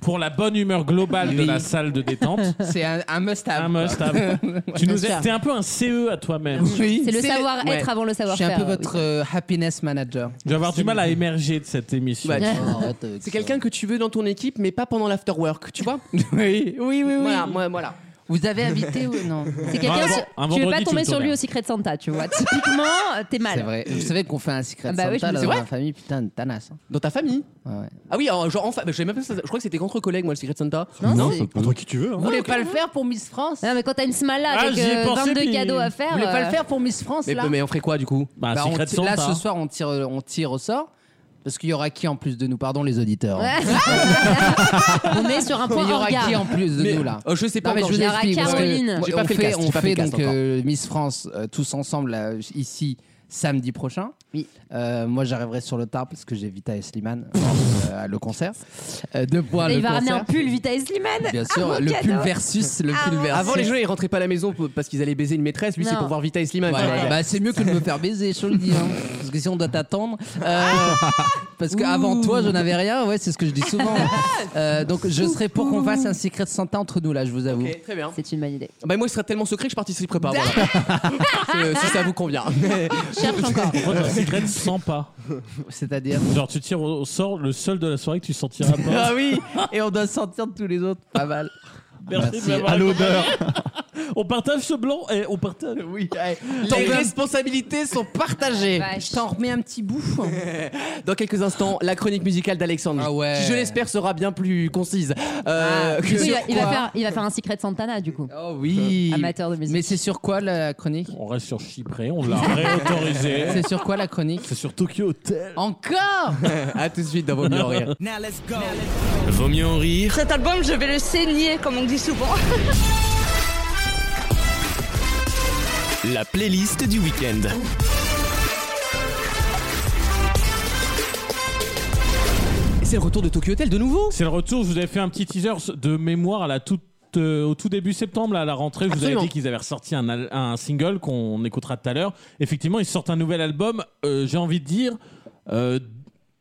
pour la bonne humeur globale de la salle de détente, C'est un, un Ah, must-have. un bah. must have. Tu nous es, t'es un peu un CE à toi-même. C'est le savoir-être avant le Je suis savoir-faire. un peu votre euh, happiness manager. Je vais avoir du mal à émerger de cette émission. Ouais, C'est quelqu'un que tu veux dans ton équipe, mais pas pendant l'afterwork, tu vois Oui, oui, oui, Voilà, moi, voilà. Vous avez invité ou non C'est quelqu'un. Un sur- tu veux vendredi, tu pas me tomber sur tournes. lui au Secret Santa, tu vois. Typiquement, euh, t'es mal. C'est vrai. Vous savez qu'on fait un secret Ah bah Santa oui, je me là, suis- dans Ouais. ma famille, putain, de tanasse. hein. Dans ta famille Ouais, ouais. Ah oui, en- genre, enfin, j'ai même pas- je crois que c'était contre collègues, moi, le Secret Santa. Non, Non, c'est- Entre qui hein. tu veux. Vous voulez pas le faire pour Miss France Non, mais quand t'as une smala Ah, avec j'y ai euh, pensé, 22 puis- cadeaux à faire. Vous voulez pas euh, le faire pour Miss France Mais, là mais on ferait quoi du coup Bah, on ti- Là, ce soir, on tire, on tire au sort. Parce qu'il y aura qui en plus de nous Pardon, les auditeurs. hein. On est sur un point Mais il y aura hors qui gare. en plus de Mais- nous là oh, je sais pas Non, mais encore, je je- Il vous y aura explique, parce que Caroline. moi, J'ai pas on fait le fait- cast, j'ai On pas fait fait le cast donc euh, Miss France euh, tous ensemble là, ici samedi prochain. Euh, moi, j'arriverai sur le tard parce que j'ai Vita et Slimane euh, à le concert. Euh, de voir Et le il va ramener un concert. pull Vita et Slimane. Bien Ah, sûr, mon le cadeau. Ah, pull versus le pull versus. Avant, les gens, ils rentraient pas à la maison pour- parce qu'ils allaient baiser une maîtresse. Lui, c'est Non. pour voir Vita et Slimane. Ouais, tu vois, genre. bah, c'est mieux que de me faire baiser, je te le dis. hein. Parce que si on doit t'attendre. euh, parce qu'avant toi, je n'avais rien. Ouais, c'est ce que je dis souvent. Euh, donc, je serais pour qu'on fasse un secret de Santa entre nous, là, je vous avoue. Ok, très bien. C'est une bonne idée. Bah, moi, il serait tellement secret que je participerai pas. voilà. Euh, si ça vous convient. Cherche encore. Pourquoi tu secrètes sans pas C'est-à-dire Genre, tu tires au au sort le seul de la soirée que tu sentiras pas. Ah oui Et on doit sentir de tous les autres. Pas mal. Merci, de m'avoir À l'odeur. on partage ce blanc et on partage. Oui. Les responsabilités sont partagées. Je t'en remets un petit bout. Dans quelques instants, la chronique musicale d'Alexandre, Ah ouais. qui je l'espère sera bien plus concise. Euh, Ah, Ah, Du que coup, il, sur va, il va quoi faire, il va faire un secret de Santana, du coup. Oh oui. Amateur de musique. Mais c'est sur quoi la chronique On reste sur Chypré, on l'a réautorisé. C'est sur quoi la chronique C'est sur Tokyo Hotel. Encore À tout de suite dans Vaut mieux en rire. Vaut mieux en rire. Cet album, je vais le saigner, comme on dit souvent. La playlist du week-end. C'est le retour de Tokyo Hotel de nouveau C'est le retour. Je vous avais fait un petit teaser de mémoire à la toute. euh, au tout début septembre, là, à la rentrée, je vous avais Absolument. dit qu'ils avaient ressorti un, al- un single qu'on écoutera tout à l'heure. Effectivement, ils sortent un nouvel album, euh, j'ai envie de dire,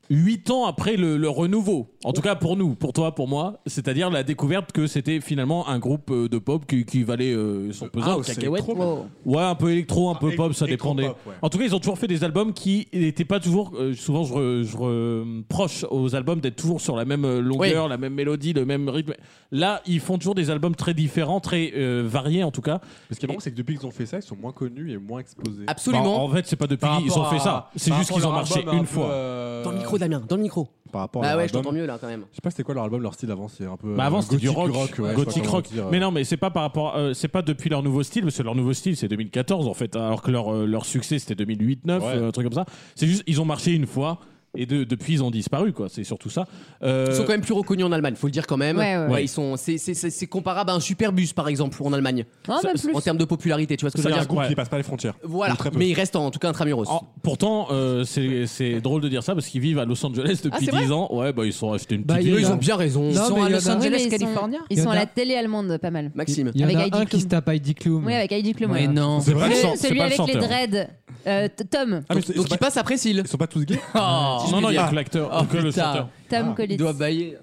8 ans après le, le renouveau. En tout cas pour nous, pour toi, pour moi. C'est-à-dire la découverte que c'était finalement un groupe euh, de pop qui, qui valait euh, son Ah, pesant de Ah, house, cacahuètes. électro. Ouais, un peu électro, un peu pop, ça électro-pop, dépendait. ouais. En tout cas, ils ont toujours fait des albums qui n'étaient pas toujours. euh, souvent, je, re- je reproche aux albums d'être toujours sur la même euh, longueur, la même mélodie, le même rythme. Là, ils font toujours des albums très différents, très euh, variés en tout cas. Ce qui est marrant, c'est que depuis qu'ils ont fait ça, ils sont moins connus et moins exposés. Bah, en fait, c'est pas depuis Par qu'ils ont rapport fait à- ça. C'est par juste rapport qu'ils ont à leur marché album, un une peu, fois. euh, Dans le micro, Damien, dans le micro. Par rapport à Bah leur ouais, je album. t'entends mieux là quand même. Je sais pas c'était quoi leur album, leur style avant, c'est un peu. Bah avant euh, c'était du gothique rock, ouais, je sais pas gothic comment rock. dire, euh. Mais non, mais c'est pas par rapport, euh, c'est pas depuis leur nouveau style, parce que leur nouveau style c'est 2014 en fait, alors que leur euh, leur succès c'était 2008-9, Ouais. euh, un truc comme ça. C'est juste ils ont marché une fois et de- depuis ils ont disparu quoi. C'est surtout ça. Euh, Ils sont quand même plus reconnus en Allemagne, faut le dire quand même. Ouais, ouais, ouais. ils sont, c'est, c'est- c'est- c'est comparable à un Superbus par exemple en Allemagne. Ah, bah, plus. En termes de popularité, tu vois ce que je C'est veux un dire groupe qui passe pas les frontières. Voilà, Ou très peu. mais ils restent en, en tout cas intramuros. Oh, pourtant, euh, c'est c'est drôle de dire ça parce qu'ils vivent à Los Angeles Ah, depuis c'est vrai 10 ans. Ouais, bah ils sont achetés une petite Bah, ville. hein. ils ont bien raison. Ils Non, sont mais à il y en Los a- Angeles, ils sont, Californie. ils sont à la télé allemande, pas mal. Maxime. Ah, Il y en Avec a Heidi un qui Klum. se tape Heidi Klum. Oui, avec Heidi Klum. ouais. Mais non. C'est pas Le- le chan- c'est celui pas le avec les chanteur. dreads. Euh, t- Tom. Ah, Ah, Donc il passe après Syl. Ils sont pas tous gays oh, non, non, il y a que l'acteur, que le chanteur. Tom Collins. Ah. Il doit bailler.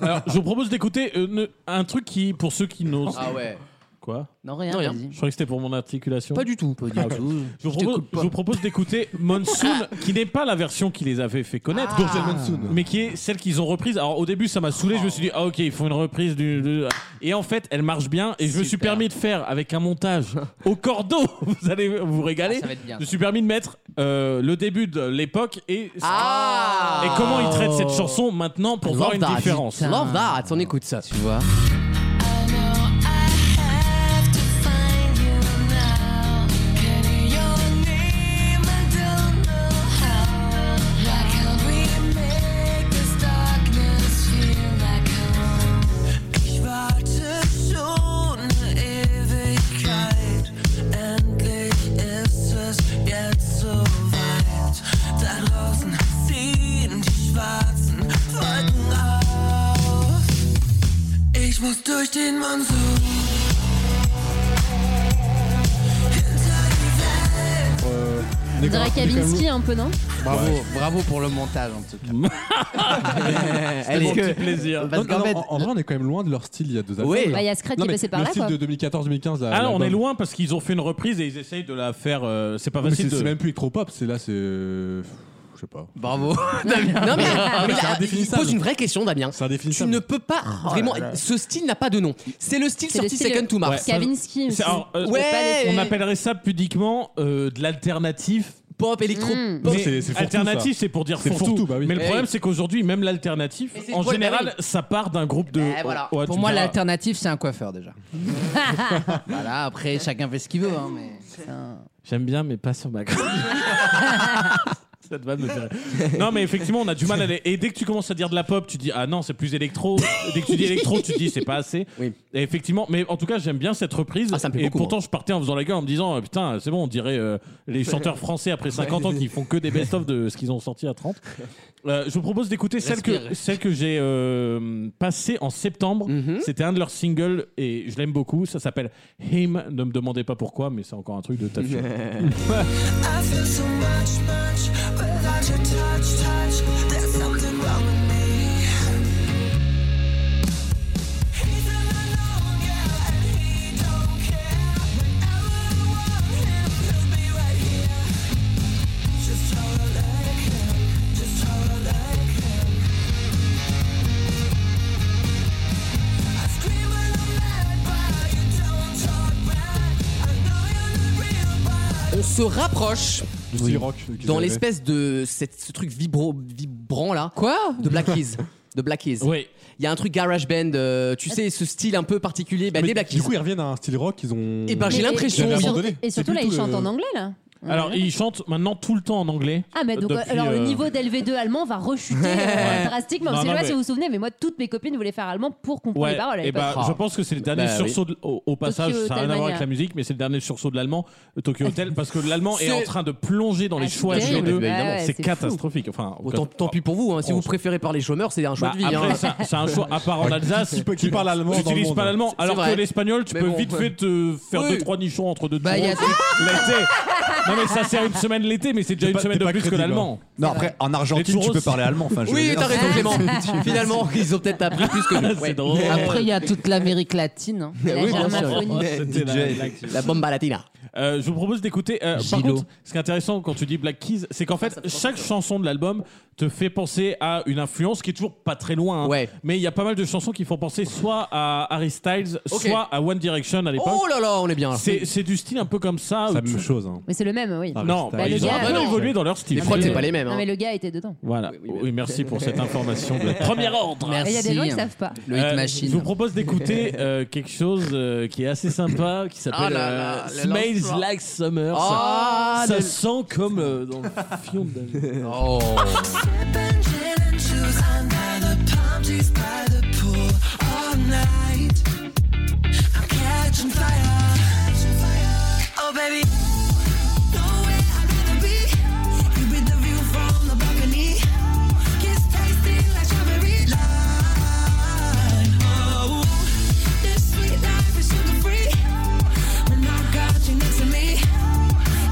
Alors, je vous propose d'écouter euh, ne- un truc qui, pour ceux qui n'osent. Ah ouais. Quoi Non, rien, Non, rien. vas-y. Je croyais que c'était pour mon articulation. Pas du tout, pas du Ah, tout. ok. Je vous, Je propose, t'écoute pas. je vous propose d'écouter Monsoon, qui n'est pas la version qui les avait fait connaître, Ah. Denzel mais qui est celle qu'ils ont reprise. Alors au début, ça m'a saoulé. Je me suis dit, ah ok, ils font une reprise du. de- Et en fait, elle marche bien. Et je me suis permis de faire avec un montage au cordeau. Vous allez vous régaler. Ah, ça va être bien. Je me suis permis de mettre euh, le début de l'époque et Ah. et comment ils traitent cette chanson maintenant pour Love voir une that. différence. Love that, on écoute ça. Tu vois. Da draußen ziehen die schwarzen Wolken auf. Ich muss durch den Monsun. Euh, On dirait Kavinsky un peu, non Bravo, bravo pour le montage en tout cas. C'était mon que- petit plaisir. Parce Non, qu'en non, fait- en, en vrai, on est quand même loin de leur style il y a deux années. Oui. Bah, il y a Scred qui Non, est mais passé par le là, style quoi. de 2014-2015. Bah, là, Ah non, on l'album. est loin parce qu'ils ont fait une reprise et ils essayent de la faire. euh, c'est pas Non, mais facile. C'est c'est de... même plus électropop, c'est là, c'est. euh, Je sais pas. Bravo. Damien. Non mais, Ah, mais mais c'est là, il indéfinissable. pose une vraie question Damien. Tu ne peux pas Oh vraiment là là. ce style n'a pas de nom. C'est le style C'est le sorti style Second to Mars. Ouais. Kavinsky aussi. C'est- alors, euh, Ouais. on appellerait ça pudiquement euh, de l'alternatif. Pop, électro. Hmm. Mais pop. C'est- c'est fourre-tout, alternatif, ça. c'est pour dire C'est fourre-tout. fourre-tout, bah oui. Mais le Mais problème, oui. c'est qu'aujourd'hui, même l'alternatif, c'est en quoi, général, bah ça part d'un groupe de. Eh, voilà. Ouais, Pour tu moi, me diras. l'alternative, c'est un coiffeur déjà. voilà, après, chacun fait ce qu'il veut. Hein, mais... Putain. J'aime bien, mais pas sur ma Cette vanne me fait rire. Non, mais effectivement, on a du mal à les- Et dès que tu commences à dire de la pop, tu dis ah non, c'est plus électro. dès que tu dis électro, tu dis c'est pas assez. Et effectivement, mais en tout cas, j'aime bien cette reprise. Ah, ça me et plaît beaucoup, pourtant, je partais en faisant la gueule en me disant euh, putain, c'est bon, on dirait euh, les chanteurs français après 50 ans qui font que des best-of de ce qu'ils ont sorti à 30. Euh, je vous propose d'écouter celle que, Respire. celle que j'ai euh, passée en septembre. Mhm. C'était un de leurs singles et je l'aime beaucoup. Ça s'appelle Him. Ne me demandez pas pourquoi, mais c'est encore un truc de ta I feel so much, much without your touch, touch. There's something wrong with me. He's all alone, yeah, and he don't care. Whenever I want him, he'll be right here. Just try to like him, just try to like him. I scream when I'm mad, but you don't talk back. I know you're not real, but. On se rapproche Du style rock qu'ils dans avaient. l'espèce de cette- ce truc vibro, vibrant là. Quoi De Black Keys. De Black Keys. Oui. Il y a un truc garage band, euh, tu sais, ce style un peu particulier, bah, Mais des Black Keys. Du coup, ils reviennent à un style rock qu'ils ont. Eh ben, j'ai Ils avaient l'impression- Et, sur- abandonné. et surtout, C'est là, il plutôt chante le- en anglais, là. Alors, ils chantent maintenant tout le temps en anglais. Mm. Ah, mais donc, Depuis, alors le euh, niveau d'LV2 allemand va rechuter Ouais. euh, drastiquement. Non, Parce que non, je sais pas mais- si vous vous souvenez, mais moi, toutes mes copines voulaient faire allemand pour comprendre Ouais, les paroles. à et bah, l'époque. je pense que c'est le dernier Bah, sursaut de- au, au passage, Tokyo ça n'a rien à voir Hotel avec la Mania. musique, mais c'est le dernier sursaut de l'allemand, euh, Tokyo Hotel, parce que l'allemand est... C'est- en train de plonger dans les Ah, c'est choix terrible. de Bah, évidemment. Ouais, c'est c'est catastrophique. Enfin, Bon, tant, tant pis pour vous, hein, si on vous se- préférez parler chômeur, c'est un choix Bah, de vie. après, hein. ça- c'est un choix, à part en Ouais. Alsace, Qui peut- qui tu- parle allemand dans le J'utilise monde. hein. hein. pas l'allemand, C'est alors vrai. que l'espagnol, tu Mais peux bon, vite ouais. fait te faire Oui. deux, trois nichons entre deux Bah, tours. y a- L'été. Non, mais ça sert une semaine l'été, mais c'est déjà T'es une pas- semaine t'es de pas plus que crédible, hein. l'allemand. Non, après, en Les Argentine, tu Touros- peux parler allemand. Enfin, je veux Oui, dire. t'as raison, Clément. Finalement, ils ont peut-être appris plus que nous. Ouais. Après, il y a toute l'Amérique latine. hein. Oui, bien sûr. C'était La, bomba latina. Euh, je vous propose d'écouter. euh, par Gilo. contre, ce qui est intéressant quand tu dis Black Keys, c'est Ah, qu'en fait, chaque chanson de l'album te fait penser à une influence qui est toujours pas très loin. hein. Mais il y a pas mal de chansons qui font penser soit à Harry Styles, Ok. soit à One Direction à l'époque. Oh là là, on est bien. C'est c'est du style un peu comme ça. la même chose. hein. Mais c'est le même, oui. Non, Bah, le ils ont gars- un peu évolué dans leur style. Les prods, c'est pas les mêmes. Non, hein. mais le gars était dedans. Voilà. Oui, merci pour cette information de premier ordre. Il y a des gens qui savent pas. Le Hit Euh, Machine. Je vous propose d'écouter euh, quelque chose euh, qui est assez sympa, qui Ah s'appelle là euh, là, le Smells lancement. Like Summer. Ah, ça le- sent comme euh, dans le fion de... Oh. Sipping gin and juice under the palm trees by the pool all night. I'm catching fire. Oh, baby. Nowhere I'd rather be. You read the view from the balcony. Kiss tasting like strawberry lime. Oh, this sweet life is sugar free. When I got you next to me.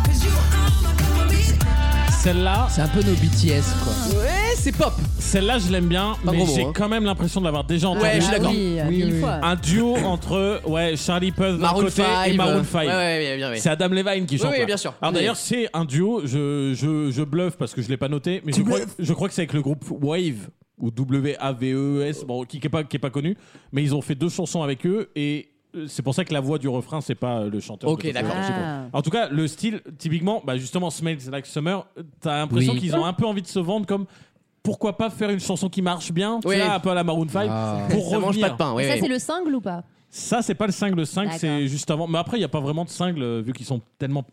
'Cause you are my cup of Celle-là. C'est un peu nos BTS, quoi. Ouais, c'est pop. Celle-là, je l'aime bien, Pas mais gros mot, j'ai hein. quand même l'impression de l'avoir déjà entendue. Ouais, je suis d'accord. Oui, Oui, mille oui. fois. Un duo entre ouais, Charlie Puth d'un Maroon côté et five, euh, Maroon 5. ouais, ouais, bien, bien, bien. C'est Adam Levine qui Oui, chante. oui, là. bien sûr. Alors Oui. d'ailleurs, c'est un duo, je, je, je bluffe parce que je l'ai pas noté, mais je crois, je crois que c'est avec le groupe Wave ou W-A-V-E-S, E bon, qui n'est pas, qui est pas connu, mais ils ont fait deux chansons avec eux et. euh, C'est pour ça que la voix du refrain, c'est pas euh, le chanteur. Ok, de- d'accord. je sais pas. Ah. En tout cas, le style, typiquement, bah justement, Smells Like Summer, t'as l'impression Oui. qu'ils ont un peu envie de se vendre comme pourquoi pas faire une chanson qui marche bien, tu Oui. vois, un peu à la Maroon 5, pour Ça mange revenir. pas de pain, Ah, oui, Et Ah. ça, c'est le single ou pas Ça, c'est pas le single, le single, D'accord. c'est juste avant. Mais après, il n'y a pas vraiment de single, euh, vu qu'ils sont tellement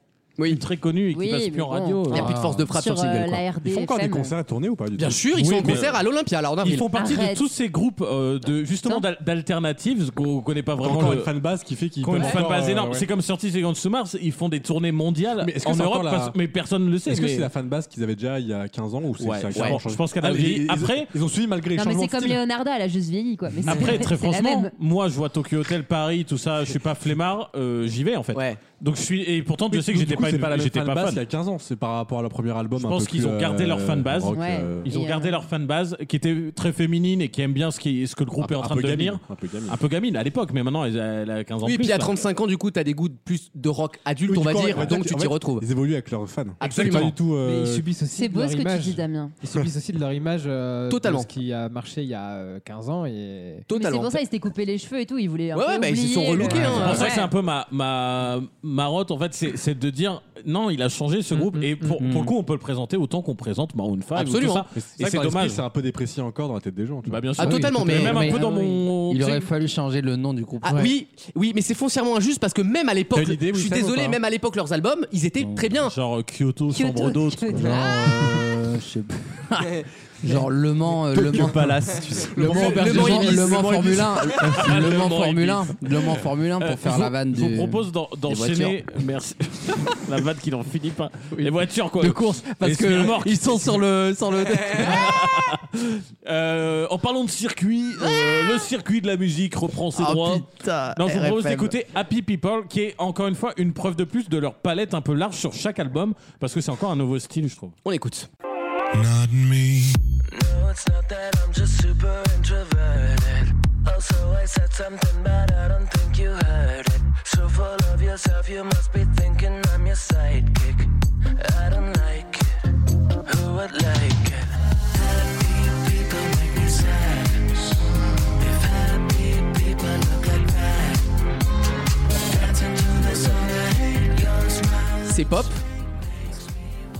très connus et qu'ils Oui, passent plus mais en bon. radio. Il y a plus de force de frappe sur Sur, le single, euh, quoi. la RD, Ils font encore des FM. concerts à tourner ou pas du Bien tout sûr, ils sont en mais- concert à l'Olympia, là, en avril. Ils font partie Arrête. de tous ces groupes euh, de justement d'al- d'alternatives qu'on connaît pas vraiment. encore le- une fanbase qui fait qu'ils qui ont une peuvent fanbase encore, euh, énorme. ouais. C'est comme Sorties et Grandes Mars, ils font des tournées mondiales Mais est-ce que en c'est Europe, encore la- parce- mais personne ne le sait. Est-ce que mais- c'est la fanbase qu'ils avaient déjà il y a 15 ans ou c'est Ouais, ça a je carrément pense- changé je pense qu'elle a Ah, mais vieilli. ils- ils- Après- ils ont suivi malgré les Non, mais changements c'est de comme style. Leonarda, elle a juste vieilli quoi. Mais c'est- Après, très c'est la franchement, même. moi, je vois Tokyo Hotel, Paris, tout ça, je suis pas flemmard, euh, j'y vais en fait. Donc je suis et pourtant je sais que Du j'étais coup, pas c'est une- pas la même j'étais pas fanbase il y fan. a 15 ans, c'est par rapport à leur premier album. Je pense qu'ils ont gardé euh, leur fanbase. Ils ont gardé leur fanbase qui était très féminine et qui aime bien ce, qui, ce que le groupe Un est en peu- train un de peu devenir. gamine, un peu gamine. à l'époque, mais maintenant elle a, elle a 15 ans Oui, de Bah, plus. hein. puis à là. 35 ans, du coup, t'as des goûts de plus de rock adulte, on va dire, donc tu t'y retrouves. Ils évoluent avec leurs fans. Absolument. Pas du tout, euh, Mais ils subissent aussi C'est de beau leur ce que tu image. dis, Damien. Ils subissent aussi de leur image euh, de Totalement. ce qui a marché il y a euh, 15 ans et Mais C'est pour ça ils s'étaient coupés les cheveux et tout. Ils voulaient. un peu bah, oublier euh, le- hein. C'est pour ça que c'est un peu ma, ma marotte, en fait, c'est c'est de dire non, il a changé Mm, ce groupe et pour, pour le coup, on peut le présenter autant qu'on présente Maroon 5. ou tout Absolument. ça. Mais Et vrai c'est que dans l'esprit, dommage. C'est un peu déprécié encore dans la tête des gens. tu vois. Bah, bien sûr. Ah, totalement, mais- même un mais- peu dans ah oui. mon. Il aurait Tu sais, fallu changer le nom du groupe. Ah oui, oui, mais c'est foncièrement injuste parce que même à l'époque, T'as une idée, je suis Wissam, ou désolé, pas même à l'époque, leurs albums, ils étaient très bien. Genre euh, Kyoto, Kyoto, sombre d'autres. Kyoto. Genre, euh, je sais pas. Genre Le Mans, euh, le Tokyo Mans Palace, tu sais. Le Le Mans, Mans le Ibis. Mans, Le le Mans Mans Formule Ibis. 1, le Le Mans Mans Formule Ibis. 1, le Mans Formule 1 Euh, pour faire je vous- la vanne Je vous du- propose d'en- des d'enchaîner. voitures. Merci. la vanne qui n'en finit pas. Les voitures, quoi. de course parce Les que semi-remorques. ils sont sur le sur le Euh, en parlant de circuit, euh, le circuit de la musique reprend ses Ah Oh, droits. putain, Donc, je vous propose RFM. d'écouter Happy People, qui est encore une fois une preuve de plus de leur palette un peu large sur chaque album, parce que c'est encore un nouveau style, je trouve. On écoute. Not me. No, it's not that I'm just super introverted. Also, I said something, but I don't think you heard it. So full of yourself, you must be thinking I'm your sidekick. I don't like it. Who would like it? Happy people make me sad. If happy people look like that, dancing to the song I hate, your smile. C'est pop.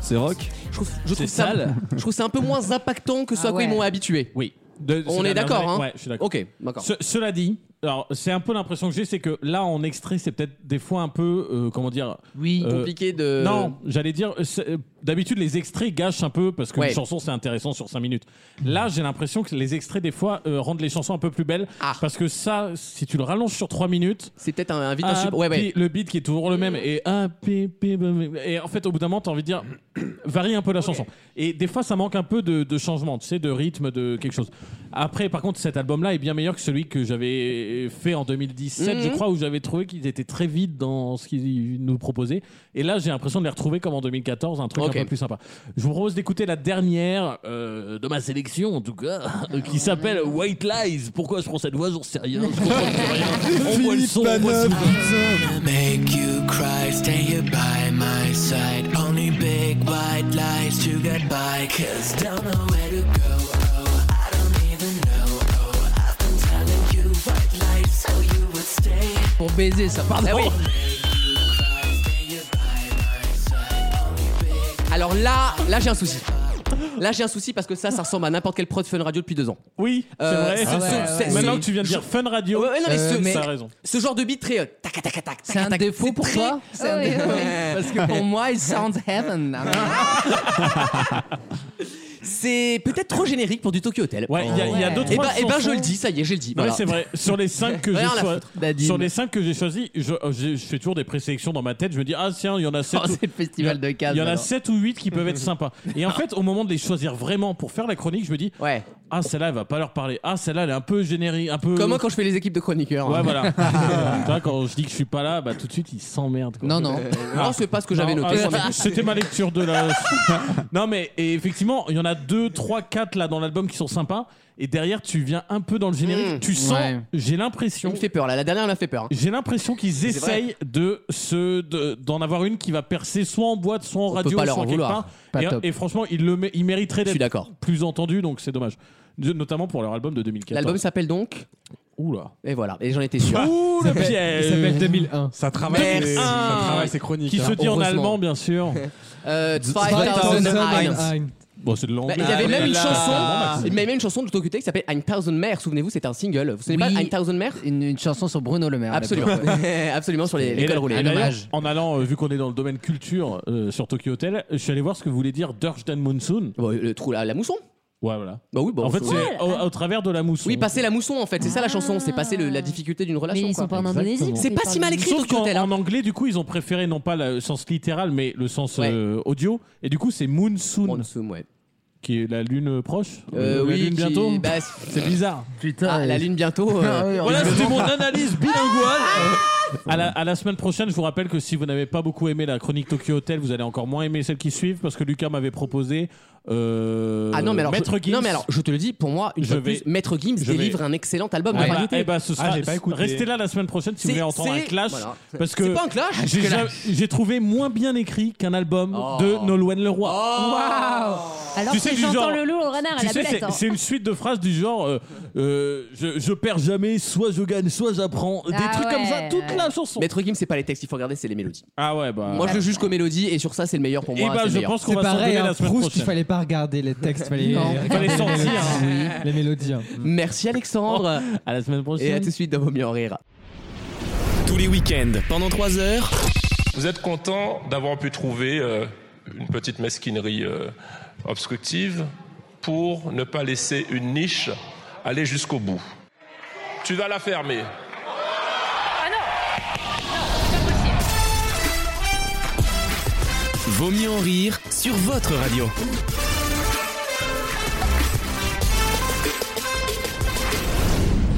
C'est rock Je trouve, je trouve C'est ça, sale. je trouve c'est un peu moins impactant Ah que ce à quoi ouais. ils m'ont habitué. Oui. De- On ces est dernières d'accord, années- hein Ouais, je suis d'accord. Ok, d'accord. Ce- cela dit, alors c'est un peu l'impression que j'ai, c'est que là en extrait, c'est peut-être des fois un peu, euh, comment dire, euh, Oui, compliqué de- Non, j'allais dire, euh, c'est- euh, d'habitude les extraits gâchent un peu parce qu'une Ouais. chanson c'est intéressant sur 5 minutes. Là, j'ai l'impression que les extraits des fois euh, rendent les chansons un peu plus belles parce que ça, si tu le rallonges sur 3 minutes, Ah. c'est peut-être un, vite un sub- ouais, ouais. Le beat qui est toujours le même et happy people- et en fait au bout d'un moment, t'as envie de dire varie un peu la chanson. Et des fois, ça manque un peu de, de changement, tu sais, de rythme, de quelque chose. Après, par contre, cet album-là est bien meilleur que celui que j'avais fait en 2017, je Mhm. crois, où j'avais trouvé qu'ils étaient très vides dans ce qu'ils nous proposaient. Et là, j'ai l'impression de les retrouver comme en 2014, un truc Ok. un peu plus sympa. Je vous propose d'écouter la dernière euh, de ma sélection, en tout cas, Ah. qui s'appelle White Lies. Pourquoi je prends cette voix, j'en sais rien. Je comprends plus rien. On voit le son, on voit ce- Make you cry, stay here by my side. Only big white lies to get by. Cause don't know where to go. Oh, I don't even know. Oh, I've been telling you white lies so you would stay. pour baiser ça pardon. Ah oui. Alors là, là j'ai un souci. Là j'ai un souci parce que ça, ça ressemble à n'importe quelle prod Fun Radio depuis deux ans. Euh, Oui, c'est vrai. ce- Ah ce- ouais, ce- Maintenant ce- que tu viens de dire Fun Radio, Ouais, ouais, non, mais euh, ce, mais- mais t'as raison. ce genre de beat très euh, tac tac tac tac. C'est un défaut pour toi C'est un Ouais, défaut. ouais. Parce que pour moi, il sounds heaven. C'est peut-être trop générique pour du Tokyo Hotel. Ouais, il y a- il y a deux, Et trois bah, et bah, je chansons. le dis, ça y est, j'ai le dit. Non, mais Voilà. c'est vrai. Sur les 5 que j'ai Rien à choi- foutre. Dadine. sur les cinq que j'ai choisis, je, euh, j'ai- je fais toujours des présélections dans ma tête. Je me dis ah tiens, il y en a 7 Oh, c'est le festival de Cannes, Il y en a alors. 7 ou 8 qui peuvent être sympas. Et en fait, au moment de les choisir vraiment pour faire la chronique, je me dis Ah, celle-là, elle va pas leur parler. Ah, celle-là, elle est un peu générique, un peu. Comme moi quand je fais les équipes de chroniqueurs. Ouais, hein. voilà. tu vois, quand je dis que je suis pas là, bah tout de suite, ils s'emmerdent. quoi. Euh, Non, non. Non, c'est pas ce que j'avais Non, noté. ah, c'était- C'était ma lecture de la. non, mais et effectivement, il y en a deux, trois, quatre là dans l'album qui sont sympas. Et derrière, tu viens un peu dans le générique. Mmh. tu sens. Ouais. J'ai l'impression. Il me fait peur, là. La dernière, elle m'a fait peur. hein. J'ai l'impression qu'ils C'est vrai. essayent de se de- d'en avoir une qui va percer soit en boîte, soit en peut radio, pas leur soit en quelque vouloir. part. Pas et, top. et franchement, ils le mé- ils mériteraient Je suis d'accord. d'être plus entendus, donc c'est dommage. De- Notamment pour leur album de 2014. L'album s'appelle donc Oula. Et voilà, et j'en étais sûr. Ouh, le Il piège. s'appelle 2001. Ça travaille Merci. ses- ça travaille ses chroniques, Qui hein. se dit en Heureusement. allemand, bien sûr. Euh, 2001. 2001. Bon, c'est de l'anglais. Bah, il y avait Ah, même mais une là, chanson, vraiment, il y avait même une chanson de Tokuté qui s'appelle 1000 Mères. Souvenez-vous, c'était un single. Vous savez pas 1000 Mères une, une chanson sur Bruno Le Maire. Absolument, Ah, absolument sur les, Et les cols d'ailleurs- roulés. et d'ailleurs, En allant, euh, vu qu'on est dans le domaine culture euh, sur Tokyo Hotel, je suis allé voir ce que voulait dire Durjdan Monsoon. le trou, la, mousson Ouais, voilà. Bah oui, en fait, c'est au, au travers de la mousson. Oui, passer la mousson en fait, c'est ça la chanson, c'est passer le- la difficulté d'une relation. Mais ils quoi. sont pas en Indonésie, C'est ils pas parlent si mal écrit Sauf Tokyo qu'en Hotel. hein. en anglais, du coup, ils ont préféré non pas le sens littéral, mais le sens euh, audio. Et du coup, c'est Moonsoon. Moonsoon, ouais. Qui est la lune proche Euh, La oui, lune qui- bientôt bah, C'est bizarre. Putain, Ah, la lune bientôt. euh. Voilà, c'était mon analyse bilinguale. Ah Euh, À la, à la semaine prochaine, je vous rappelle que si vous n'avez pas beaucoup aimé la chronique Tokyo Hotel, vous allez encore moins aimer celles qui suivent parce que Lucas m'avait proposé euh, Ah non mais, alors, Maître je, Gims. non mais alors je te le dis pour moi une Je fois de vais- plus Maître Gims je vais- délivre un excellent album de Voilà, variété. eh ben, Ah, ce sera- Restez là la semaine prochaine si vous C'est- voulez entendre un c'est- clash. voilà. Parce que C'est pas un clash, j'ai jusque-là. jamais- J'ai trouvé moins bien écrit qu'un album Oh. de Nolwenn Leroy. Waouh Alors Tu que sais, du j'entends genre- le loup au renard à Tu la sais, belette. hein. c'est- c'est une suite de phrases du genre euh, euh, je, je perds jamais, soit je gagne, soit j'apprends. Des Ah trucs comme ouais, ça, toute ouais. la chanson. Maître Gims c'est pas les textes, il faut regarder c'est les mélodies. Ah ouais bah. Moi je le juge qu'aux mélodies et sur ça c'est le meilleur pour Eh moi. ben, c'est le je meilleur. pense C'est pareil, hein, la semaine Proust, il prochaine. fallait pas regarder les textes, fallait Non. les- Fallait les sortir, mélodies. hein. Les mélodies. hein. Merci Alexandre. Oh, à la semaine prochaine. Et à tout de suite dans Vaut mieux en rire. Tous les week-ends, pendant 3 heures. Vous êtes content d'avoir pu trouver euh, une petite mesquinerie euh, obstructive pour ne pas laisser une niche aller jusqu'au bout. Tu vas la fermer. Vaut mieux en rire sur votre radio.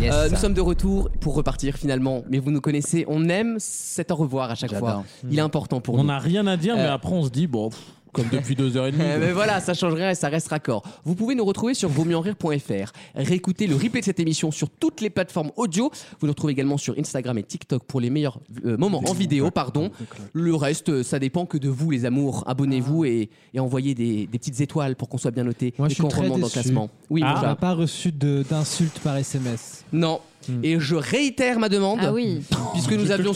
Euh, nous sommes de retour pour repartir finalement, mais vous nous connaissez, on aime cet au revoir à chaque fois. Il est important pour On nous. n'a rien à dire, mais Euh, après on se dit bon, pff, comme depuis deux heures et demie. Eh ben voilà, ça change rien et ça reste raccord. Vous pouvez nous retrouver sur vomieuxenrire.fr. Réécoutez le replay de cette émission sur toutes les plateformes audio. Vous nous retrouvez également sur Instagram et TikTok pour les meilleurs euh, moments en vidéo, pardon. Le reste, euh, ça dépend que de vous, les amours. Abonnez-vous et, et envoyez des, des petites étoiles pour qu'on soit bien noté Ah. Moi, et je suis qu'on très remonte dans le déçu. classement. Oui, Ah, mon on chat. n'a pas reçu de- d'insultes par SMS. Non. Hmm. Et je réitère ma demande. Ah oui. Puisque nous avions.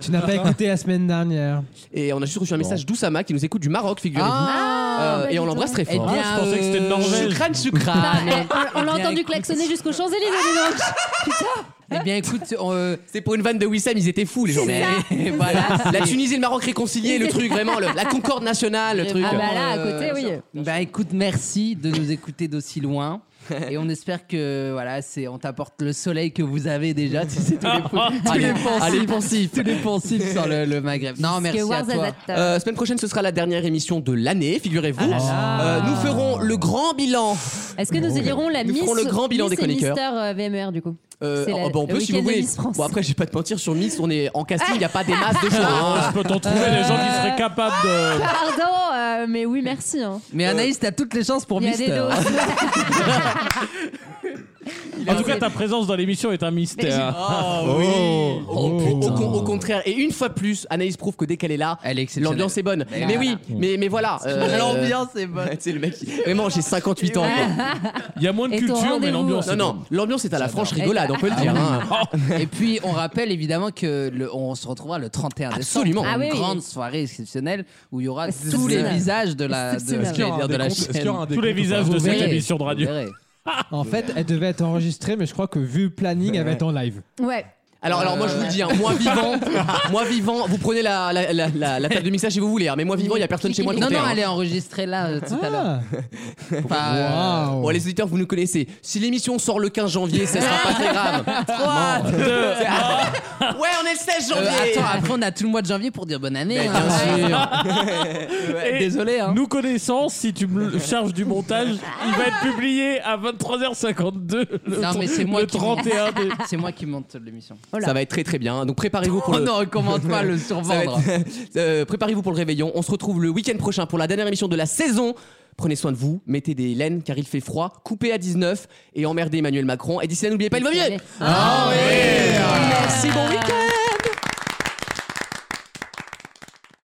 Tu n'as pas écouté la semaine dernière. Et on a juste reçu un message d'Oussama qui nous écoute du Maroc, figurez-vous. Ah, Euh, bah, et on dis l'embrasse très donc. fort. Ah, Eh bien, Ah, je pensais que c'était de euh, Norvège. Shukran, shukran. Bah, eh, on- on l'a entendu klaxonner jusqu'aux Champs-Élysées, dis donc. Eh bien, écoute, c'est pour une vanne de Wissam, ils étaient fous, les gens. euh, C'est ça. Mais voilà. La Tunisie et le Maroc réconciliés, le truc, vraiment, le- la concorde nationale, le truc. Euh, Ah bah là, à côté, oui. Bah écoute, merci de nous écouter d'aussi loin. Et on espère que voilà, c'est on t'apporte le soleil que vous avez déjà. Tu sais, tous les, pou- tous les Allez, pensifs, allez, pensifs. tous les pensifs sur le, le Maghreb. Non, merci à toi. Euh, semaine prochaine, ce sera la dernière émission de l'année, figurez-vous. Ah là Euh, nous ferons le grand bilan. Est-ce que nous élirons la Nous Miss ferons le grand bilan Miss des chroniqueurs. et Mister euh, VMR du coup Euh, C'est la- oh, bah, le on peut si week-end vous de voulez. Miss France. Bon après, je vais pas te mentir, sur Miss, on est en casting, il y a pas des masses de choses. Ah, je peux t'en trouver des gens qui seraient capables de. Pardon, euh, mais oui, merci. hein. Euh. Mais Anaïs, t'as toutes les chances pour Il y a des Mister. doses. En tout cas, ta présence dans l'émission est un mystère. Oh, oui. Oh, Au, con- au contraire, et une fois de plus, Anaïs prouve que dès qu'elle est là, l'ambiance est bonne. Elle est mais voilà. oui, mais, mais voilà. euh, L'ambiance est bonne. C'est le mec. qui- Vraiment, j'ai 58 ans. Il y a moins de Et ton culture, mais rendez-vous. l'ambiance Non, est non, bonne. l'ambiance est à la franche rigolade, on peut le Ah dire. oui. hein. Et puis on rappelle évidemment que le- on se retrouvera le 31 Absolument. décembre. pour Ah oui, une oui. grande soirée exceptionnelle où il y aura C'est tous les ça. visages de la de, C'est ça. j'allais dire de la chaîne. Tous les visages de cette émission de radio. En fait, elle devait être enregistrée, mais je crois que vu le planning, elle va être en live. Ouais. Alors, alors moi je vous le dis, hein, moi vivant, moi vivant, vous prenez la, la, la, la- la table de mixage si vous voulez, hein, mais moi vivant, il n'y a personne chez moi. hein. Non, non, elle est enregistrée là euh, tout à Ah. l'heure. Enfin, euh, Bon, les auditeurs, vous nous connaissez. Si l'émission sort le 15 janvier, ça sera pas très grave. Trois, Non. deux, Ouais, on est le 16 Euh, janvier. attends, après on a tout le mois de janvier pour dire bonne année. Mais hein. bien sûr. Ouais, Et désolé. Hein. Nous connaissons, si tu me le charges du montage, il va être publié à 23h52. le Non, mais c'est tr- moi, le qui monte- 31 dé- c'est moi qui monte l'émission. Ça va être très très bien. Donc préparez-vous pour Oh le. non, on commente pas le Ça va survendre. être- Euh, préparez-vous pour le réveillon. On se retrouve le week-end prochain pour la dernière émission de la saison. Prenez soin de vous, mettez des laines car il fait froid, coupez à 19 et emmerdez Emmanuel Macron. Et d'ici là, n'oubliez pas, il vaut mieux. Ah oui Oh, Merci, bon week-end.